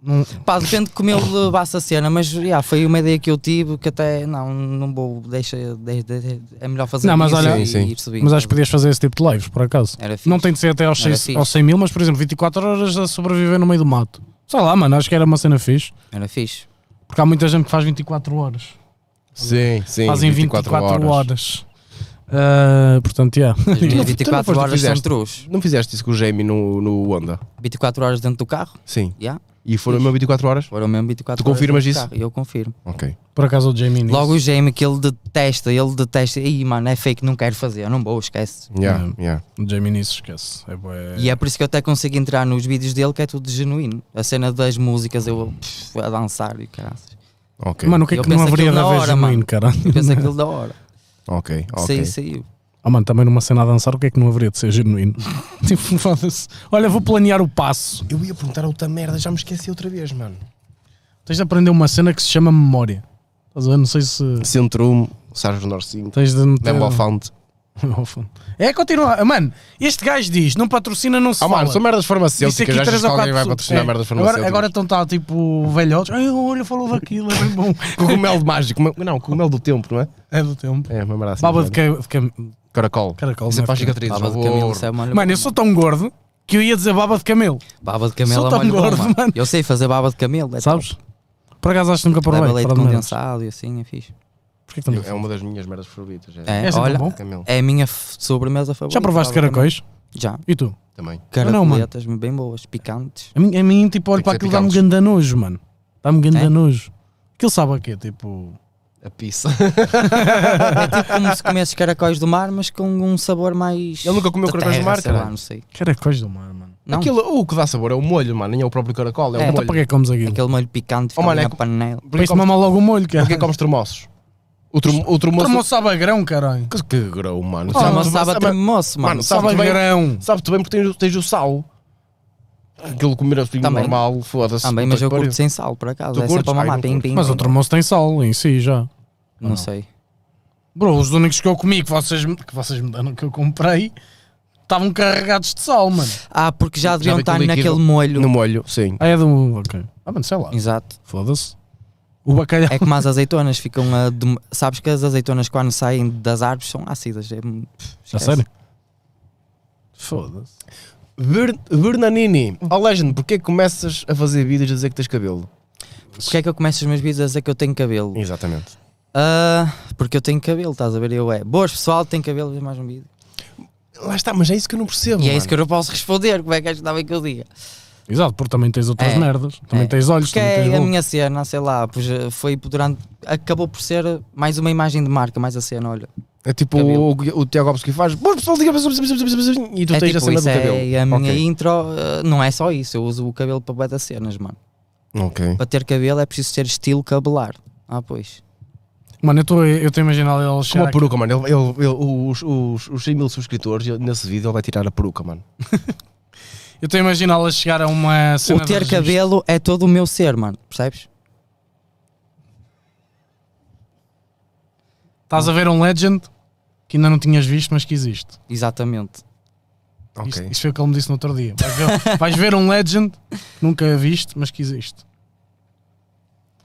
Não.
Pá, depende de como ele levasse a cena, mas já, foi uma ideia que eu tive que até não, não vou, deixa, de- de- é melhor fazer
Não, mas
isso
olha-
e,
Sim, sim.
ir subindo. tá
Mas acho que podias fazer esse tipo de lives, por acaso.
era fixe.
Não tem de ser até aos,
Era
6,
fixe.
aos 100 mil, mas por exemplo, 24 horas a sobreviver no meio do mato. Sei lá, mano, acho que era uma cena fixe.
Era fixe.
Porque há muita gente que faz 24 horas.
Sim, sim.
Fazem 24, horas. Ah, portanto, yeah.
As
não- tu não
minhas
foste-
24
tu
horas
fizeste-
são trus.
Não fizeste isso com o Jamie no, no Honda?
24 horas dentro do carro,
Sim.
já.
E foram mesmo 24 horas?
Foram mesmo 24
Tu confirmas
horas. dentro
isso?
do carro, Eu confirmo.
Ok.
Por acaso o Jamie nisso.
Logo o Jamie que ele detesta, ele detesta. Ih, mano, é fake, não quero fazer, eu não vou, esquece.
Yeah, yeah.
O Jamie nisso esquece. É bué-
E é por isso que eu até consigo entrar nos vídeos dele que é tudo genuíno. A cena das músicas, eu pff, a dançar e caraças.
Ok.
Mano, o que é
Eu
que não
penso
haveria de
aquilo na
haver
hora,
genuíno,
mano.
caralho?
Eu penso aquilo da hora.
Ok, ok.
Saiu, saiu.
Ah, mano, também numa cena a dançar, o que é que não haveria de ser genuíno? tipo, foda-se. Olha, vou planear o passo.
Eu ia perguntar outra merda, já me esqueci outra vez, mano.
Tens de aprender uma cena que se chama memória. Estás a ver? Não sei se.
Centrum, Sérgio Norcinho,
Tens de meter-
Bembo Fante.
É, continua. Mano, este gajo diz: não patrocina, não se
Ah,
fala.
mano, são merdas farmacêuticas.
Disse aqui
já
três
achas que
ou
alguém
quatro
vai
pessoas.
patrocinar
É.
merdas farmacêuticas.
Agora, agora estão tá, tipo velhotes. Ai, olha, falou daquilo, é bem bom.
Cogumelo mágico, mas- não, cogumelo do tempo, não é?
É do tempo.
É, uma merda assim.
Baba de,
mano.
ca... de cam...
Caracol.
caracol.
Isso
não
é para as
porque-
cicatrizes.
Baba de
horror.
camelo, isso é molho
Mano, eu sou tão gordo que eu ia dizer baba de camelo.
Baba de camelo
Sou
é
tão
molho bom,
gordo,
mano.
mano.
Eu sei fazer baba de camelo. É
Sabes? Por acaso acho que nunca
top.
provei.
Leva leite
fora de merdas.
condensado e assim, é fixe.
Porquê que não-
É uma das minhas merdas favoritas.
É,
É assim tão
olha,
bom?
Camelo.
é a minha f- sobremesa favorita.
Já provaste
baba de camelo.
caracóis?
Já.
E tu?
Também.
Eu não, mano.
Caracoletas bem boas, picantes.
A mim, a mim tipo, olho
Tem que
para
ser
aquilo dá-me
picantes.
ganda nojo, mano. Dá-me ganda
É?
nojo. Aquilo sabe a quê? Tipo.
A pizza.
É tipo como se comesses caracóis do mar, mas com um sabor mais.
Ele nunca comeu
da
caracóis do
terra,
mar,
sei lá,
caralho.
não sei.
Caracóis é do mar, mano.
Não,
Aquilo, o que dá sabor é o molho, mano. Nem é o próprio caracol, é,
É,
o
Então
molho.
para que é que comes aquilo?
aquele molho picante fica
Oh, mano,
ali
é
na
co-
panela.
Porquê
Para isso
comes-
mama logo o molho,
Porquê
cara.
é comes tremoços? O, trum, o tremoço...
Tomou sabe a grão, caralho.
Que, que grão, mano.
Oh,
Sabe-
mas sabe a
sabe-
tremoço, mano.
Mano,
Sabe
sabe-
a
muito bem.
grão.
Sabe-te bem porque tens, tens o sal. Aquilo comer assim
Também.
normal, foda-se.
Também,
puta
mas eu
que pariu.
curto sem sal, por acaso.
Tu
é
curtes?
sempre a
Ai,
mamar,
não
pim,
curto.
pim.
Mas
pim.
o tremoço tem sal em si já.
Não sei.
Bro, os únicos que eu comi que vocês, me- que vocês me deram que eu comprei estavam carregados de sal, mano.
Ah, porque já deviam
vi
estar
aquele
naquele
líquido
molho.
No molho, sim.
Ah, é do. Ok. Ah, mano, sei lá.
Exato.
Foda-se. O bacalhau.
É como as azeitonas ficam a. dem- Sabes que as azeitonas quando saem das árvores são ácidas. É... Esquece.
A sério? Foda-se.
Ber- Bernanini, ó Legend, porquê que começas a fazer vídeos a dizer que tens cabelo?
Porquê é que eu começo os meus vídeos a dizer que eu tenho cabelo?
Exatamente.
Ah, porque eu tenho cabelo, estás a ver? Eu é. Boas pessoal, tem cabelo, vê mais um vídeo.
Lá está, mas é isso que eu não percebo.
E é isso que
mano.
eu não posso responder. Como é que ajudava que eu diga?
Exato, porque também tens outras
É.
merdas. Também
É.
tens olhos,
Porque
também tens
é a
boca.
minha cena, sei lá, pois, eh, foi durante. Acabou por ser mais uma imagem de marca, mais a cena, olha.
É tipo o, o Tiago Alves que faz. Bom, pessoal, diga E tu
é
tens
tipo,
a cena do
isso é
cabelo.
a minha
Ok.
intro, eh, não é só isso, eu uso o cabelo para bué das cenas, mano.
Ok.
Para ter cabelo é preciso ter estilo cabelar. Ah, pois.
Mano, eu estou eu tô a imaginar ele
Com
chegar
a
aqui.
peruca, mano. Ele, ele, ele- os, os, os 100 mil subscritores, ele- nesse vídeo, ele vai tirar a peruca, mano.
Eu estou a imaginá-la chegar a uma cena
o
de
ter
registro.
cabelo é todo o meu ser, mano, percebes?
Estás a ver um legend que ainda não tinhas visto, mas que existe.
Exatamente.
Ok.
Isto, isto foi o que ele me disse no outro dia. Vais ver, vais ver um legend que nunca viste, mas que existe.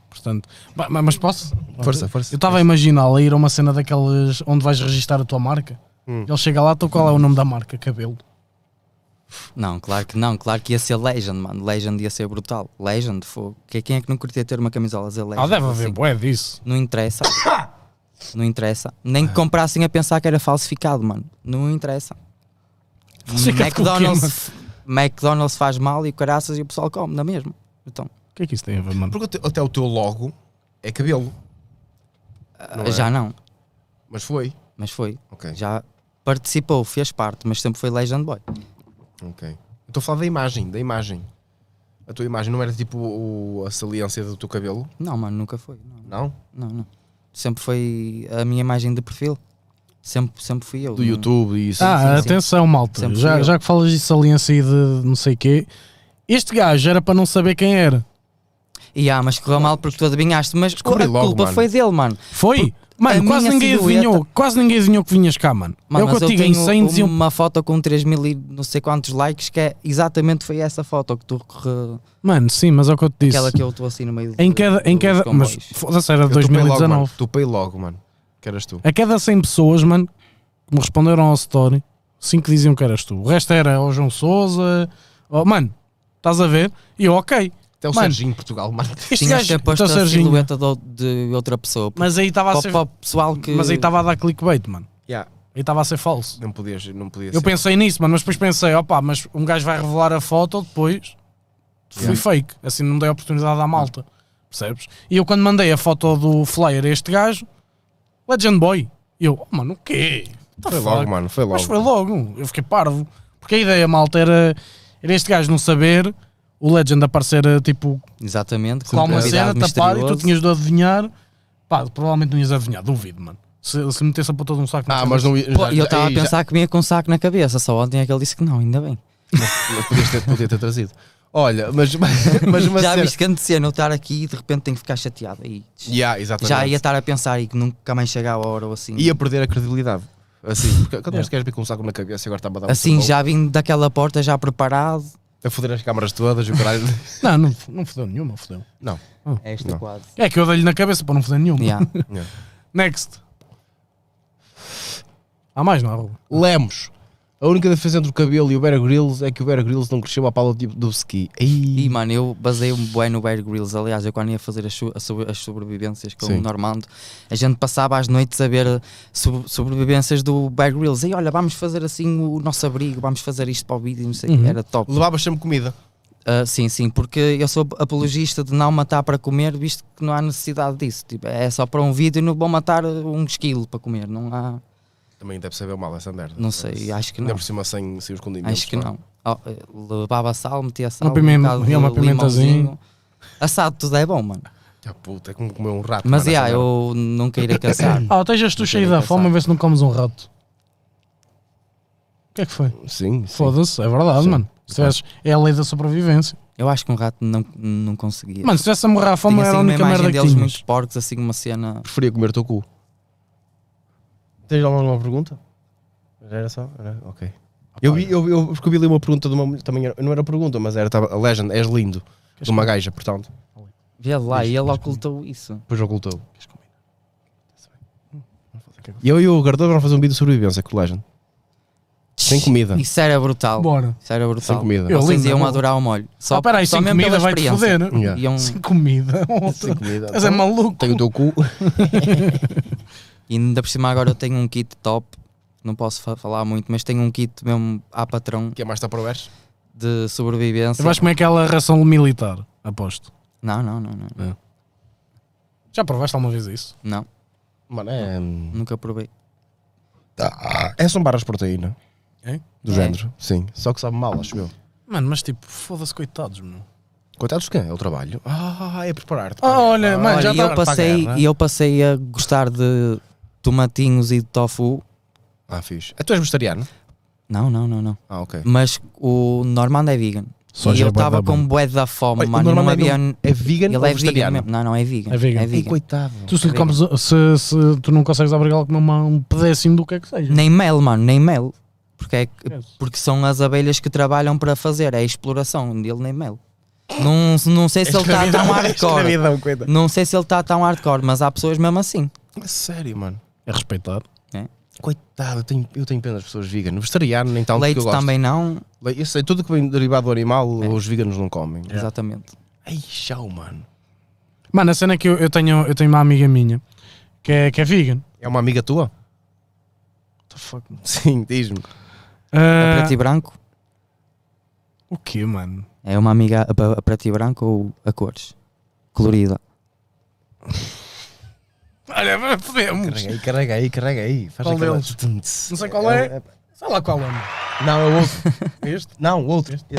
Portanto, ba- ma- mas posso?
Força, força.
Eu estava a imaginá-la ir a uma cena daquelas onde vais registar a tua marca.
Hum.
Ele chega lá, então qual é o nome da marca? Cabelo.
Não, claro que não, claro que ia ser Legend, mano. Legend ia ser brutal. Legend, fogo. Que- Quem é que não curtia ter uma camisola a dizer Legend?
Ah, deve haver,
Assim,
bué disso.
Não interessa. não interessa. Nem que comprassem a pensar que era falsificado, mano. Não interessa.
Falsificado com o quê,
McDonald's, McDonald's faz mal e caraças e o pessoal come, na mesma. Então,
O que é que isso tem a ver, mano?
Porque até o teu logo é cabelo. Não é?
já não,
Mas foi.
mas foi.
Ok.
Já participou, fez parte, mas sempre foi Legend Boy.
Ok. Eu Estou a falar da imagem, da imagem. A tua imagem não era tipo o- a saliência do teu cabelo?
Não, mano, nunca foi. Não,
Não?
não. não. Sempre foi a minha imagem de perfil. Sempre, sempre fui eu.
Do
Não-
YouTube e isso.
Ah,
sim, sim.
atenção, malta.
Sempre
Já,
fui eu.
já que falas de saliência e de não sei quê, este gajo era para não saber quem era.
E ah, mas correu mal porque tu adivinhaste, mas a
Descobri logo,
culpa
mano.
foi dele, mano.
É Foi? Mano,
a
quase
minha
ninguém
silhueta-
adivinhou. Quase ninguém adivinhou que vinhas cá, mano.
Mano,
é o
mas
que eu digo, em
tenho
100 diziam.
uma foto com 3 mil e não sei quantos likes que é exatamente foi essa foto que tu recorre,
Mano, sim, mas é o que eu te disse.
aquela que eu estou assim no meio
Em
de-
cada. Em
dos
cada mas
comboios.
foda-se, era
Eu topei Logo, mano.
2019.
Topei logo, mano. Que eras tu.
A cada 100 pessoas, mano, que me responderam ao story, 5 diziam que eras tu. O resto era o João Souza. ó, mano, estás a ver? E eu, ok.
Até o
Mano.
Serginho Portugal, mano.
Este
Tinhas
gajo.
que ter posto
Então,
a
Serginho.
silhueta do- de outra pessoa. Mas
Mas aí estava a ser.
para o pessoal que.
Mas aí estava a dar clickbait, mano.
Yeah.
Aí estava a ser falso.
Não podias, não podias.
Eu pensei nisso, mano, mas depois pensei, opá, mas um gajo vai revelar a foto depois. Fui
Yeah.
fake, assim não dei oportunidade à malta. Percebes? E eu quando mandei a foto do flyer a este gajo, Legend Boy, e eu, oh, mano, o quê? What the
Foi
fuck?
logo, mano. Foi logo.
Mas foi logo, eu fiquei parvo. Porque a ideia, malta, era, era este gajo não saber, o Legend aparecer tipo
Exatamente.
com uma
é.
convidado
cena, tapar, e tu
misterioso.
tinhas de adivinhar. Pá, provavelmente não ias adivinhar, duvido, mano. Se, se metesse a puta de um saco na
Ah,
cabeça.
mas não ia-
Pô, eu estava a pensar que vinha com um saco na cabeça, só ontem é que ele disse que não, ainda bem.
Mas podias ter, podia ter trazido. Olha, mas, mas uma
já
cena.
viste que antes de eu estar aqui e de repente tenho que ficar chateado. aí
Yeah, exatamente.
já ia estar a pensar e que nunca mais chega a hora ou assim.
Ia perder a credibilidade. Assim, porque quando mais queres vir com um saco na cabeça e agora está-me a dar um
Assim,
socão,
já vim daquela porta já preparado.
A foder as câmaras todas e o caralho.
Não, não, não fodeu nenhuma, fodeu.
Não.
Esta
Não.
quase.
É que eu dei-lhe na cabeça para não foder nenhuma.
Yeah.
Yeah.
Next. Há mais, não há? Raul?
Lemos. A única diferença entre o cabelo e o Bear Grylls é que o Bear Grylls não cresceu à pala do, do ski. Ai.
E mano, eu baseio-me bem no Bear Grylls. Aliás, eu quando ia fazer as, su- as sobre- as sobrevivências com
Sim.
o Normando, a gente passava as noites a ver sobre- sobrevivências do Bear Grylls. E olha, vamos fazer assim o nosso abrigo, vamos fazer isto para o vídeo, não sei o
Uhum.
que. Era top.
Levavas sempre comida.
Ah, sim, sim, porque eu sou apologista de não matar para comer, visto que não há necessidade disso. Tipo, é só para um vídeo e não vão matar um esquilo para comer. Não há.
Também deve saber mal essa merda.
Não sei, acho que não.
Ainda por cima sem, sem os condimentos.
Acho que
pá.
não. Oh, eh, levava sal, metia sal, um
pimen-
bocado de
uma pimentazinha.
limãozinho. Assado tudo é bom, mano.
Ah, puta, é como comer um rato.
Mas
mano,
yeah,
essa merda.
eu nunca irei caçar.
Ah, estejas tu
Não
cheio
sei
da
pensar.
fome a ver se não comes um rato. O que é que foi?
Sim, sim.
Foda-se, é verdade,
Sim.
mano. Se tivesse- é a lei da sobrevivência.
Eu acho que um rato não, não conseguia.
Mano, se tivesse a morrer à fome
Tinha
era
assim
a
uma
única
imagem
merda que
deles
tinhas.
muito porcos, assim uma cena.
Preferia comer o teu cu. Tens alguma pergunta? Era só? Era? Ok. Eu vi, eu, eu, porque eu vi ali uma pergunta de uma mulher, também era- não era pergunta, mas era tava, a legend, és lindo, de uma gaja, portanto,
Vê lá, e ele ocultou isso.
depois ocultou.
Hum,
E eu e o Gardoso vamos fazer um vídeo de sobrevivência com o legend, Sem comida.
Isso era brutal.
Bora.
Isso era brutal.
sem comida.
Eu
Vocês
lindo,
iam
não.
adorar o molho. Só,
Só para aí,
só
sem
mesmo
comida
pela
vai te
experiência. Então,
foder. né?
Yeah.
Iam,
Sem comida.
Sem comida.
Mas é
então,
maluco.
Tenho o teu cu.
E ainda por cima agora eu tenho um kit top. Não posso fa- falar muito, mas tenho um kit mesmo à patrão
que é mais está para o Ash?
de sobrevivência.
Eu acho que é aquela ração militar, aposto.
Não, não, não, não. não.
Já provaste alguma vez isso?
Não,
Mano, é.
nunca provei.
É são barras de proteína.
É?
Do
É.
género, sim. Só que sabe mal, acho eu.
Mano, mas tipo, foda-se, coitados, mano.
Coitados de quem? É o trabalho. Ah, é preparar-te.
Ah, olha, mano, já
Olha, e eu
tá.
está.
passei,
é?
né?
e eu passei a gostar de tomatinhos e de tofu.
Ah, fixe. Ah, tu és vegetariano?
Não, não, não, não.
Ah, ok.
Mas o Normando é vegan. e eu estava com bué da fome,
Olha, o
mano. Não
Normando é
havia...
É vegan
Ele
ou
é vegan
vegetariano?
mesmo. Não, não, é vegan.
É vegan.
É
E
vegan.
coitado.
Tu se,
É
lhe comes, um, se, se tu não consegues abrigá-lo com uma, um pedacinho do que é que seja.
Nem mel, mano, nem mel. Porque, é que-
Esquece.
porque são as abelhas que trabalham para fazer, é a exploração dele, nem mel. Não, não sei se ele está tão hardcore.
Escravidão, coitado.
Não sei se ele está tão hardcore, mas há pessoas mesmo assim.
É sério, mano.
É respeitado.
Coitado, eu tenho, eu tenho pena das pessoas vegan. Vegetariano, nem tanto que
Leite
então, eu gosto.
também É. não.
Leite- Eu sei, tudo que vem derivado do animal, os veganos não comem.
Exatamente.
Ai, chau, mano.
Mano, a cena é que eu, eu tenho, eu tenho uma amiga minha que é, que é vegan.
É uma amiga tua? Sim, diz-me.
A
Ah,
preto e branco
o quê, mano?
é uma amiga a, a- a preto e branco ou a cores? Colorida.
Olha, podemos.
Carrega aí, carrega aí, carrega aí. Faz
Qual
aquela-
deles? Não sei qual é. Sei lá qual é. mano.
Não, é o outro. este? Não, o outro. Este.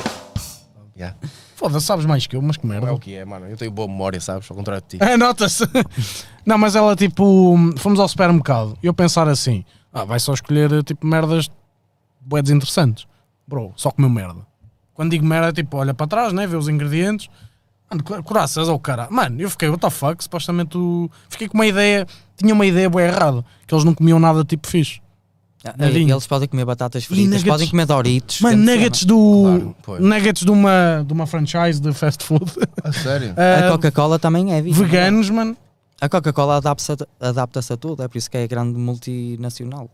Yeah.
Foda-se, sabes mais que eu, mas que
Não
merda.
é o que é, mano. Eu tenho boa memória, sabes? Ao contrário de ti.
É, nota-se. Não, mas ela tipo, fomos ao supermercado. Eu pensar assim, ah, vai só escolher tipo merdas bué desinteressantes. Bro, só comeu merda. Quando digo merda, é tipo, olha para trás, né, vê os ingredientes. Mano, cora- coraças ao cara. Mano, eu fiquei, what the fuck, supostamente o- fiquei com uma ideia, tinha uma ideia bué errada, que eles não comiam nada tipo fixe. Nadinho.
Eles podem comer batatas fritas,
nuggets.
podem comer Doritos. é
Mano,
grande
nuggets
cena.
do
Claro, pois.
nuggets de uma de uma franchise de fast food.
A sério?
Ah,
A Coca-Cola também é vegan.
veganos, mano.
A Coca-Cola adapta-se a- adapta-se a tudo, é por isso que é grande multinacional.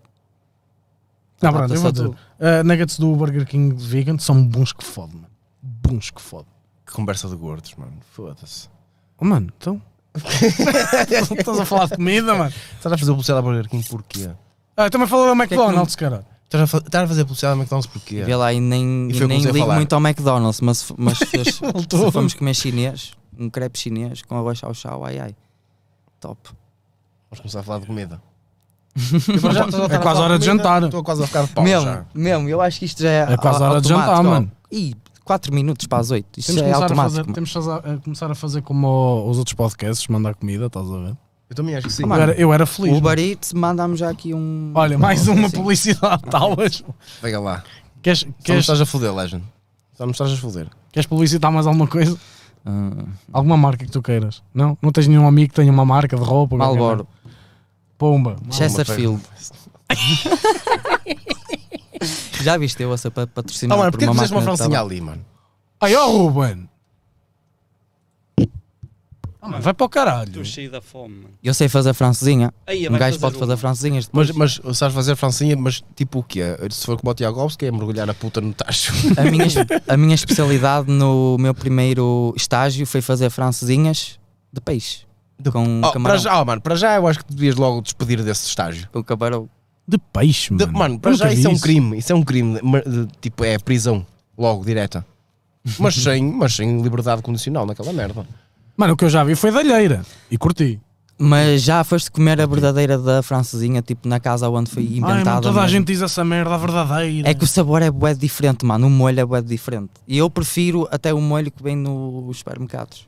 Não, pronto, eu
Adapta-se
vou
a
dizer.
tudo.
Uh, nuggets do Burger King vegan são bons que fode, mano. Bons que fode.
Que conversa de gordos, mano. Foda-se.
Oh, mano, então. Estás a falar de comida, mano.
Estás a fazer publicidade ao Burger King porquê?
Ah, também falou da McDonald's, cara.
Estás a, fa- estás a fazer publicidade ao McDonald's porquê?
Vê lá, e nem,
E
e
foi o que
nem
comecei a
ligo
falar.
muito ao McDonald's, mas, f- mas se, se formos comer chinês, um crepe chinês com arroz ao chau, ai ai. Top.
Vamos começar a falar de comida.
É quase hora de jantar.
Estou quase a ficar de pau
mesmo,
já.
mesmo, eu acho que isto já é.
É quase
au-
hora de jantar,
automático, ó.
mano.
Ih, 4 minutos para as 8. Isto
Temos que
já é
começar a
automático.
fazer,
mano.
temos que fazer- a começar a fazer como o- os outros podcasts, mandar comida, estás a ver?
Eu também acho que sim.
Mano, eu era feliz.
O
mano.
Uber Eats, mandamos já aqui um.
Olha, mais uma
Sim.
publicidade, talvez.
Pega lá.
Queres,
Só me
queres,
estás a foder, Legend. Só me estás a foder.
queres publicitar mais alguma coisa? Alguma marca que tu queiras? Não? Não tens nenhum amigo que tenha uma marca de roupa? qualquer
Malboro.
merda? Pumba.
Chesterfield. Já viste eu a ser pa-
Ah,
Tá
patrocinado
mano,
por
porquê
uma
que fizeste uma
máquina de
francinha
tabaco?
ali, mano?
Aí, ó, Ruben! Ah, mano, vai para o caralho.
Estou cheio da fome, mano.
Eu sei fazer francesinha.
Aí,
um
vai
gajo
fazer
pode
uma.
fazer francesinhas.
Mas, mas sabes fazer francinha, mas tipo o quê? Se for como o Tiago Alves, que é mergulhar a puta no tacho.
A minha, es- a minha especialidade no meu primeiro estágio foi fazer francesinhas de peixe. Com um
Oh, para
camarão.
já, oh, mano, para já eu acho que devias logo despedir desse estágio.
Com um camarão.
De peixe,
De-
mano.
mano, para
Nunca
já
vi
isso é um crime. Isso é um crime. de- mar- de- tipo, é prisão. Logo, direta. Mas sem, mas sem liberdade condicional naquela merda.
Mano, o que eu já vi foi da alheira. E curti.
Mas já foste comer a verdadeira da francesinha, tipo na casa onde foi inventada.
Ai, mano, toda a
mesmo?
gente diz essa merda, a verdadeira.
É que o sabor é bué diferente, mano. O molho é bué diferente. E eu prefiro até o molho que vem nos supermercados.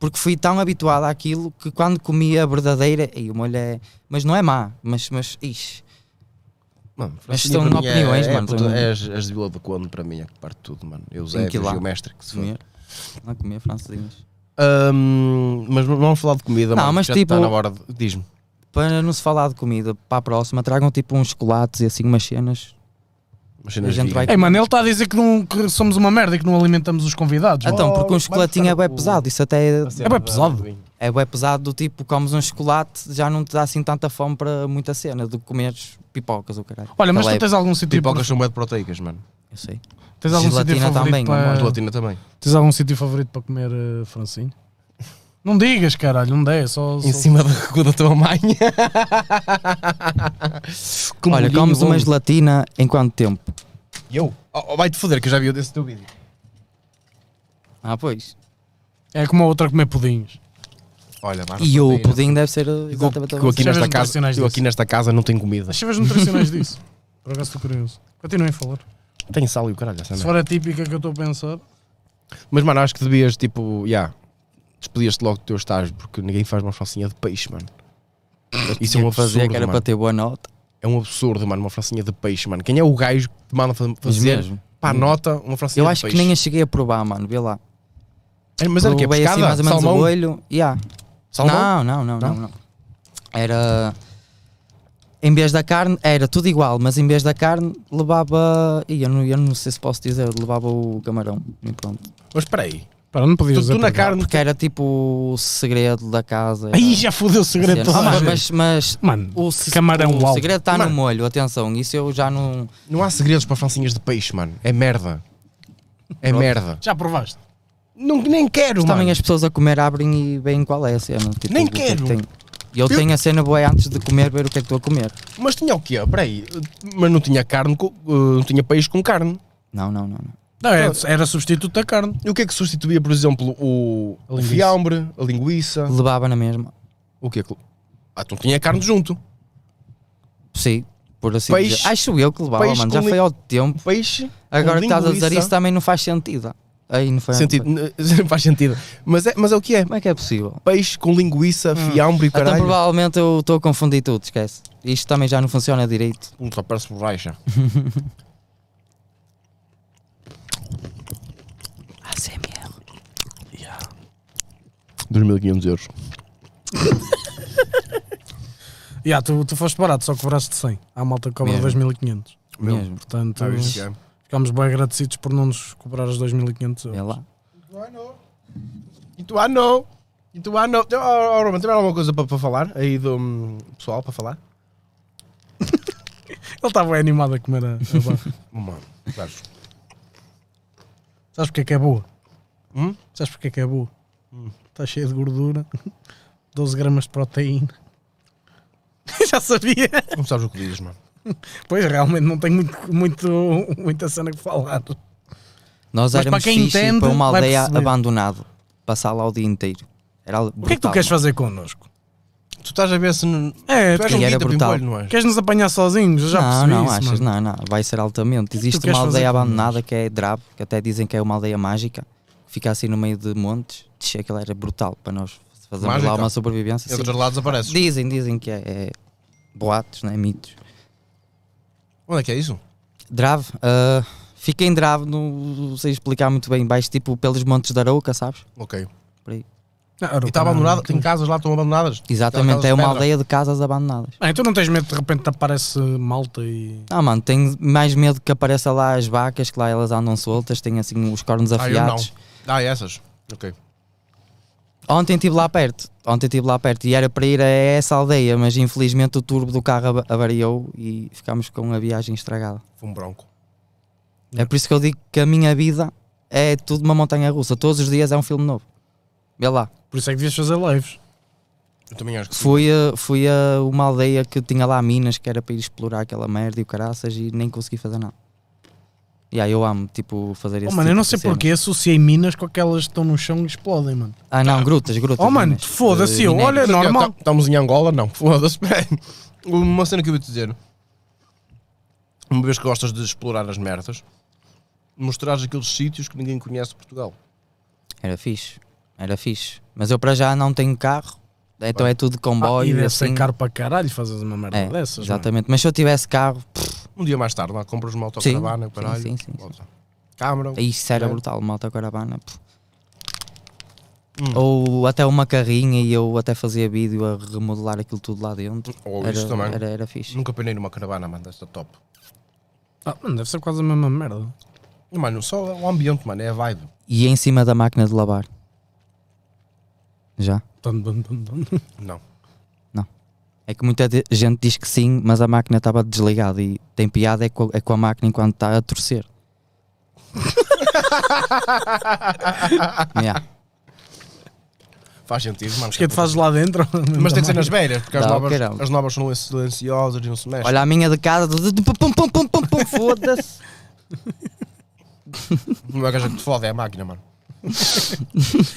Porque fui tão habituado àquilo que quando comi a verdadeira, e o molho é. Mas não é má, mas. mas ixi.
Mano,
Mas
francinha
são
para mim é-
opiniões,
é,
mano,
puta,
são-
É, as, as de Vila do Conde para mim é que parte tudo, mano. Eu usei
que ir
o
lá. Hum.
geométrico. Que se for.
Comer. Não comia francesinhas.
Hum, mas não vamos falar de comida,
Não,
mano.
mas
já
tipo-
está na hora de. Diz-me.
Para não se falar de comida, para a próxima, tragam tipo uns chocolates e assim umas cenas.
Mas cenas
gente
vegan.
vai-
Ei, mano, ele está a dizer que, não, que somos uma merda e que não alimentamos os convidados. mano.
Então, porque um
vai
chocolatinho
buscar
é bué
o-
pesado, isso até é,
É bem pesado.
é bué pesado do tipo, comes um chocolate, já não te dá assim tanta fome para muita cena, do que comeres pipocas ou caralho.
Olha, mas
Tá
tu
leve.
tens algum sítio
Pipocas são bem de proteicas, mano.
Eu sei.
Tens algum sítio
Gelatina
favorito
também,
para...
não é?
Gelatina também.
Tens algum sítio favorito para comer eh, francinho? Não digas, caralho, não dê, é só... só...
Em cima da cu da tua mãe. Com
Olha,
molhinho
comes
bom.
uma gelatina em quanto tempo?
Eu? Oh, oh, Vai-te foder, que eu já vi o desse teu vídeo.
Ah, pois.
É como a outra comer pudins.
Olha, mano.
E o
proteína.
pudim deve ser
né? Eu, eu
exatamente a
aqui,
Chaves
nesta casa,
nutricionais
eu aqui
disso.
nesta casa não tenho comida.
As chivas nutricionais disso. Por acaso estou curioso. Continuem a falar.
Tenho sal e o caralho, essa
Se
merda.
for a típica que eu estou a pensar...
Mas, mano, acho que devias, tipo, já. despedias-te logo do teu estágio, porque ninguém faz uma francinha de peixe, mano. Isso é um
que fazia
absurdo,
que era
mano.
para ter boa nota.
É um absurdo, mano, uma francinha de peixe, mano. Quem é o gajo que te manda fa-
Mas
fazer
mesmo.
para a nota uma francinha
Eu
de
acho
peixe?
que nem a cheguei a provar, mano. Vê lá.
É, Mas era o quê?
Provei
Pescada?
assim mais ou menos
Salmão?
o olho. Yeah.
Salmão?
Não, não, não, não, não. Era. Em vez da carne, era tudo igual, mas em vez da carne levava. Ih, eu não, eu não sei se posso dizer, levava o camarão. E pronto.
Mas espera aí.
Para, não podias
Tu, tu
dizer
na
para-
carne...
Porque era tipo o segredo da casa. era-
Aí já fodeu o segredo É
Ah,
toda a
mas,
gente.
mas, mas
Mano,
o, se-
Camarão,
o
uau.
segredo está no
Mano.
molho, atenção, isso eu já não.
Não há segredos para francinhas de peixe, mano. É merda. É merda.
já provaste?
Não, nem quero,
Mas
mano.
também as pessoas a comer abrem e veem qual é a cena. tipo,
Nem
do que é
quero.
que tem. Eu, tenho a cena boa antes de comer, ver o que é que estou a comer.
Mas tinha o quê? Peraí. Mas não tinha carne, com- eh, não tinha peixe com carne.
Não, não, não. não.
Não, é- era substituto da carne.
E o que é que substituía, por exemplo, o
A linguiça.
fiambre, a linguiça?
Levava na mesma.
O que é que. Ah, então tinha carne junto.
Sim, por assim
Peixe-
dizer. Acho eu que levava,
peixe
mano. Já
com
foi
li-
ao tempo.
Peixe.
Agora
com
que estás a dizer
linguiça.
isso também não faz sentido. Aí não faz
Sentido. Não faz sentido. Mas é, mas é o que é?
Como é que é possível?
Peixe com linguiça, fiambre e o
Então
caralho.
provavelmente eu estou a confundir tudo, esquece. Isto também já não funciona direito.
Um parece borracha.
ACMR.
2.500 euros.
Já, ah, tu, tu foste barato, só cobraste 100. Há malta que cobra
Mesmo.
2.500.
Mesmo.
Portanto,
Ah, isso é.
ficámos bem agradecidos por não nos cobrar os 2.500
É
euros.
lá.
Então, ah, não. Então, ah, não. Oh, oh, Roman, tem mais alguma coisa para, para falar? Aí do hum, pessoal para falar?
Ele estava bem animado a comer a, a barra.
Mano, claro.
Sabes porque é que é boa?
Hum?
Sabes porque é que é boa? Está cheia de gordura, 12 gramas de proteína. Já sabia.
Não sabes o que dizes, mano.
Pois, realmente não tenho muito, muito- muita cena que falar.
Nós
Mas
éramos
para quem
fixe
entende,
para uma
vai
aldeia
perceber.
abandonada. Passar lá o dia inteiro. Era
O que é que tu queres fazer connosco?
Tu estás a ver se. não-
É,
Tu és
e
um
era
guita
brutal.
pimpolho, não és?
queres-nos apanhar sozinhos? Eu já
não,
percebi
não,
isso,
achas,
mano.
não, não, vai ser altamente.
que tu
Existe
queres
uma aldeia
fazer com
abandonada que é Drab, que até dizem que é uma aldeia mágica, que fica assim no meio de montes. Tch, Aquilo era brutal para nós Fazemos
Mágica.
lá uma sobrevivência.
Entre
sim.
os lados apareces.
Dizem, dizem que é, é boatos, não é? Mitos.
Onde é que é isso?
Drave. ah, fica em Drave, não sei explicar muito bem. Baixo tipo pelos Montes da Arouca, sabes?
Ok.
Por aí.
Ah,
e está abandonada, tem casas lá que estão abandonadas. Aquelas
Exatamente,
casas
é
de
uma
pedra.
aldeia de casas abandonadas.
Ah, então não tens medo de repente aparece malta e.
Ah, mano, tenho mais medo que apareça lá as vacas, que lá elas andam soltas, têm assim os cornos
Ah, eu não.
afiados.
Ah, essas. Ok.
Ontem estive lá perto, ontem estive lá perto e era para ir a essa aldeia, mas infelizmente o turbo do carro ava- avariou e ficámos com a viagem estragada.
Foi um bronco.
É por isso que eu digo que a minha vida é tudo uma montanha russa. Todos os dias é um filme novo. Vê lá.
Por isso é que devias fazer lives.
Eu também acho que um
Fui a, fui a uma aldeia que tinha lá minas que era para ir explorar aquela merda e o caraças e nem consegui fazer nada. E aí eu amo, tipo, fazer isso.
Oh, mano, eu não sei porquê associei minas com aquelas que estão no chão e explodem, mano.
Ah, não, grutas, grutas.
Oh, mano,
minas.
foda-se,
Eh,
eu,
minérios.
olha, normal.
tá- Estamos em Angola, não. Foda-se. bem. Uma cena que eu ia te dizer. Uma vez que gostas de explorar as merdas, mostrares aqueles sítios que ninguém conhece de Portugal.
Era fixe, era fixe. Mas eu para já não tenho carro, então é tudo
Ah, e
comboio.
deve ser
assim.
caro para caralho fazer uma merda
É,
dessas.
exatamente. Mas se eu tivesse carro, pff,
Um dia mais tarde, lá compras uma
Sim,
autocaravana,
sim,
caralho.
sim, sim,
volta. Câmara.
Então,
isso era
é.
né?
brutal, uma autocaravana. pff.
Hum.
Ou até uma carrinha e eu até fazia vídeo a remodelar aquilo tudo lá dentro.
Ou
era,
isso também.
Era, era fixe.
Nunca apanhei numa caravana, mano, desta top.
Mano. Ah, mano, deve ser quase a mesma merda.
Mano, só o ambiente, mano, é a vibe.
E em cima da máquina de lavar. Já?
Tum, tum, tum, tum.
Não.
É que muita de- gente diz que sim, mas a máquina estava desligada e tem piada é com, é com a máquina enquanto está a torcer. Yeah.
Faz sentido, mano.
Mas que é que tu fazes lá dentro?
Mas tem que ser nas velhas, porque as
Dá,
novas,
caralho.
as novas são silenciosas e não se mexem.
Olha a minha de casa, de- de- de- pum, pum, pum, pum, pum, pum, foda-se.
Uma gaja que te fode é a máquina, mano.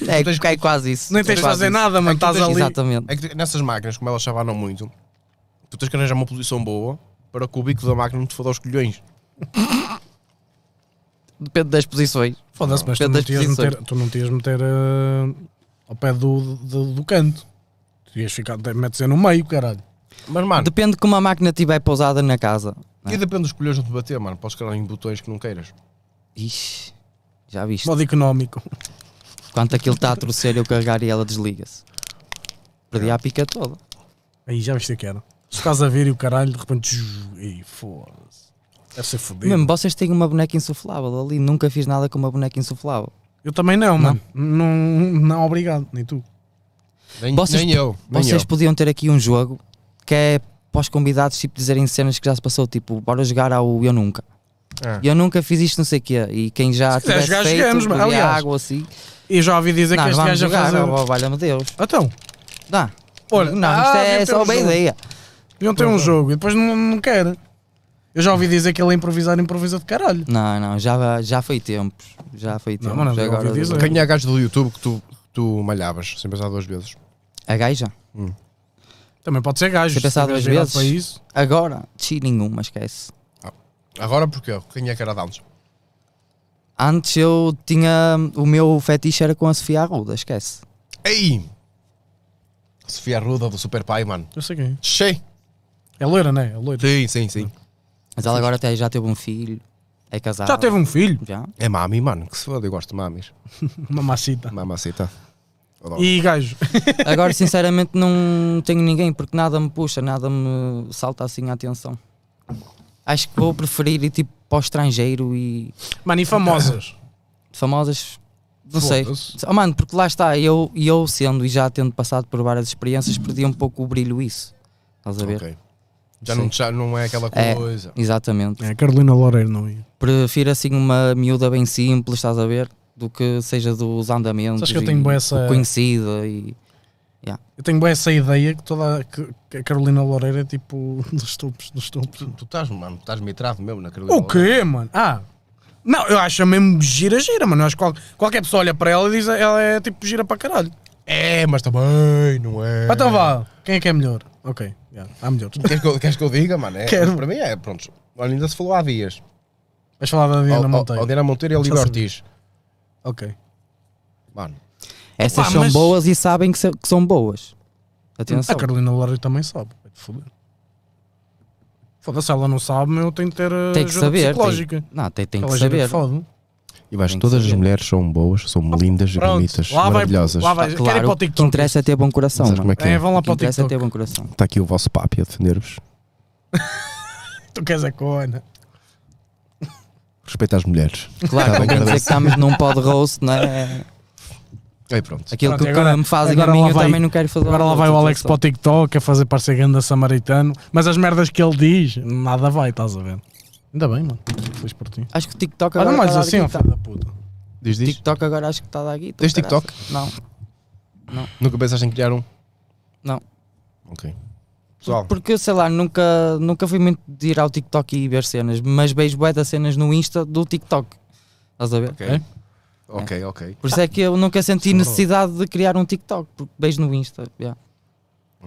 É, é quase isso.
Nem tens
É
de
quase
fazer
isso.
nada, mano,
É que tu
estás
tens-
ali.
Exatamente.
É que nessas máquinas, como elas chavanam muito, tu tens que arranjar uma posição boa para que o bico da máquina não te foda aos colhões.
Depende das posições.
Foda-se, mas tu
Depende
não,
das
te ias
posições.
meter, tu não te ias meter eh, ao pé do, do, do canto. Tu ias ficar, até metes aí no meio, caralho.
Mas, mano,
Depende como a máquina estiver pousada na casa.
e depende dos colhões não te bater, mano. Podes calar em botões que não queiras.
Ixi, já viste.
Modo económico.
Quanto aquilo está a torcer, eu carregar e ela desliga-se. Perdi a pica toda.
Aí já viste o que era. Se estás a ver e o caralho, de repente. zzz, Ei, foda-se. Deve ser fodido.
Mesmo, vocês têm uma boneca insuflável ali. Nunca fiz nada com uma boneca insuflável.
Eu também não, mano. Não, não, obrigado, nem tu.
Nem,
Vocês-
nem eu. Nem
Vocês
eu.
podiam ter aqui um jogo que é para os convidados tipo, dizerem cenas que já se passou. Tipo, bora jogar ao Eu Nunca.
É.
Eu nunca fiz isto, não sei o quê. E quem já
Se quiser
tivesse
jogar,
feito,
jogamos, mano.
beber
Aliás,
água assim.
E já ouvi dizer
Não,
que
não
este
vamos
gajo a
jogar,
é
fazer.
oh, valha-me Deus.
Então,
Dá.
olha,
Não, isto
ah,
é
deviam ter
só
um
uma
jogo.
ideia.
Deviam ter um jogo e depois não, não quer. Eu já ouvi dizer que ele a improvisar, improvisa de caralho.
Não, não, já, já foi tempos. Já foi
Não,
tempos.
mas não
agora,
ouvi dizer.
Quem é a gajo do YouTube que tu, tu malhavas, sem pensar duas vezes?
A gaja?
Também pode ser gajo.
Você
se
pensava
tiver
duas
virado
vezes?
Para isso.
Agora? Tchi, nenhuma, esquece.
Agora porquê? Quem é que era de antes?
Antes eu tinha. O meu fetiche era com a Sofia Arruda, esquece.
Ei! Sofia Ruda do Super Pai, mano.
Eu sei quem.
Cheio!
É loira, não é? É loira.
Sim, sim, sim.
Mas ela agora até já teve um filho, é casada.
Já teve um filho,
Já?
É mami, mano. Que se foda, eu gosto de mamis.
uma macita.
Mamacita. Adoro.
E gajo.
Agora, sinceramente, não tenho ninguém porque nada me puxa, nada me salta assim a atenção. Acho que vou preferir ir tipo para o estrangeiro e
Mano, e famosas.
famosas. Não sei.
Foda-se.
Oh, mano, porque lá está, eu, eu sendo e já tendo passado por várias experiências, perdi um pouco o brilho isso. Estás a ver?
Ok. Já não,
Sim.
te cha- não é aquela
É.
coisa.
Exatamente.
É, Carolina Loureiro não ia.
Prefiro assim uma miúda bem simples, estás a ver? Do que seja dos andamentos.
Sabes que eu
e
tenho bué essa-
Conhecida e.
Eu tenho bem essa ideia que toda a, que- que a Carolina Loureiro é tipo dos topos, dos topos.
Tu estás, mano, estás mitrado mesmo naquele
O quê, mano? Ah, não, eu acho mesmo gira, gira, mano. Eu acho que qual- qualquer pessoa olha para ela e diz ela é tipo gira para caralho.
É, mas também, não é?
Ah, Então vá, quem é que é melhor? Ok, já, há melhor.
Queres que, eu, queres que eu diga, mano? É,
Quero.
Para mim é, pronto. Olha, ainda se falou há dias.
Vais falar da Diana
Ao- ao-
Monteiro.
ao Diana Monteiro e ao
Já
Liga
sabia.
Ortiz.
Ok.
Mano,
Essas
Pá,
são
mas-
boas e sabem que são, que são boas. Atenção.
A Carolina Lório também sabe. vai-te foder. Foda-se, ela não sabe, mas eu tenho que ter eh,
Tem que
ajuda
saber, tem-
psicológica. é
não, tem- tem que
Ela gira
saber.
fode.
Eu acho que todas as mulheres são boas, são lindas,
Pronto,
bonitas,
lá vai-
maravilhosas.
lá vai- Querem
Claro,
para o
o que
TikTok.
interessa é ter bom coração.
Sabes
mano.
como é que é? É, vão
lá
O
para o
interessa é ter
TikTok.
bom coração.
Está aqui o vosso papi a defender-vos.
Tu queres é a cona.
Respeita as mulheres.
Claro,
Tá bem,
não quer dizer
cada
que
vez.
estamos num pod roast, não é?
Aí pronto.
Aquilo
Pronto,
que
agora-
me fazem a
agora
mim,
lá
eu
vai-
também não quero fazer.
Agora
ao
lá vai o
outro,
Alex para
atenção.
o TikTok a fazer parecer ganda samaritano, mas as merdas que ele diz, nada vai, estás a ver? Ainda bem, mano. Feliz por ti.
Acho que o TikTok agora.
Olha mais
está a dar
assim, ó
guita.
filho da puta.
Diz, diz.
TikTok agora acho que está a dar guita.
Tens
caraças.
TikTok?
Não.
Nunca pensaste em criar um?
Não.
Ok. Pessoal,
Porque, sei lá, nunca, nunca fui muito de ir ao TikTok e ver cenas, mas vejo bué das cenas no Insta do TikTok. Estás a ver?
Ok.
É?
ok, ok.
Por isso é que eu nunca senti necessidade de criar um TikTok, porque vejo no Insta. yeah.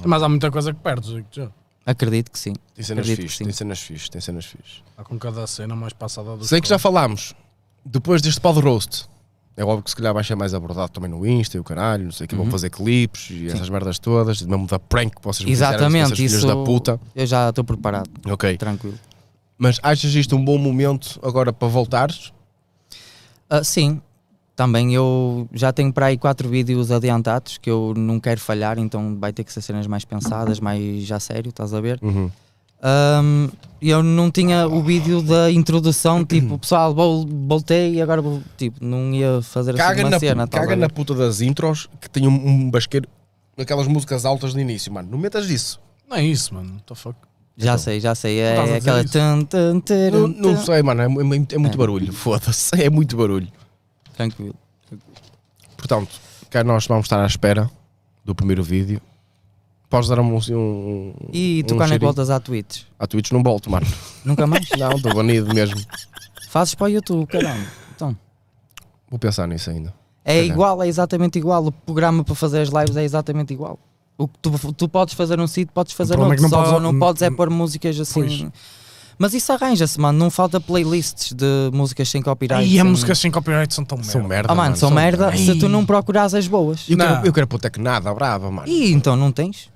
Mas há muita coisa que perdes, digo-te já.
Acredito que sim.
Tem cenas
Acredito que
fixes,
sim.
tem cenas fixes, tem cenas fixes.
Está com cada cena mais passada do
Sei que já falámos, depois deste pod roast, é óbvio que se calhar vai ser mais abordado também no Insta e o caralho, não sei o
Uhum.
que, vão fazer clipes e essas merdas todas, mesmo da prank que vocês me fizeram,
Exatamente,
vocês filhos
isso.
da puta.
Eu já estou preparado,
Ok.
tranquilo.
Mas achas isto um bom momento agora para voltares?
Ah, sim, também eu já tenho para aí quatro vídeos adiantados que eu não quero falhar, então vai ter que ser cenas mais pensadas, mais a sério, estás a ver?
Uhum.
Ahm, eu não tinha o vídeo da introdução, tipo, pessoal, vol- voltei e agora vou, tipo, não ia fazer
Caga,
assim
na,
uma cena, estás
caga
a ver?
na puta das intros que tem um, um basqueiro naquelas músicas altas no início, mano. Não metas disso.
Não é isso, mano. What the fuck?
Já sei, já sei, é,
Estás a dizer
aquela...
isso?
tan, tan, tan,
Não, não
tan.
sei, mano. É, mu- é muito- é muito
É.
barulho. Foda-se. É muito barulho.
Tranquilo.
Portanto, cá nós vamos estar à espera do primeiro vídeo. Podes dar um. um
E
um
tu quando é que
cheirinho?
voltas à Twitch?
À Twitch não volto, mano.
Nunca mais?
Não, estou banido mesmo.
Fazes para o YouTube, caramba. Então,
Vou pensar nisso ainda.
é
Caralho.
igual, é exatamente igual. O programa para fazer as lives é exatamente igual. O que tu, tu podes fazer num sítio, podes fazer
problema é
outro.
que não
Só
podes- um-
não podes é pôr músicas assim.
Pois.
Mas isso arranja-se, mano. Não falta playlists de músicas sem copyright.
E as
sem-
é músicas sem copyright são tão merda.
São merda.
Ah, mano, é são merda se tu não procurares as boas.
Eu
Não.
quero, eu quero pôr tecnada brava, mano.
E então não tens?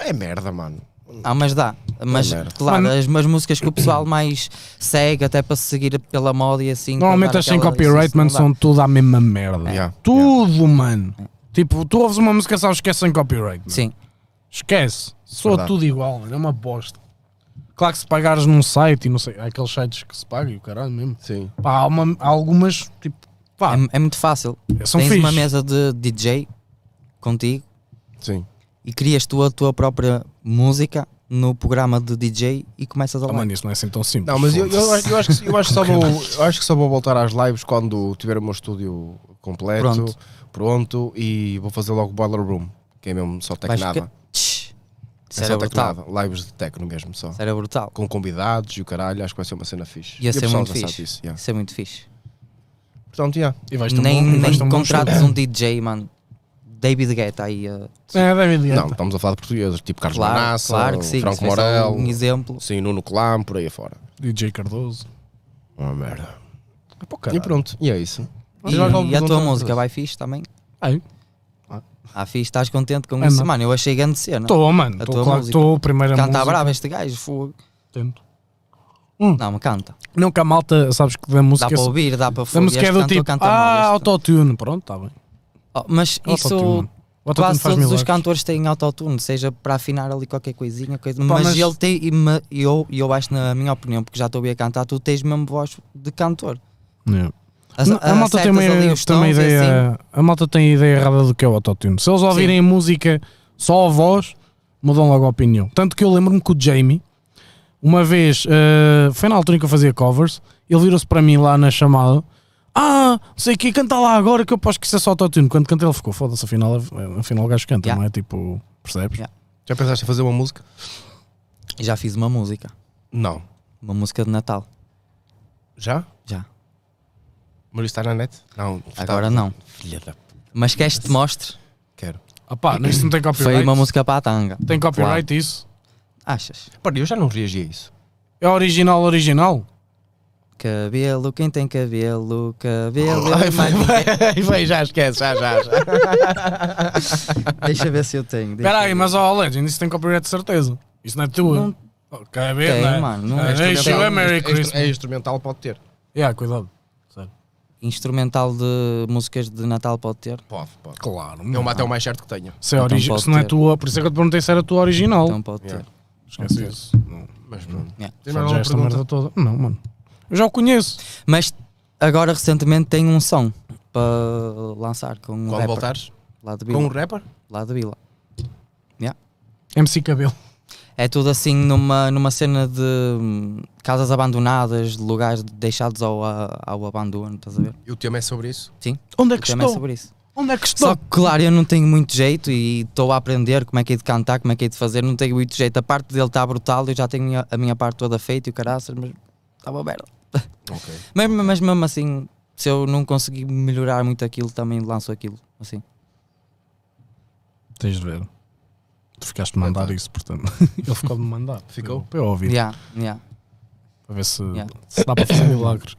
É merda, mano.
Ah, mas dá. Mas,
merda.
claro,
Mano.
as, as músicas que o pessoal mais segue, até para se seguir pela moda e assim.
Normalmente
para
as
dar
sem
aquela- É.
copyright,
isso não
mano,
dá.
são tudo a mesma merda.
Yeah,
Tudo, mano. Tipo, tu ouves uma música, sabes que é sem copyright. mano.
Sim.
Esquece. Soa
Verdade.
tudo igual, mano. É uma bosta. Claro que se pagares num site e não sei, há aqueles sites que se pagam e o caralho mesmo.
Sim.
Pá, há, uma- há algumas, tipo, pá,
É, é muito fácil.
são
Tens
fixe.
uma mesa de DJ contigo
Sim.
e crias tu a tua própria música no programa de DJ e começas a
Ah,
lá.
mano, isso não é assim tão simples.
Não, mas eu, eu,
Foda-se.
acho- eu acho que, eu, acho que só vou, eu acho que só vou voltar às lives quando tiver o meu estúdio completo,
Pronto.
pronto, e vou fazer logo Boiler Room, que é mesmo só
Vais
tecnada.
ficar-
É
Tch, Isso
só
era brutal.
tecnada, lives de tecno mesmo só.
Isso era brutal.
Com convidados e o caralho, acho que vai ser uma cena fixe.
Ia
E o
ser
pessoal
muito
já sabe
fixe.
disso, yeah.
Isso é muito fixe.
Portanto, yeah.
E vais ter um
Nem,
bom- e vais
nem
ter um bom
contratas
show.
um DJ, mano. David Guetta aí. uh,
É, David
Não,
Guetta.
estamos a falar de portugueses, tipo Carlos
claro,
Manassa,
claro que sim. isso
Franco
foi só
Morel,
Um exemplo.
sim, Nuno Clam, por aí afora.
DJ Cardoso.
Uma merda.
Ah, pô,
E pronto, e é isso.
E,
já vamos
e a tua
voltar
música
atrás.
vai fixe também?
Ai.
Ah, fixe, estás contente com
É,
isso?
mano.
Mano, eu achei grande cena.
Estou, mano.
A tua
Estou, claro que
música.
estou. Primeira
Canta
música.
bravo este gajo, fogo.
Tento. Hum.
Não, mas canta.
Não que a malta, sabes que da
Dá
música... é
para ouvir, dá para
da
fogo.
música é
Este
do
cantor
tipo,
canta mal,
ah,
este-
autotune. Pronto, está bem.
Oh, mas
Autotune,
isso
mano. O autotune
quase
faz
todos os
milagres.
cantores têm autotune, seja para afinar ali qualquer coisinha, coisa,
Pá,
mas,
mas-
ele tem, e me- eu, eu acho, na minha opinião, porque já estou bem a cantar, tu tens mesmo voz de cantor.
Yeah.
As-
É. Não, a malta tem uma,
acertas ali os
tem uma
tons e assim.
ideia, a malta tem a ideia errada do que é o autotune. Se eles ouvirem a música só a voz, mudam logo a opinião. Tanto que eu lembro-me que o Jamie, uma vez, eh, foi na altura em que eu fazia covers, ele virou-se para mim lá na chamada. Ah, sei que canta lá agora que eu posso que isso é só autotune. Quando canta ele ficou, foda-se, afinal, eh, afinal o gajo canta,
Yeah.
não é? Tipo, percebes?
Yeah.
Já pensaste em fazer uma música?
Já fiz uma música,
Não.
uma música de Natal,
Já?
já.
Mas isso está na net? Não. está-
Agora não.
Filha da... p-
Mas queres que te mostre?
Quero.
Ah pá, não, isso não tem copyright.
Foi uma música para a tanga.
Tem copyright isso?
Achas?
Pá, eu já não reagi a isso.
É original, original?
Cabelo, quem tem cabelo, cabelo.
Ai,
é
vai,
mais
vai, vai, já esquece, já, já, já.
Deixa ver se eu tenho. deixa
Espera aí,
ver.
mas ó, oh, Legend, isso tem copyright de certeza. Isso não é tua.
Não-
Oh, Quer ver,
Tem,
né?
mano, não-
Ah,
É
deixa
instrumental,
o Merry
é instru-
Christmas.
É instrumental, pode ter.
Yeah, cuidado. Sério.
Instrumental de músicas de Natal pode ter?
Pode, pode.
Claro.
É uma, até o mais certo que tenho.
Ah, Se, é
Então
origi-
pode
se não é
ter.
tua, por isso é que eu te perguntei se era tua original.
Então pode ter.
Esquece
Não.
isso.
Não, Mas pronto.
Yeah.
Tem
Faz
mais
já
alguma
esta merda
pergunta?
toda. Não, mano. Eu já o conheço.
Mas agora recentemente tem um som para lançar com um
Qual
rapper.
voltares?
Lá de Bila.
Com um rapper?
Lá de Bila.
MC Cabelo.
É tudo assim numa, numa cena de hum, casas abandonadas, de lugares deixados ao, a- ao abandono, estás a ver?
E o tema é sobre isso?
Sim.
Onde é
o
que
tema é
estou?
sobre isso.
Onde é que estou?
Só que, claro, eu não tenho muito jeito e estou a aprender como é que é de cantar, como é que é de fazer, não tenho muito jeito. A parte dele está brutal, eu já tenho a, a minha parte toda feita e o caraças, mas está uma merda.
Ok.
Mas, mas mesmo assim, se eu não conseguir melhorar muito aquilo, também lanço aquilo, assim.
Tens de ver. Tu ficaste de mandar isso, portanto. Ele ficou de mandar.
Ficou?
Para eu ouvir.
Yeah, yeah.
Para ver se,
Hum.
Yeah.
se dá para fazer milagres.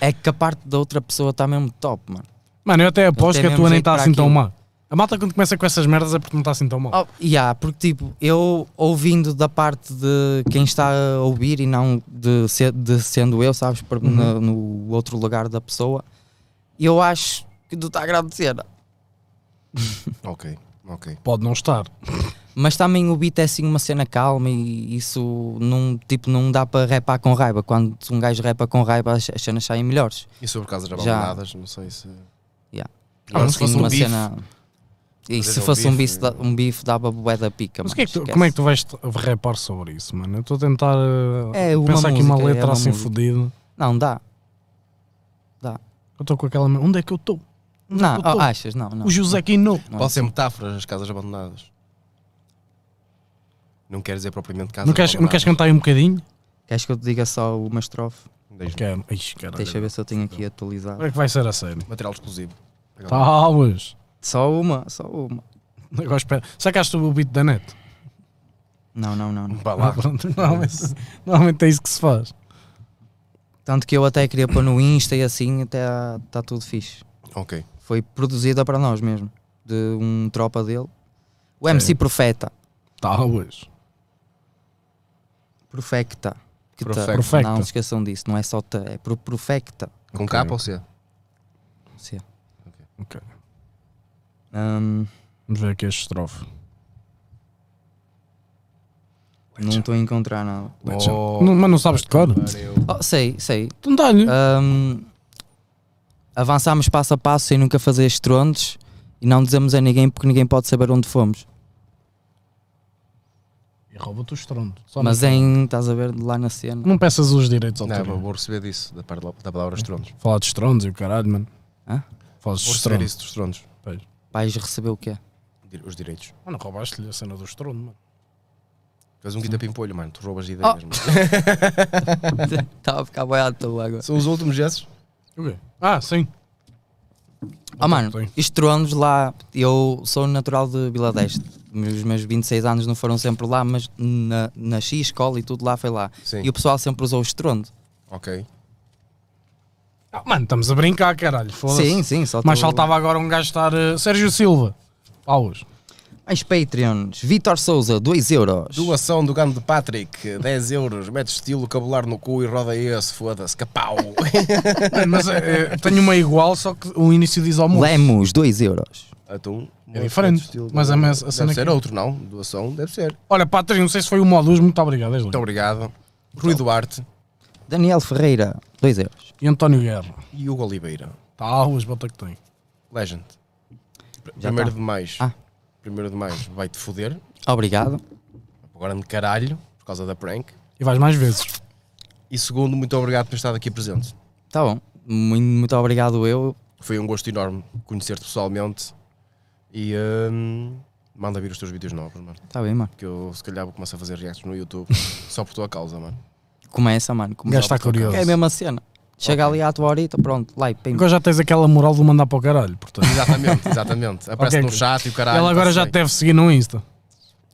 É que a parte da outra pessoa está mesmo top, mano.
Mano, eu até aposto
tem
que a
mesmo
tua nem
jeito
está
para
assim tão
aquilo.
má. A malta quando começa com essas merdas é porque não está assim tão mal.
Oh, yeah, porque tipo, eu ouvindo da parte de quem está a ouvir e não de, se- de sendo eu, sabes, por-
Uhum.
na- no outro lugar da pessoa, eu acho que tu tá está a agradecer.
Ok, ok.
Pode não estar.
Mas também o beat é assim uma cena calma e isso não, tipo, não dá para repar com raiva. Quando um gajo repa com raiva, as, as cenas saem melhores.
E sobre casas
Já.
abandonadas, não sei se.
E
Ah, mas se fosse um
uma
bife.
E
Mas
se
é o
fosse um
bife.
bife, da- um bife dava bué da pica.
Mas
mano,
que é que tu-
esquece.
como é que tu vais te- repar sobre isso, mano? Eu estou a tentar uh,
É uma
pensar aqui uma
música, é
letra
uma
assim
música.
fodida.
Não, dá.
Eu estou com aquela. Onde é que eu estou?
Não,
eu tô-
oh, achas? Não, não.
O José Quino.
não é
Pode
assim.
ser metáforas as casas abandonadas. Não quer dizer propriamente casas
Não queres, não queres
abandonadas.
cantar aí um bocadinho?
Queres que eu te diga só uma estrofe?
Deixa-
Quero. Ixi, caralho.
Deixa eu ver se eu tenho aqui atualizado.
Agora é que vai ser a sério.
Material exclusivo.
Tá. Talvez.
Só uma, só uma.
Agora espera. Sacaste o beat da net?
Não, não, não. não.
Vá
Ah,
Tá lá.
pronto. Normalmente, normalmente é isso que se faz.
Tanto que eu até queria pôr no Insta e assim, até está tudo fixe.
Ok.
Foi produzida para nós mesmo, de um tropa dele. O MC Profeta.
Talvez.
Profecta. Que tá-
Profecta.
Profecta.
Não se esqueçam disso, não é só ta, é pro Profecta.
Com capa ou C?
Sim.
Ok.
Hum,
Vamos ver aqui a estrofe.
não estou a encontrar nada.
Oh,
Não, mas não sabes de cor?
Oh, sei, sei.
Então dá-lhe.
Ah. Ahm, avançámos passo a passo sem nunca fazer estrondes e não dizemos a ninguém porque ninguém pode saber onde fomos.
E rouba-te o estrondo. Só
Mas é
não-
em, estás a ver, lá na cena.
Não peças os direitos
Não, é eu
autorais.
vou receber disso, da, par- da palavra estrondos.
Falar de estrondos e o caralho, mano.
Hã?
Falas de
Vou receber
estrondos.
isso dos estrondos.
Vais receber o quê?
Di- Os direitos.
Mano, roubaste-lhe a cena do estrondo, mano.
Tu és um guita pimpolho, mano. Tu roubas
Ah.
ideias, mano.
Estava a Tá, ficar boiado pelo água.
São os últimos gestos?
O quê? Ah, sim.
Oh mano,
Sim.
estrondos lá, eu sou natural de Vila Deste. Os meus 26 anos não foram sempre lá, mas na, nasci, escola e tudo lá foi lá.
Sim.
E o pessoal sempre usou o estrondo.
Ok.
Ah, mano, estamos a brincar, caralho. Foda-se.
Sim, sim, só
Mas
tô-
faltava agora um gajo estar. eh, Sérgio Silva. Paus.
Mais Patreons, Vitor Souza, 2 euros.
Doação do gano de Patrick. 10 euros. Mete estilo, cabular no cu e roda esse. Foda-se. Capau.
Mano, mas eh, eh, tenho uma igual, só que o início diz ao moço.
Lemos, 2 euros.
Atum.
É diferente, mas a mes- a cena
Deve
que-
ser outro, não? Doação, deve ser.
Olha, Patrícia, não sei se foi uma ou duas, muito obrigado. és lindo.
Muito obrigado. Rui Duarte
Daniel Ferreira, 2 euros.
E António Guerra.
e Hugo Oliveira.
Talvez, bota que tem.
Legend. Pr-
Já
Primeiro
tá.
de mais.
Ah.
Primeiro de mais vai-te foder.
Obrigado.
Agora de caralho, por causa da prank.
E vais mais vezes.
E segundo, muito obrigado por ter estado aqui presente.
Tá bom. Muito, muito obrigado eu.
Foi um gosto enorme conhecer-te pessoalmente e hum, manda vir os teus vídeos novos, mano.
Tá bem, mano.
Que eu se calhar vou começar a fazer reacts no YouTube só por tua causa, mano.
Começa, mano.
O
Começa.
gajo está curioso.
É a mesma cena. Chega ali à tua horita, pronto, lá e pim.
Agora já tens aquela moral de o mandar para o caralho, portanto.
Exatamente, exatamente. Aparece
Ok.
no chat e o caralho. tá
Ela agora já
passei.
te deve seguir no Insta.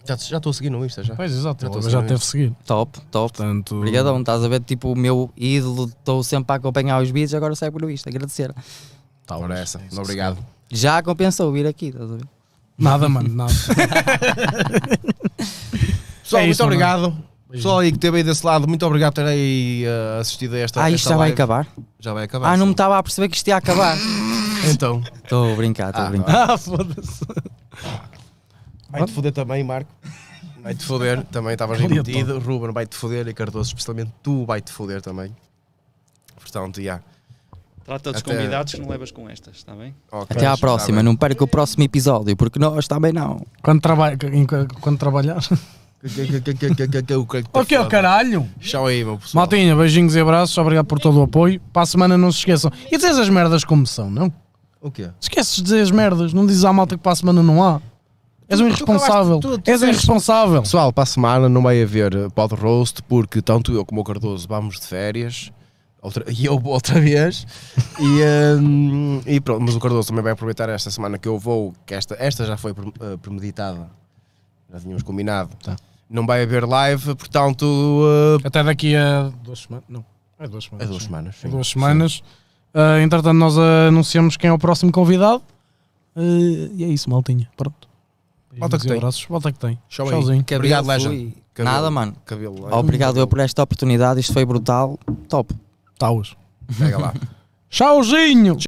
Já já estou a seguir no Insta já.
Pois, exato.
estou a
Já
no
teve
Insta.
seguido.
Top, top.
Uhum.
Obrigadão, estás a ver? Tipo, o meu ídolo, estou sempre a acompanhar os vídeos, agora sai por isto. Agradecer.
Tá, ora essa.
é
Obrigado.
Já compensou vir aqui, estás a ver?
Nada, mano, nada.
Pessoal,
É
muito
isso, mano.
obrigado. Pessoal aí que esteve aí desse lado, muito obrigado por terem aí, eh, assistido a esta
Ah, isto
esta
já vai
live.
acabar?
Já vai acabar.
Ah, não
sim.
me estava a perceber que isto ia acabar.
Então.
Estou a brincar, estou a brincar.
Ah, foda-se.
Vai-te foder também, Marco. Vai-te foder, também estavas
Aleatório.
remetido. Ruben vai-te foder e Cardoso, especialmente tu, vai-te foder também. Portanto, já.
Trata dos
Até-
convidados que não levas com estas, está bem?
Ok,
Até à
está
próxima,
bem.
não perca o próximo episódio, porque nós também não.
Quando, traba... em- Quando trabalhar.
Que- que- que- que- que- que- o que é que te
Ok, o
foda?
caralho.
Tchau aí, meu pessoal.
Maltinha, beijinhos e abraços, obrigado por todo o apoio. Para a semana não se esqueçam. E dizes as merdas como são, não?
O quê?
Esqueces de dizer as merdas, não dizes à malta que para a semana não há. És um irresponsável. És um
tu- tu disseste-
irresponsável.
Pessoal, para a semana não vai haver eh, pod roast porque tanto eu como o Cardoso vamos de férias outra- e eu vou outra vez. e, hum, e pronto, mas o Cardoso também vai aproveitar esta semana que eu vou, que esta, esta já foi pre- eh, premeditada, já tínhamos combinado. Não vai haver live, portanto, eh,
Até daqui a duas semanas. Não, é duas
é
semanas.
duas semanas.
É
sim.
duas semanas. Ah, entretanto, nós ah, anunciamos quem é o próximo convidado. Ah, e é isso, maltinha. Pronto.
Volta
Beijinhos
que
e
tem.
abraços. Volta que tem.
Tchau aí.
Tchauzinho.
Obrigado, Legend.
fui.
Cabelo.
Nada, mano.
Cabelo.
Obrigado eu por esta oportunidade, isto foi brutal. Top.
Taus.
Pega lá.
Tchauzinho.